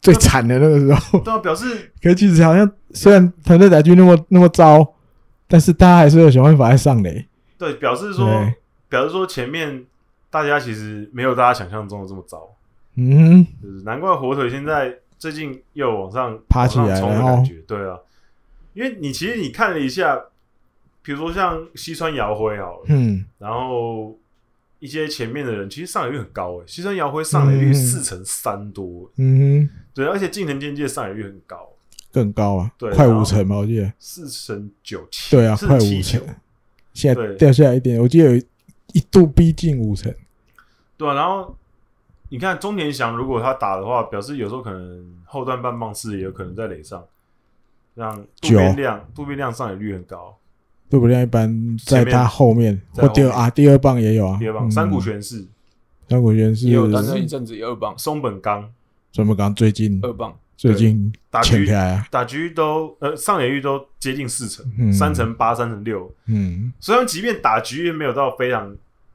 S1: 最惨的那个时候。
S2: 对啊，表示
S1: 可是其实好像虽然团队打局那么那么糟，但是大家还是有想办法在上垒。
S2: 对，表示说
S1: 对，
S2: 表示说前面大家其实没有大家想象中的这么糟，
S1: 嗯哼，
S2: 就是难怪火腿现在最近又往上
S1: 爬起来
S2: 往
S1: 了
S2: 上冲的
S1: 哦
S2: 感觉，对啊，因为你其实你看了一下，比如说像西川遥辉好了，
S1: 嗯，
S2: 然后一些前面的人其实上垒率很高诶，西川遥辉上垒率
S1: 嗯
S2: 四成三多，
S1: 嗯哼，
S2: 对，而且近藤健介上垒率很高，
S1: 更高啊
S2: 对，
S1: 快
S2: 然后
S1: 五成吧，我记得。
S2: 四成九七，
S1: 对啊，
S2: 四
S1: 快
S2: 成
S1: 五
S2: 七
S1: 成
S2: 九，，
S1: 现在
S2: 对
S1: 掉下来一点，我记得有一一度逼近五成。
S2: 对啊，然后你看中田翔，如果他打的话，表示有时候可能后段半棒次也有可能在垒上，让渡边
S1: 九
S2: 亮渡边亮上垒率很高，
S1: 对不对？一般在
S2: 前面
S1: 他后面
S2: 在后
S1: 或
S2: 面
S1: 第二啊，第二棒也有啊。
S2: 第二棒、
S1: 嗯
S2: 山谷，玄士、
S1: 山谷轩是
S3: 也有，但是一阵子也二棒，
S2: 松本刚
S1: 怎么刚最近
S3: 二棒，
S1: 最近
S2: 打
S1: 潜
S2: 局
S1: 开啊？
S2: 打局都呃上垒率都接近四成，
S1: 嗯
S2: 三成八、三成六，
S1: 嗯
S2: 虽然即便打局也没有到非常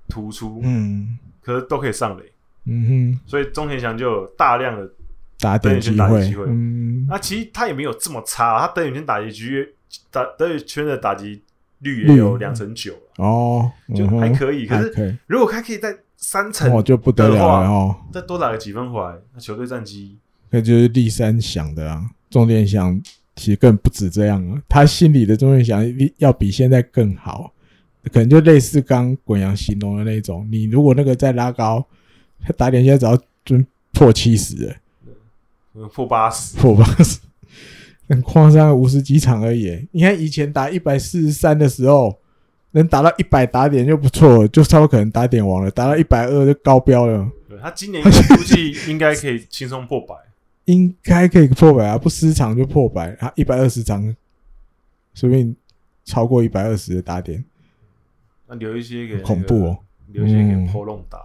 S2: 突出，
S1: 嗯
S2: 可是都可以上垒，
S1: 嗯哼，
S2: 所以中田翔就有大量的
S1: 打点机
S2: 对
S1: 会
S2: 去打击，会啊
S1: 嗯
S2: 那其实他也没有这么差，他德语圈打击局打德语圈的打击率也
S1: 率
S2: 有两成九，
S1: 哦，
S2: 就
S1: 嗯哼
S2: 还可以。可
S1: 还
S2: 是
S1: 可以，
S2: 如果他可以在三成
S1: 哦，就不得了了哦。
S2: 再多打个几分回来，那球队战绩
S1: 那就是立三想的啊，重点想其实更不止这样啊，他心里的重点想一要比现在更好，可能就类似刚滚阳形容的那种，你如果那个再拉高，他打点现在只要准破七十了，
S2: 呃破八 十，
S1: 破八十，很夸张，五十几场而已。你看以前打一百四十三的时候，能达到一百打点就不错了，就差不多可能打点王了，达到一百二就高标了。
S2: 对他今年估计应该可以轻松破百。
S1: 应该可以破百啊，不失场就破百，啊，一百二十场，随便超过一百二十的打点，
S2: 那留一些给那个
S1: 恐怖哦，
S2: 留一些给
S1: 嗯
S2: Polon 打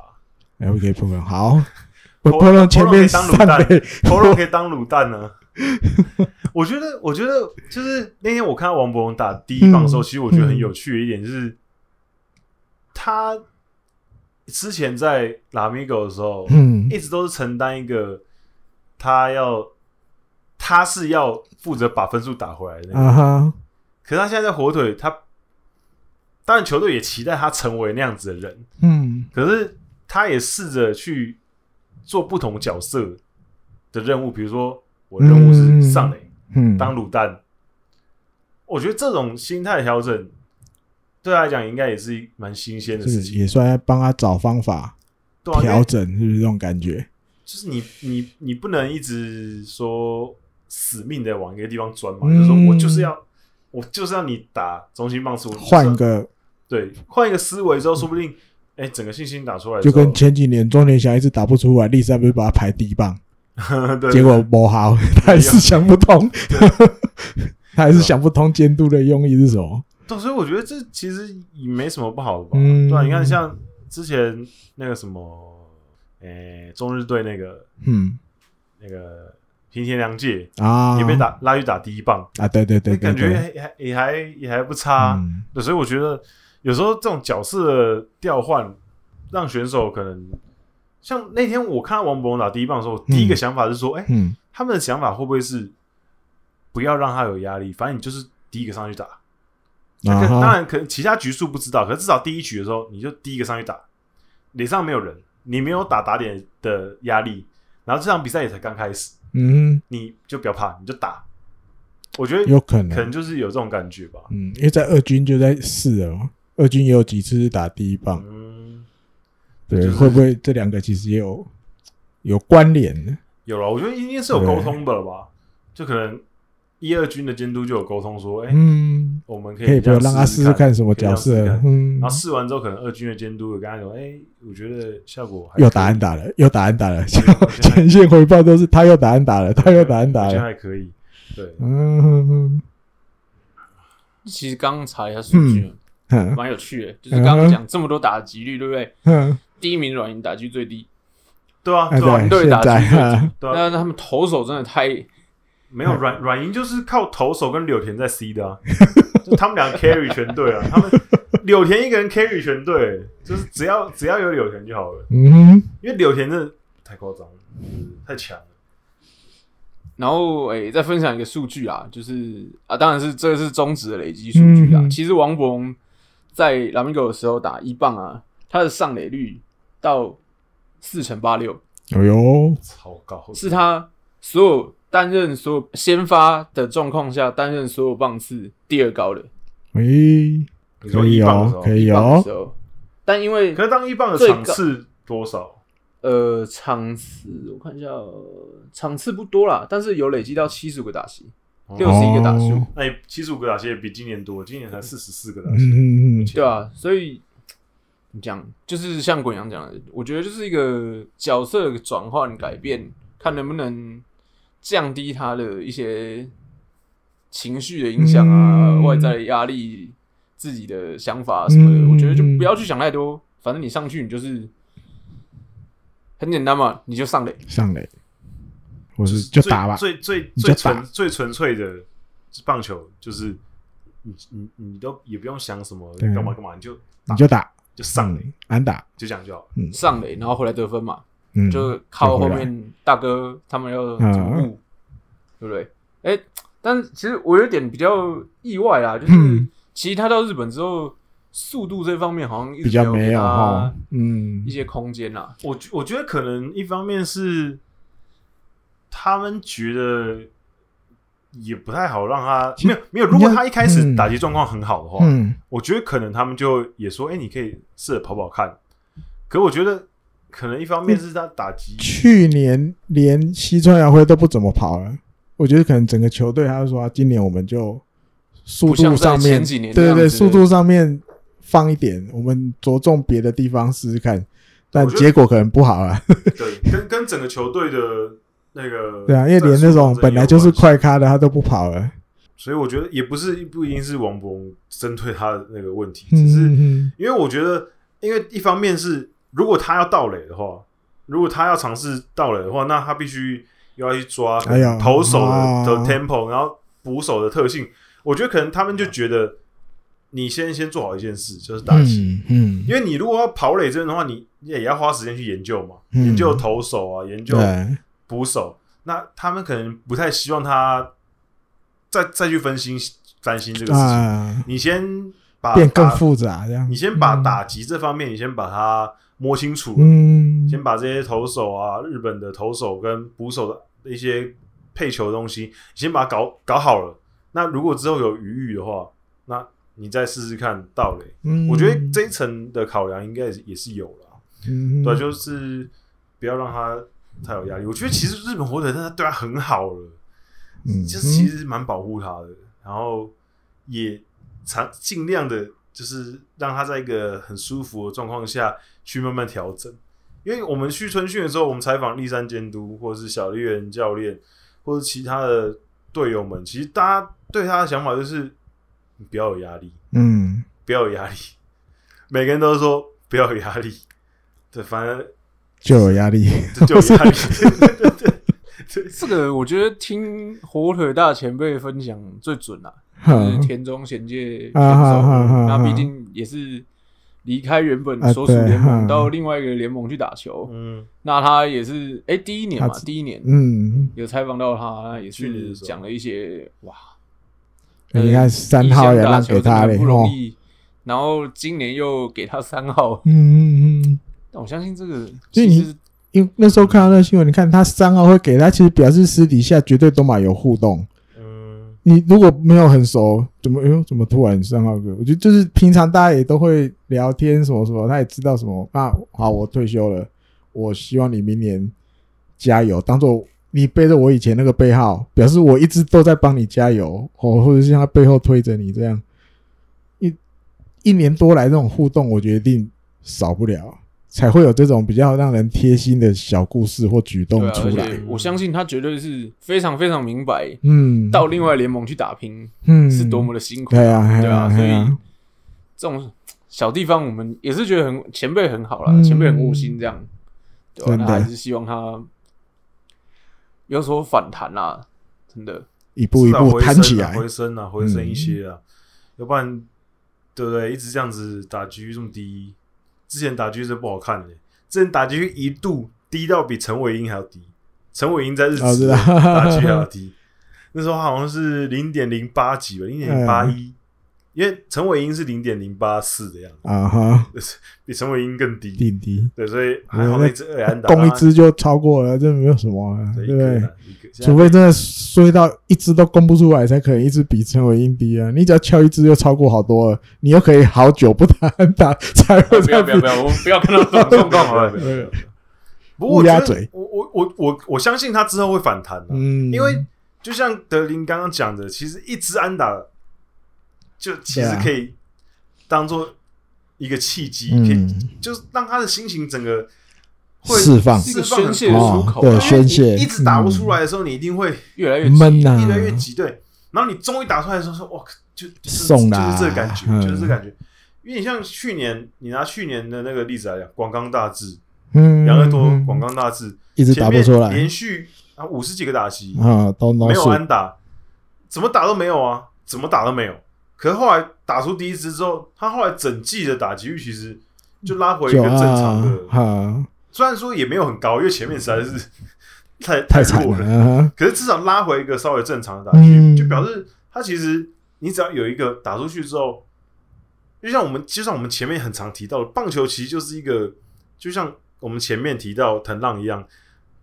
S1: l k 破了，好，我
S2: Polo-
S1: 破了前
S2: Polo 可
S1: 面
S2: 以当卤
S1: 三
S2: 蛋
S1: 倍，
S2: ，Polon 可以当卤蛋呢。 我觉得，我觉得就是那天我看到王博荣打第一棒的时候，
S1: 嗯
S2: 其实我觉得很有趣的一点就是，他之前在拉米狗的时候，
S1: 嗯
S2: 一直都是承担一个他要他是要负责把分数打回来的那个、
S1: 啊哈，
S2: 可是他现在在火腿，他当然球队也期待他成为那样子的人，
S1: 嗯
S2: 可是他也试着去做不同角色的任务，比如说我任务是上垒、
S1: 嗯，
S2: 当卤蛋，我觉得这种心态调整对他来讲应该也是蛮新鲜的事
S1: 是
S2: 情，
S1: 也算在帮他找方法
S2: 对啊，因为
S1: 调整，是不是这种感觉？
S2: 就是你你你不能一直说死命的往一个地方钻嘛，
S1: 嗯
S2: 就是说我就是要我就是要你打中心棒出，
S1: 换个
S2: 对换一个思维之后，说不定哎、整个信心打出来
S1: 就
S2: 之后
S1: 跟前几年中联祥一直打不出来，立三不是把他排第一棒，
S2: 对
S1: 结果不好，他还是想不通，他还是想不通监督的用意是什么？
S2: 对，所以我觉得这其实也没什么不好的吧，
S1: 嗯
S2: 对、啊，你看像之前那个什么哎、中日队那个
S1: 嗯
S2: 那个平田良介
S1: 啊，
S2: 也被打、拉去打第一棒，
S1: 啊，对对对对
S2: 那感
S1: 对，
S2: 觉啊也还也还也还不差、
S1: 嗯
S2: 对，所以我觉得有时候这种角色的调换，让选手可能像那天我看到王博荣打第一棒的时候，我第一个想法是说，哎、
S1: 嗯，
S2: 他们的想法会不会是不要让他有压力，反正你就是第一个上去打。那
S1: 啊
S2: 可
S1: 哈
S2: 当然，可能其他局数不知道，可是至少第一局的时候，你就第一个上去打，脸上没有人，你没有打打点的压力，然后这场比赛也才刚开始，
S1: 嗯，
S2: 你就不要怕，你就打。我觉得
S1: 有可
S2: 可能
S1: 能，
S2: 就是有这种感觉吧。
S1: 嗯，因为在二军就在试了嘛，二军也有几次是打第一棒，
S2: 嗯，
S1: 对，
S2: 就是
S1: 会不会这两个其实也有有关联呢？
S2: 啊有了，我觉得应该是有沟通的了吧？就可能一二军的监督就有沟通说，哎、
S1: 嗯，
S2: 我们可以
S1: 可以不
S2: 这
S1: 要
S2: 样
S1: 让他
S2: 试
S1: 试试
S2: 看
S1: 看什么角
S2: 可以
S1: 色
S2: 这样试试看，
S1: 嗯
S2: 然后，试完之后，可能二军的监督有跟他讲，哎、我觉得效果还可以
S1: 又打安打了，又打安打了，
S2: 对我觉得 还
S1: 前线回报都是他又打安打了，他又打安打
S2: 我觉得
S1: 了，
S2: 还可以。对，
S1: 嗯哼哼
S3: 其实刚刚查了一下数据，
S1: 嗯哼
S3: 蛮有趣的，就是刚刚讲这么多打击率，对不对？
S1: 哼，
S3: 第一名软银打击最低，
S2: 对啊，
S1: 哎
S2: 对啊，
S3: 对
S1: 现
S3: 打击
S1: 在
S3: 最
S1: 啊
S2: 对啊，
S3: 那他们投手真的太
S2: 没
S1: 嗯
S2: 有软软银就是靠投手跟柳田在 C 的啊， 就他们俩 carry 全队啊，他们柳田一个人 carry 全队，就是只要只要有柳田就好了，
S1: 嗯哼，
S2: 因为柳田真的太夸张了，就是太强了。
S3: 然后诶、再分享一个数据啊，就是啊，当然是这个是中职的累积数据啊。
S1: 嗯
S3: 其实王博龙在拉米狗的时候打一棒啊，他的上垒率到四成八六，
S1: 哎呦，
S2: 超高，
S3: 是他所有担任所有先发的状况下担任所有棒次第二高的
S1: 诶，
S2: 你说
S1: 可以
S2: 一棒的时
S1: 哦
S2: 候，，
S1: 可以
S3: 棒的
S1: 哦
S3: 时，候。但因为
S2: 可是当一棒的
S3: 最
S2: 场
S3: 高
S2: 次多少？
S3: 呃场次我看一下哦，场次不多啦，但是有累积到七十个打席，
S2: 哦
S3: 六十一个打数。
S1: 哦
S2: 那七十五个打线比今年多，今年才四十四个打
S1: 嗯
S2: 线。
S1: 嗯嗯，
S3: 对啊，所以怎么讲，就是像滚阳讲的，我觉得就是一个角色的转换改变，看能不能降低他的一些情绪的影响啊、
S1: 嗯
S3: 外在的压力、自己的想法什么的。
S1: 嗯
S3: 我觉得就不要去想太多，反正你上去你就是很简单嘛，你就上垒。
S1: 上垒，我是就
S2: 最
S1: 打吧，
S2: 最最
S1: 你就打
S2: 最纯最纯粹的棒球就是你你你都也不用想什么
S1: 对嗯
S2: 干嘛干嘛，你就
S1: 你就打
S2: 就上垒，
S1: 安打，
S2: 就这样就好。
S3: 上垒，然后回来得分嘛，
S1: 嗯，
S3: 就靠后
S1: 回来
S3: 面大哥他们要怎么
S1: 嗯
S3: 布，对不对？哎、但是其实我有点比较意外啦，就是
S1: 嗯
S3: 其实他到日本之后，速度这方面好像一直
S1: 比较
S3: 没
S1: 没有
S3: 哈
S1: 哈，嗯
S3: 一，些空间啦。
S2: 我觉我觉得可能一方面是他们觉得也不太好让他
S1: 其
S2: 没有没有，如
S1: 应
S2: 果
S1: 该
S2: 他一开始
S1: 嗯
S2: 打击状况很好的话，
S1: 嗯，
S2: 我觉得可能他们就也说，哎、你可以试着跑跑看。可我觉得可能一方面是他打击，
S1: 去年连西川遥辉都不怎么跑了，我觉得可能整个球队他就说，啊今年我们就速
S3: 不像
S1: 度
S3: 在
S1: 上面
S3: 前，几年那
S1: 对
S3: 样
S1: 对，
S3: 子
S1: 速度上面放一点，我们着重别的地方试试看，但
S2: 我觉得
S1: 结果可能不好 啊。
S2: 对，跟跟整个球队的那个
S1: 对啊，因为连那种本来就是
S2: 快。
S1: 快咖的他都不跑了，
S2: 所以我觉得也不是不一定是王博针对他的那个问题，只是
S1: 嗯，
S2: 因为我觉得，因为一方面是如果他要盗垒的话，如果他要尝试盗垒的话，那他必须又要去抓
S1: 哎呀
S2: 投手的、
S1: 啊
S2: 的 tempo，然后捕手的特性。我觉得可能他们就觉得，你先先做好一件事，就是打击。
S1: 嗯嗯，
S2: 因为你如果要跑垒这边的话，你你也要花时间去研究嘛，
S1: 嗯
S2: 研究投手啊，研究
S1: 对，
S2: 捕手，那他们可能不太希望他再再去分心担心这个事情。
S1: 啊，
S2: 你先把
S1: 变更
S2: 打
S1: 复杂这样，
S2: 你先把
S1: 嗯，
S2: 打击这方面，你先把它摸清楚，
S1: 嗯，
S2: 先把这些投手啊、日本的投手跟捕手的一些配球的东西，你先把它搞搞好了。那如果之后有余裕的话，那你再试试看盗垒。
S1: 嗯，
S2: 我觉得这一层的考量应该也是也是有了。
S1: 嗯，
S2: 对，啊就是不要让他太有压力。我觉得其实日本火腿真的对他很好了，
S1: 嗯
S2: 就是其实蛮保护他的，然后也尝尽量的，就是让他在一个很舒服的状况下去慢慢调整。因为我们去春训的时候，我们采访立山监督，或者是小笠原教练，或者其他的队友们，其实大家对他的想法就是你不要有压力，
S1: 嗯，
S2: 不要有压力，每个人都说不要有压力。对，反正
S1: 就有压力，
S2: 这 就有压力。
S3: 这个我觉得听火腿大前辈分享最准啦，就是
S1: 哼
S3: 田中贤介选手，
S1: 嗯啊哈哈哈
S3: 那毕
S1: 哈
S3: 竟也是离开原本
S1: 啊
S3: 所属
S1: 对
S3: 联盟
S1: 哈
S3: 到另外一个联盟去打球，
S2: 嗯，
S3: 那他也是哎、第一年嘛
S1: 他，
S3: 第一 年
S1: 嗯，
S3: 有采访到他，也
S2: 去年
S3: 是
S2: 的时候
S3: 讲了一些哇，呃
S1: 你看三号也
S3: 异乡打
S1: 让
S3: 球
S1: 给他
S3: 真的
S1: 嘞，
S3: 很不容
S1: 哦，
S3: 易。然后今年又给他三号，
S1: 嗯嗯嗯，
S3: 但我相信这个
S1: 所以
S3: 其
S1: 你
S3: 实
S1: 因为那时候看到那个新闻，你看他三号会给他，其实表示私底下绝对都蛮有互动。
S2: 嗯，
S1: 你如果没有很熟，怎么哎呦，怎么突然三号哥？我觉得就是平常大家也都会聊天什么什么，他也知道什么。那好，我退休了，我希望你明年加油，当做你背着我以前那个背号，表示我一直都在帮你加油哦，或者是他背后推着你这样。一一年多来这种互动，我决定少不了，才会有这种比较让人贴心的小故事或举动
S3: 对啊，
S1: 出
S3: 而
S1: 来。
S3: 且我相信他绝对是非常非常明白，
S1: 嗯，
S3: 到另外联盟去打拼
S1: 嗯
S3: 是多么的辛苦，
S1: 对啊，
S3: 对啊，所
S1: 对
S3: 以
S1: 啊，
S3: 这种小地方我们也是觉得很前辈很好啦，
S1: 嗯
S3: 前辈很窝心这样，对吧、
S1: 真的
S3: 那还是希望他有所反弹啦，真的，
S1: 一步一
S2: 至少
S1: 步
S2: 回
S1: 弹
S2: 升
S1: 起
S2: 啊
S1: 来。嗯
S2: 回升啊，回升一些啊，要不然对不对？一直这样子打局这么低，之前打局是不好看的、之前打局一度低到比陈伟英还要低，陈伟英在日
S1: 哦
S2: 职
S1: 知道
S2: 打局还要低，那时候他好像是零点零八几吧，零点零
S1: 哎
S2: 八一，因为陈伟英是零点零八四的样子，
S1: 啊哈，
S2: 比陈伟英更低。
S1: 弟弟，
S2: 对，所以还好那一只二安打，
S1: 攻一支就超过了，这没有什么啊，
S2: 对
S1: 对不
S2: 一个
S1: 对
S2: 啦？一个现在
S1: 除非真的衰到一支都攻不出来，才可能一直比成为硬低啊。你只要敲一支就超过好多了，你又可以好久不打安打，才会
S3: 不
S1: 再
S3: 要不要
S1: 比
S3: 不要，我们不要看到这种状况好了。
S1: 对
S2: 不过我
S1: 乌鸦
S2: 觉得
S1: 嘴
S2: 我我我我我相信他之后会反弹的、
S1: 嗯，
S2: 因为就像德林刚刚讲的，其实一支安打就其
S1: 对
S2: 实
S1: 啊
S2: 可以当做一个契机，可以
S1: 嗯，
S2: 就是让他的心情整个会
S1: 释放
S3: 是一
S2: 释
S3: 个
S2: 放很
S3: 宣泄
S2: 多
S3: 的
S1: 哦
S3: 出口
S1: 对
S3: 啊
S1: 宣泄，嗯
S2: 一直打不出
S1: 来，
S2: 来的时候，你一定会
S3: 越来越
S1: 闷呐
S2: 越来越急，对。然后你终于打出来的时候，说哇，就就是
S1: 送啦
S2: 就是这个感觉，
S1: 嗯
S2: 就是这个感觉。因为你像去年，你拿去年的那个例子来讲，广冈大志、
S1: 嗯，
S2: 杨乐多、广
S1: 告
S2: 冈大志，
S1: 一直
S2: 前
S1: 打不
S2: 面
S1: 出来
S2: 连续啊五十几个打席，
S1: 啊，都老
S2: 没有
S1: 鼠，
S2: 安打，怎么打都没有啊，怎么打都没有。可是后来打出第一支之后，他后来整季的打击率其实就拉回一
S1: 就
S2: 个正常
S1: 啊
S2: 的，，
S1: 哈，
S2: 虽然说也没有很高，因为前面实在是太
S1: 太惨
S2: 弱
S1: 了，啊
S2: 可是至少拉回一个稍微正常的打击率，
S1: 嗯
S2: 就表示他其实你只要有一个打出去之后，就像我们就像我们前面很常提到的，棒球其实就是一个，就像我们前面提到藤浪一样，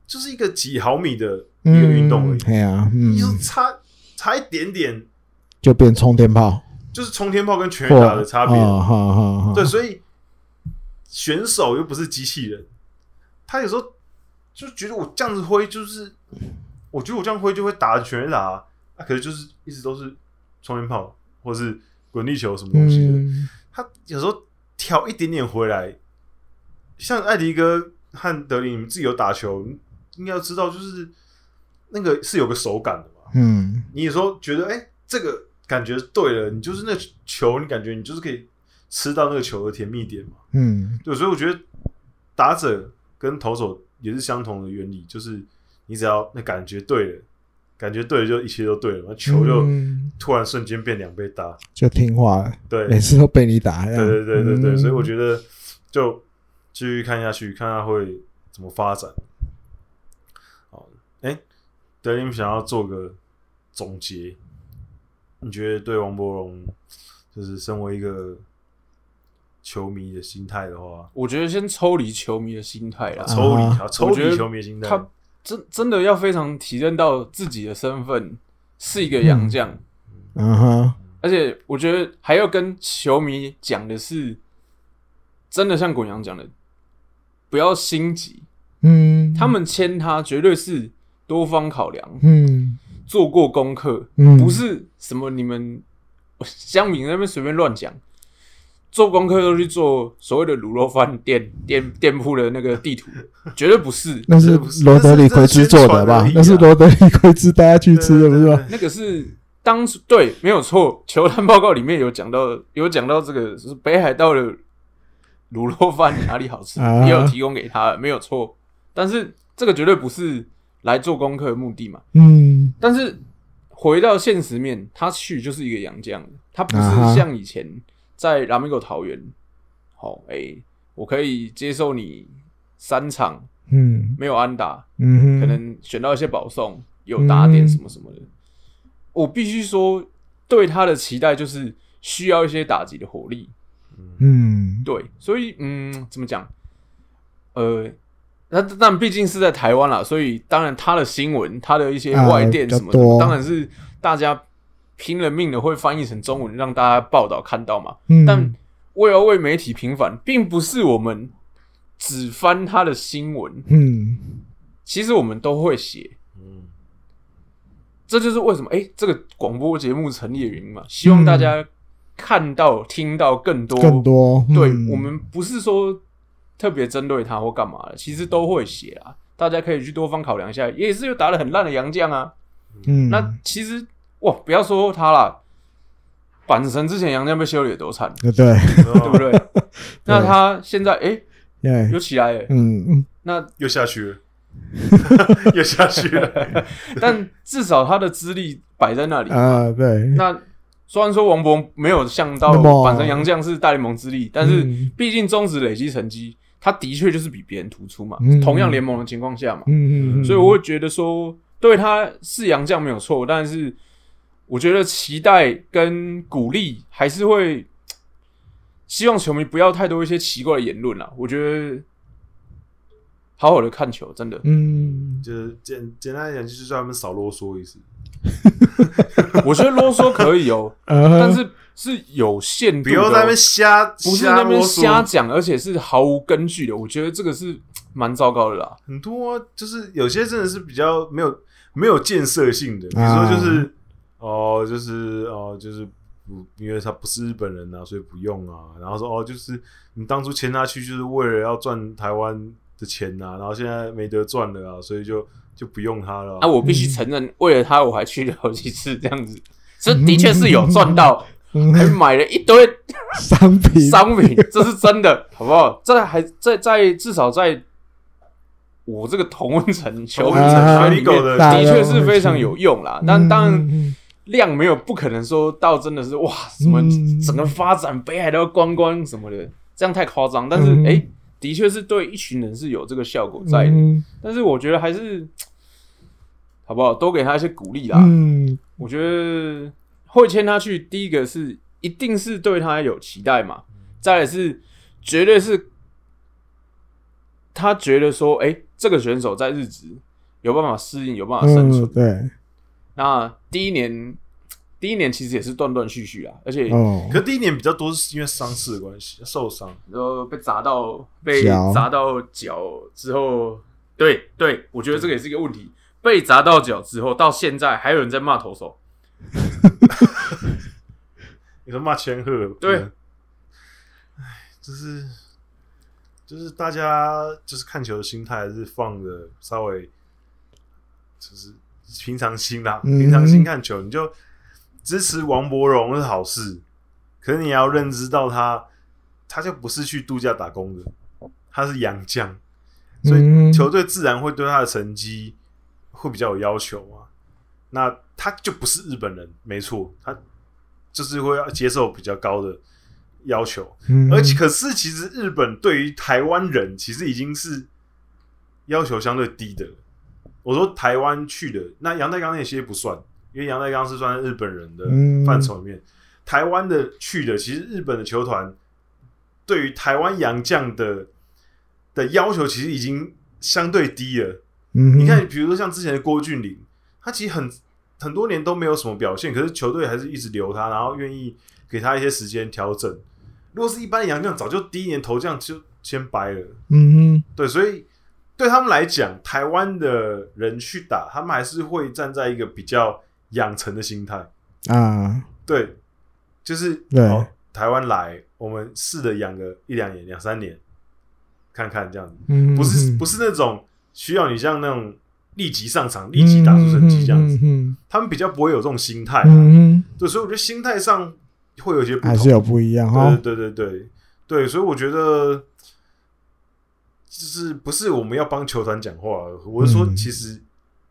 S2: 就是一个几毫米的一个运动而
S1: 嗯，，
S2: 已
S1: 对啊，
S2: 就是
S1: 嗯，
S2: 差差一点点，
S1: 就变冲天炮
S2: 就是冲天炮跟全
S1: 或
S2: 垒打的差别。
S1: 啊哈哈哈，
S2: 对，所以选手又不是机器人，他有时候就觉得我这样子挥，就是我觉得我这样挥就会打全垒打啊，啊可是就是一直都是冲天炮或是滚地球什么东西的。
S1: 嗯，
S2: 他有时候挑一点点回来，像艾迪哥和德林，你们自己有打球，你应该要知道，就是那个是有个手感的嘛。
S1: 嗯，
S2: 你有时候觉得哎、诶这个感觉对了，你就是那球，你感觉你就是可以吃到那个球的甜蜜点嘛。
S1: 嗯，
S2: 对，所以我觉得打者跟投手也是相同的原理，就是你只要那感觉对了，感觉对了就一切都对了嘛，球就
S1: 嗯
S2: 突然瞬间变两倍大。
S1: 就听话了。
S2: 对，
S1: 每
S2: 对
S1: 次都被你打。对
S2: 对对对对，所以
S1: 嗯
S2: 我觉得就继续看下去，看他会怎么发展。好，哎、德林想要做个总结，你觉得对王伯荣，就是身为一个球迷的心态的话，
S3: 我觉得先抽离球迷的心态啦，
S2: 抽离
S1: 啊
S2: 啊，抽
S3: 我觉
S2: 离
S3: 得
S2: 球迷心态，
S3: 他真真的要非常体认到自己的身份是一个洋将，
S1: 得，啊哈，
S3: 而且我觉得还要跟球迷讲的是，真的像滚阳讲的，不要心急，
S1: 嗯，
S3: 他，们签他绝对是多方考量，
S1: 嗯
S3: 做过功课，
S1: 嗯，
S3: 不是什么你们 乡民在那边随便乱讲。做功课都去做所谓的卤肉饭店店店铺的那个地图， 绝对不是，
S1: 那是罗德里奎兹做的吧？那是罗德里奎兹大家去吃的，不是
S2: 对
S1: 吗？？
S3: 那个是当初对，没有错。球探报告里面有讲到，有讲到这个就是北海道的卤肉饭哪里好吃，
S1: 啊
S3: 也有提供给他，没有错。但是这个绝对不是来做功课的目的嘛。
S1: 嗯
S3: 但是回到现实面，他去就是一个洋将，他不
S1: 啊哈
S3: 是像以前在拉米狗桃园，好、哎、我可以接受你三场
S1: 嗯
S3: 没有安打，
S1: 嗯哼，
S3: 可能选到一些保送，有打点什么什么的。我必须说，对他的期待就是需要一些打击的火力。
S1: 嗯
S3: 对，所以嗯，怎么讲？呃，那但毕竟是在台湾啦，所以当然他的新闻、他的一些
S1: 啊
S3: 外电什么
S1: 比较
S3: 的，
S1: 多
S3: 当然是大家拼了命的会翻译成中文，让大家报道看到嘛。
S1: 嗯，
S3: 但我也要为媒体平反，并不是我们只翻他的新闻，
S1: 嗯
S3: 其实我们都会写，
S2: 嗯
S3: 这就是为什么哎、诶这个广播节目成立的原因嘛。希望大家看到、听到更多
S1: 嗯更多。
S3: 对、
S1: 嗯
S3: 我们不是说特别针对他或干嘛的，其实都会写啊，大家可以去多方考量一下。也是有打得很烂的洋将啊，
S1: 嗯，
S3: 那其实哇，不要说他啦，板神之前洋将被修理得多惨，
S1: 呃 对，
S3: 对
S2: 嗯
S3: 不对？那他现在哎、诶
S1: 对
S3: 有，起来耶、
S1: 嗯嗯，
S3: 那
S2: 又下去了， 又下去了，
S3: 但至少他的资历摆在那里。
S1: 啊，对，
S3: 那虽然说王博没有像到
S1: 那么
S3: 板神洋将是大联盟资历，但是
S1: 嗯
S3: 毕竟中职累积成绩，他的确就是比别人突出嘛。
S1: 嗯
S3: 同样联盟的情况下嘛，
S1: 嗯嗯嗯，，
S3: 所以我会觉得说，对他是洋将没有错，但是我觉得期待跟鼓励还是会希望球迷不要太多一些奇怪的言论啦。我觉得好好的看球，真 的
S1: 嗯，
S2: 就是简简单来讲，就是叫他们少啰嗦一次。
S3: 我觉得啰嗦可以哦、但
S1: 但
S3: 是是有限 度
S2: 不
S3: 的哦、
S2: 要在那边瞎，
S3: 不是
S2: 瞎
S3: 那边
S2: 啰嗦
S3: 瞎讲，而且是毫无根据的。我觉得这个是蛮糟糕的啦。
S2: 很多啊、就是有些真的是比较没有没有建设性的，比如
S1: 啊
S2: 说就是哦、就是哦、就是不，因为他不是日本人啊，所以不用啊。然后说哦，就是你当初签他去就是为了要赚台湾的钱呐、啊，然后现在没得赚了啊，所以就就不用他了、
S3: 啊，我必须承认，为了他我还去了好几次，这样子，这的确是有赚到，还买了一堆
S1: 商品，
S3: 商品， 这是真的，好不好？这还在在至少在我这个同温层、球迷
S1: 啊
S3: 层圈里面，
S2: 的
S1: 大
S3: 的
S1: 家
S3: 确
S1: 都
S3: 是
S1: 会
S3: 非
S1: 去
S3: 常有用啦。但当然
S1: 嗯
S3: 量没有不可能说到真的是哇，什么
S1: 嗯
S3: 整个发展北海道观光什么的，这样太夸张。但是
S1: 嗯
S3: 哎、诶的确是对一群人是有这个效果在的。
S1: 嗯
S3: 但是我觉得还是好不好，多给他一些鼓励啦。
S1: 嗯
S3: 我觉得会签他去，第一个是一定是对他有期待嘛，再来是绝对是他觉得说，哎、这个选手在日职有办法适应，有办法啊生存。
S1: 嗯，对，
S3: 那第一年，第一年其实也是断断续续啊，而且
S1: 哦，
S2: 可第一年比较多是因为伤势的关系，受伤。
S3: 呃被砸到被
S1: 脚
S3: 砸到脚之后，对对，我觉得这个也是一个问题。被砸到脚之后，到现在还有人在骂投手，
S2: 你说骂千鹤，
S3: 对
S2: 嗯，哎，就是就是大家就是看球的心态还是放的稍微就是平常心啦，
S1: 嗯
S2: 平常心看球，你就支持王伯荣是好事，可是你也要认知到他，他就不是去度假打工的，他是洋将，所以
S1: 嗯
S2: 球队自然会对他的成绩会比较有要求嘛。那他就不是日本人，没错，他就是会要接受比较高的要求。
S1: 嗯
S2: 而且，可是其实日本对于台湾人其实已经是要求相对低的了。我说台湾去的，那杨代刚那些不算，因为杨代刚是算在日本人的
S1: 嗯
S2: 范畴里面。台湾的去的，其实日本的球团对于台湾洋将的的要求其实已经相对低了。
S1: 嗯，
S2: 你看，比如说像之前的郭俊麟，他其实很很多年都没有什么表现，可是球队还是一直留他，然后愿意给他一些时间调整。如果是一般的洋将，早就第一年投将就先掰了。
S1: 嗯，嗯
S2: 对，所以对他们来讲，台湾的人去打，他们还是会站在一个比较养成的心态。
S1: 啊，
S2: 对，就是
S1: 对
S2: 哦，台湾来，我们试着养个一两年、两三年，看看这样子。
S1: 嗯，
S2: 不是
S1: 嗯
S2: 不是那种需要你像那种立即上场、立即打出成绩这样子，，
S1: 嗯
S2: 他们比较不会有这种心态、啊。
S1: 嗯，嗯
S2: 对，所以我觉得心态上会有一些不
S1: 还是
S2: 同。
S1: 有不一样哈
S2: 对，对对对对对，所以我觉得就是不是我们要帮球团讲话，我是说
S1: 嗯
S2: 其实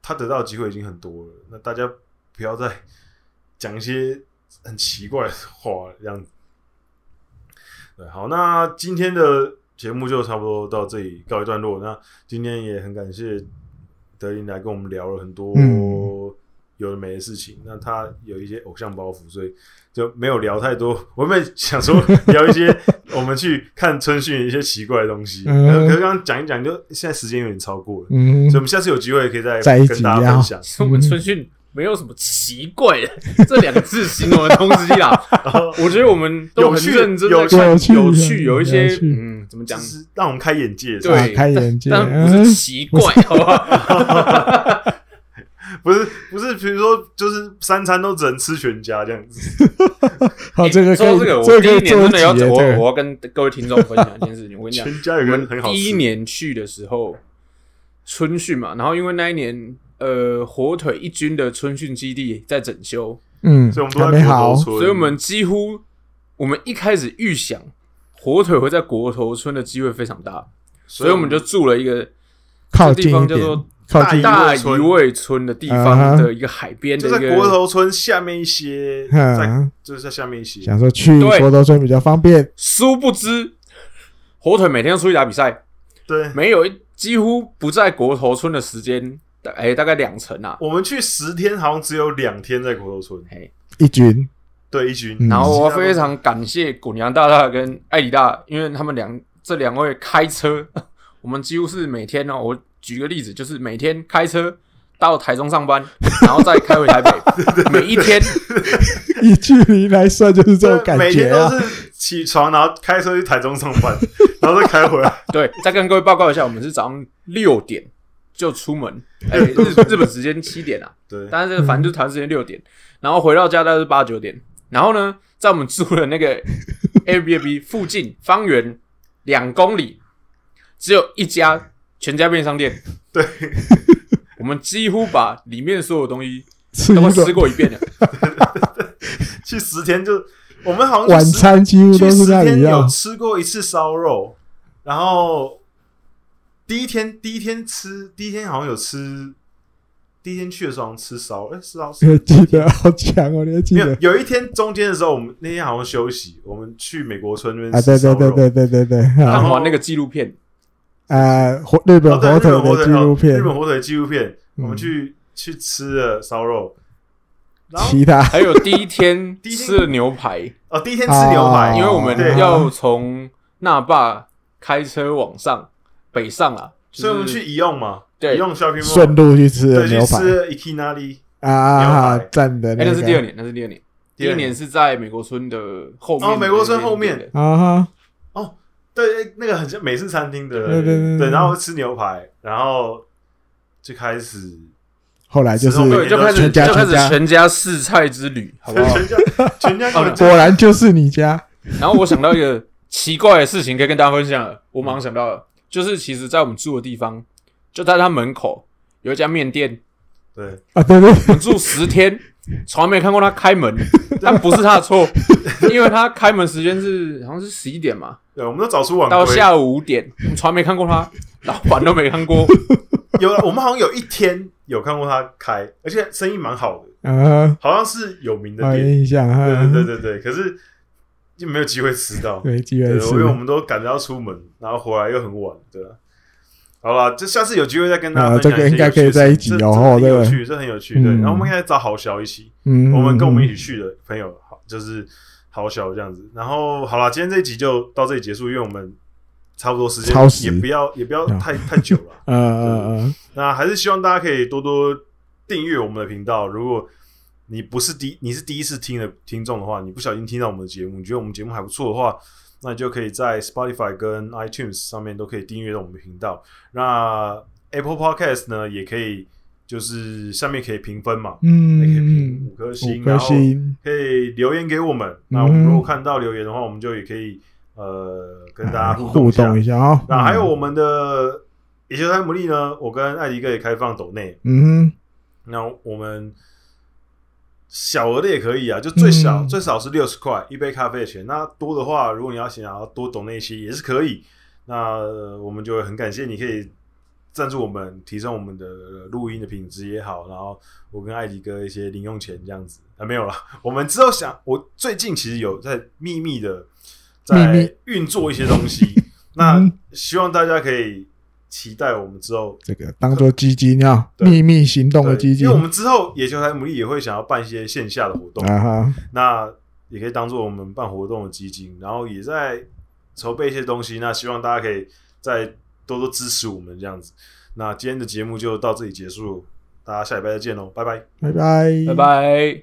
S2: 他得到的机会已经很多了，那大家不要再 讲一些很奇怪的话这样子。对，好，那今天的节目就差不多到这里告一段落。那今天也很感谢德林来跟我们聊了很多
S1: 嗯
S2: 有的没的事情。那他有一些偶像包袱，所以就没有聊太多。我们想说聊一些我们去看春训的一些奇怪的东西，
S1: 嗯
S2: 可可是刚刚讲一讲，就现在时间有点超过了，
S1: 嗯
S2: 所以我们下次有机会可以再
S1: 再一
S2: 跟
S1: 集
S2: 大家
S1: 聊
S2: 分享
S3: 其。实我们春训没有什么奇怪的 这两个字形容的东西 啦。我觉得我们都很认真在看
S1: 有趣
S3: 有
S1: 有趣
S3: 趣，有一些
S1: 有趣
S3: 嗯，怎么
S2: 就
S3: 讲？
S2: 是让我啊们开眼界，是吧
S3: 对，
S1: 嗯开眼界
S3: 但但不是奇怪，好不好？
S2: 不是不是，比如说就是三餐都只能吃全家这样子，
S1: 好，哦这个可
S3: 说到
S1: 以，
S3: 这个，
S1: 这
S3: 我
S1: 个可
S3: 第一
S1: 以
S3: 年
S1: 做
S3: 真
S1: 一
S3: 的
S1: 集
S3: 要
S1: 耶，
S3: 走，
S1: 这
S3: 我我
S1: 个嗯
S3: 要跟各位听众分享一件事情。我跟 你讲，
S2: 全家有
S3: 我
S2: 个
S3: 们
S2: 很好吃。
S3: 第一年去的时候，春训嘛，然后因为那一年呃火腿一军的春训基地在整修，
S1: 嗯，
S2: 所以我们
S1: 还
S2: 都
S1: 没
S2: 在
S1: 好
S2: 国头，村，
S3: 所以我们几乎我们一开始预想火腿会在国头村的机会非常大，所
S2: 所
S3: 以我们就住了一个
S1: 靠
S3: 这地
S1: 近一
S3: 方叫
S1: 点
S3: 做，
S1: 靠
S2: 大
S1: 近一点，
S3: 大鱼味村的地
S1: 啊
S3: 方
S1: 哈
S3: 的一个海边的
S2: 就
S3: 一
S2: 在
S3: 个
S2: 国头村下面一些，在
S1: 嗯，
S2: 就是在下面一些，
S1: 想说去
S3: 对
S1: 佛头村比较方便，
S3: 殊不知，火腿每天都出去打比赛，
S2: 对，
S3: 没有几乎不在国头村的时间，大哎、大概两成啊。
S2: 我们去十天，好像只有两天在国头村，
S1: 一军，
S2: 对一军。
S1: 嗯
S3: 然后我
S2: 其他都
S3: 非常感谢古娘大大跟艾里大，因为他们两这两位开车， 我们几乎是每天哦，我举个例子，就是每天开车到台中上班，然后再开回台北，每一天
S1: 以距离来算就是这
S2: 对
S1: 种感
S2: 每
S1: 觉
S2: 天
S1: 啊
S2: 都，是起床，然后开车去台中上班， 然后再开回来。
S3: 对，再跟各位报告一下，我们是早上六点就出门，哎、日日本时间七点啊。
S2: 对，
S3: 但是反正就是台湾时间六
S2: 嗯
S3: 点，然后回到家大概是八九点，然后呢，在我们住的 那个 Airbnb 附近方圆两公里，只有一家全家便利商店，
S2: 对，
S3: 我们几乎把里面所有东西
S1: 吃
S3: 都
S1: 一
S3: 吃
S1: 个
S3: 过一遍 了，
S2: 去十天就我们好像
S1: 晚
S2: 去十
S1: 餐几乎都
S2: 去
S1: 是
S2: 十
S1: 那
S2: 天
S1: 里
S2: 有
S1: 要，
S2: 吃过一次烧肉，然后第一天第一天吃，第一天好像有吃，第一天去的时候好像吃烧，哎、吃烧
S1: 你还 记得好强哦，你还记
S2: 没有
S1: 得？
S2: 有一天中间的时候，我们那天好像休息，我们去美国村那边
S1: 啊，
S2: 吃
S1: 对
S2: 烧
S1: 对
S2: 肉，
S1: 对对对对对，
S3: 看
S1: 啊
S3: 完那个纪录片，
S1: 呃，火日本
S2: 哦对
S1: 火腿
S2: 日本火
S1: 的纪
S2: 哦
S1: 录片
S2: 日，本火腿纪录片，
S1: 嗯
S2: 我们去去吃了烧肉，然后
S1: 其他
S3: 还有第一天
S2: 第一天
S3: 吃的牛排，
S2: 哦第一天吃牛排，
S1: 哦
S3: 因为我
S2: 对
S3: 们要从那霸开车往上北上啊，就是
S2: 所以我们去宜用嘛，
S3: 对
S2: 宜用 shopping mall
S1: 顺路去吃的
S2: 对
S1: 牛
S2: 去
S1: 排
S2: 吃了 Ikinari，
S1: 啊
S2: 牛排，
S1: 站的
S3: 哎、那
S1: 个
S3: 是第二年，那是第二年。第一年是在美国村的后面
S2: 哦美国村后面
S3: 对
S1: 啊哈，
S2: 对那个很像美式餐厅的，
S1: 对对对
S2: 对，然后吃牛排，然后就开始
S1: 后来就是
S2: 之后
S3: 对，就开始
S1: 全家
S3: 就开始
S1: 全家
S3: 全家试菜之 旅，好不好？
S2: 全家全家给我
S1: 果然就是你家，
S3: 然后我想到一个奇怪的事情可以跟大家分享了，我马上想到了，就是其实，在我们住的地方，就在他门口有一家面 店，
S2: 对
S1: 啊，对对，
S3: 我们住十天，从来没看过他开 门，但不是他的错，因为他开门时间是好像是十一点嘛，
S2: 对，我们都早出晚归，
S3: 到下午五点，我们从来没看过他，老板都没看 过，
S2: 有我们好像有一天有看过他开，而且生意蛮好的，
S1: 啊，
S2: 好像是有名的
S1: 好有
S2: 店，
S1: 印象啊，
S2: 对对对对对，可是就没有机会吃到，
S1: 对，机缘
S2: 对，因为我
S1: 是
S2: 们都赶着要出门，然后回来又很晚，对吧？好啦，就下次有机会再跟大家
S1: 啊
S2: 分享
S1: 这个
S2: 一些
S1: 应该
S2: 有趣
S1: 可以
S2: 的
S1: 在一
S2: 事
S1: 起
S2: 情
S1: 聊哦
S2: 这这很有
S1: 对
S2: 趣，这很有趣。对，
S1: 嗯
S2: 然后我们应该找好小一起，
S1: 嗯，
S2: 我们跟我们一
S1: 起，
S2: 起去的朋友，好，就是好小这样子。然后好啦，今天这一集就到这里结束，因为我们差不多时间
S1: 超，时
S2: 也不要也不要
S1: 啊
S2: 太太久了。
S1: 呃呃呃，
S2: 那还是希望大家可以多多订阅我们的频道。如果你不是第你是第一次听的听众的话，你不小心听到我们的节目，你觉得我们节目还不错的话，那你就可以在 Spotify 跟 iTunes 上面都可以订阅到我们的频道。那 Apple Podcast 呢，也可以就是上面可以评分嘛，也可以评
S1: 嗯
S2: 五，颗星，
S1: 五颗
S2: 然后
S1: 星，
S2: 可以留言给我们。那
S1: 嗯
S2: 我们如果看到留言的话，我们就也可以呃跟大家
S1: 互
S2: 一下
S1: 动一。下啊，
S2: 那还有我们的野球山姆利呢，我跟艾迪哥也开放抖内，
S1: 嗯
S2: 那我们小额的也可以啊，就最小、
S1: 嗯
S2: 最少是六十块一杯咖啡的钱。那多的话，如果你要想要多懂那些也是可以。那呃我们就会很感谢你可以赞助我们，提升我们的呃录音的品质也好。然后我跟艾迪哥一些零用钱这样子啊，没有啦，我们之后想，我最近其实有在秘密的
S1: 秘
S2: 在
S1: 密嗯
S2: 运作一些 东西。那希望大家可以期待我们之后
S1: 这个当做基金啊，
S2: 对
S1: 秘密行动的
S2: 对，
S1: 基金
S2: 因为我们之后野球台牡蛎也会想要办一些线下的活动，
S1: 啊哈，
S2: 那也可以当做我们办活动的基金，然后也在筹备一些东西。那希望大家可以再多多支持我们这样子。那今天的节目就到这里结束，大家下礼拜再见喽，拜拜。
S1: 拜拜，
S3: 拜。拜。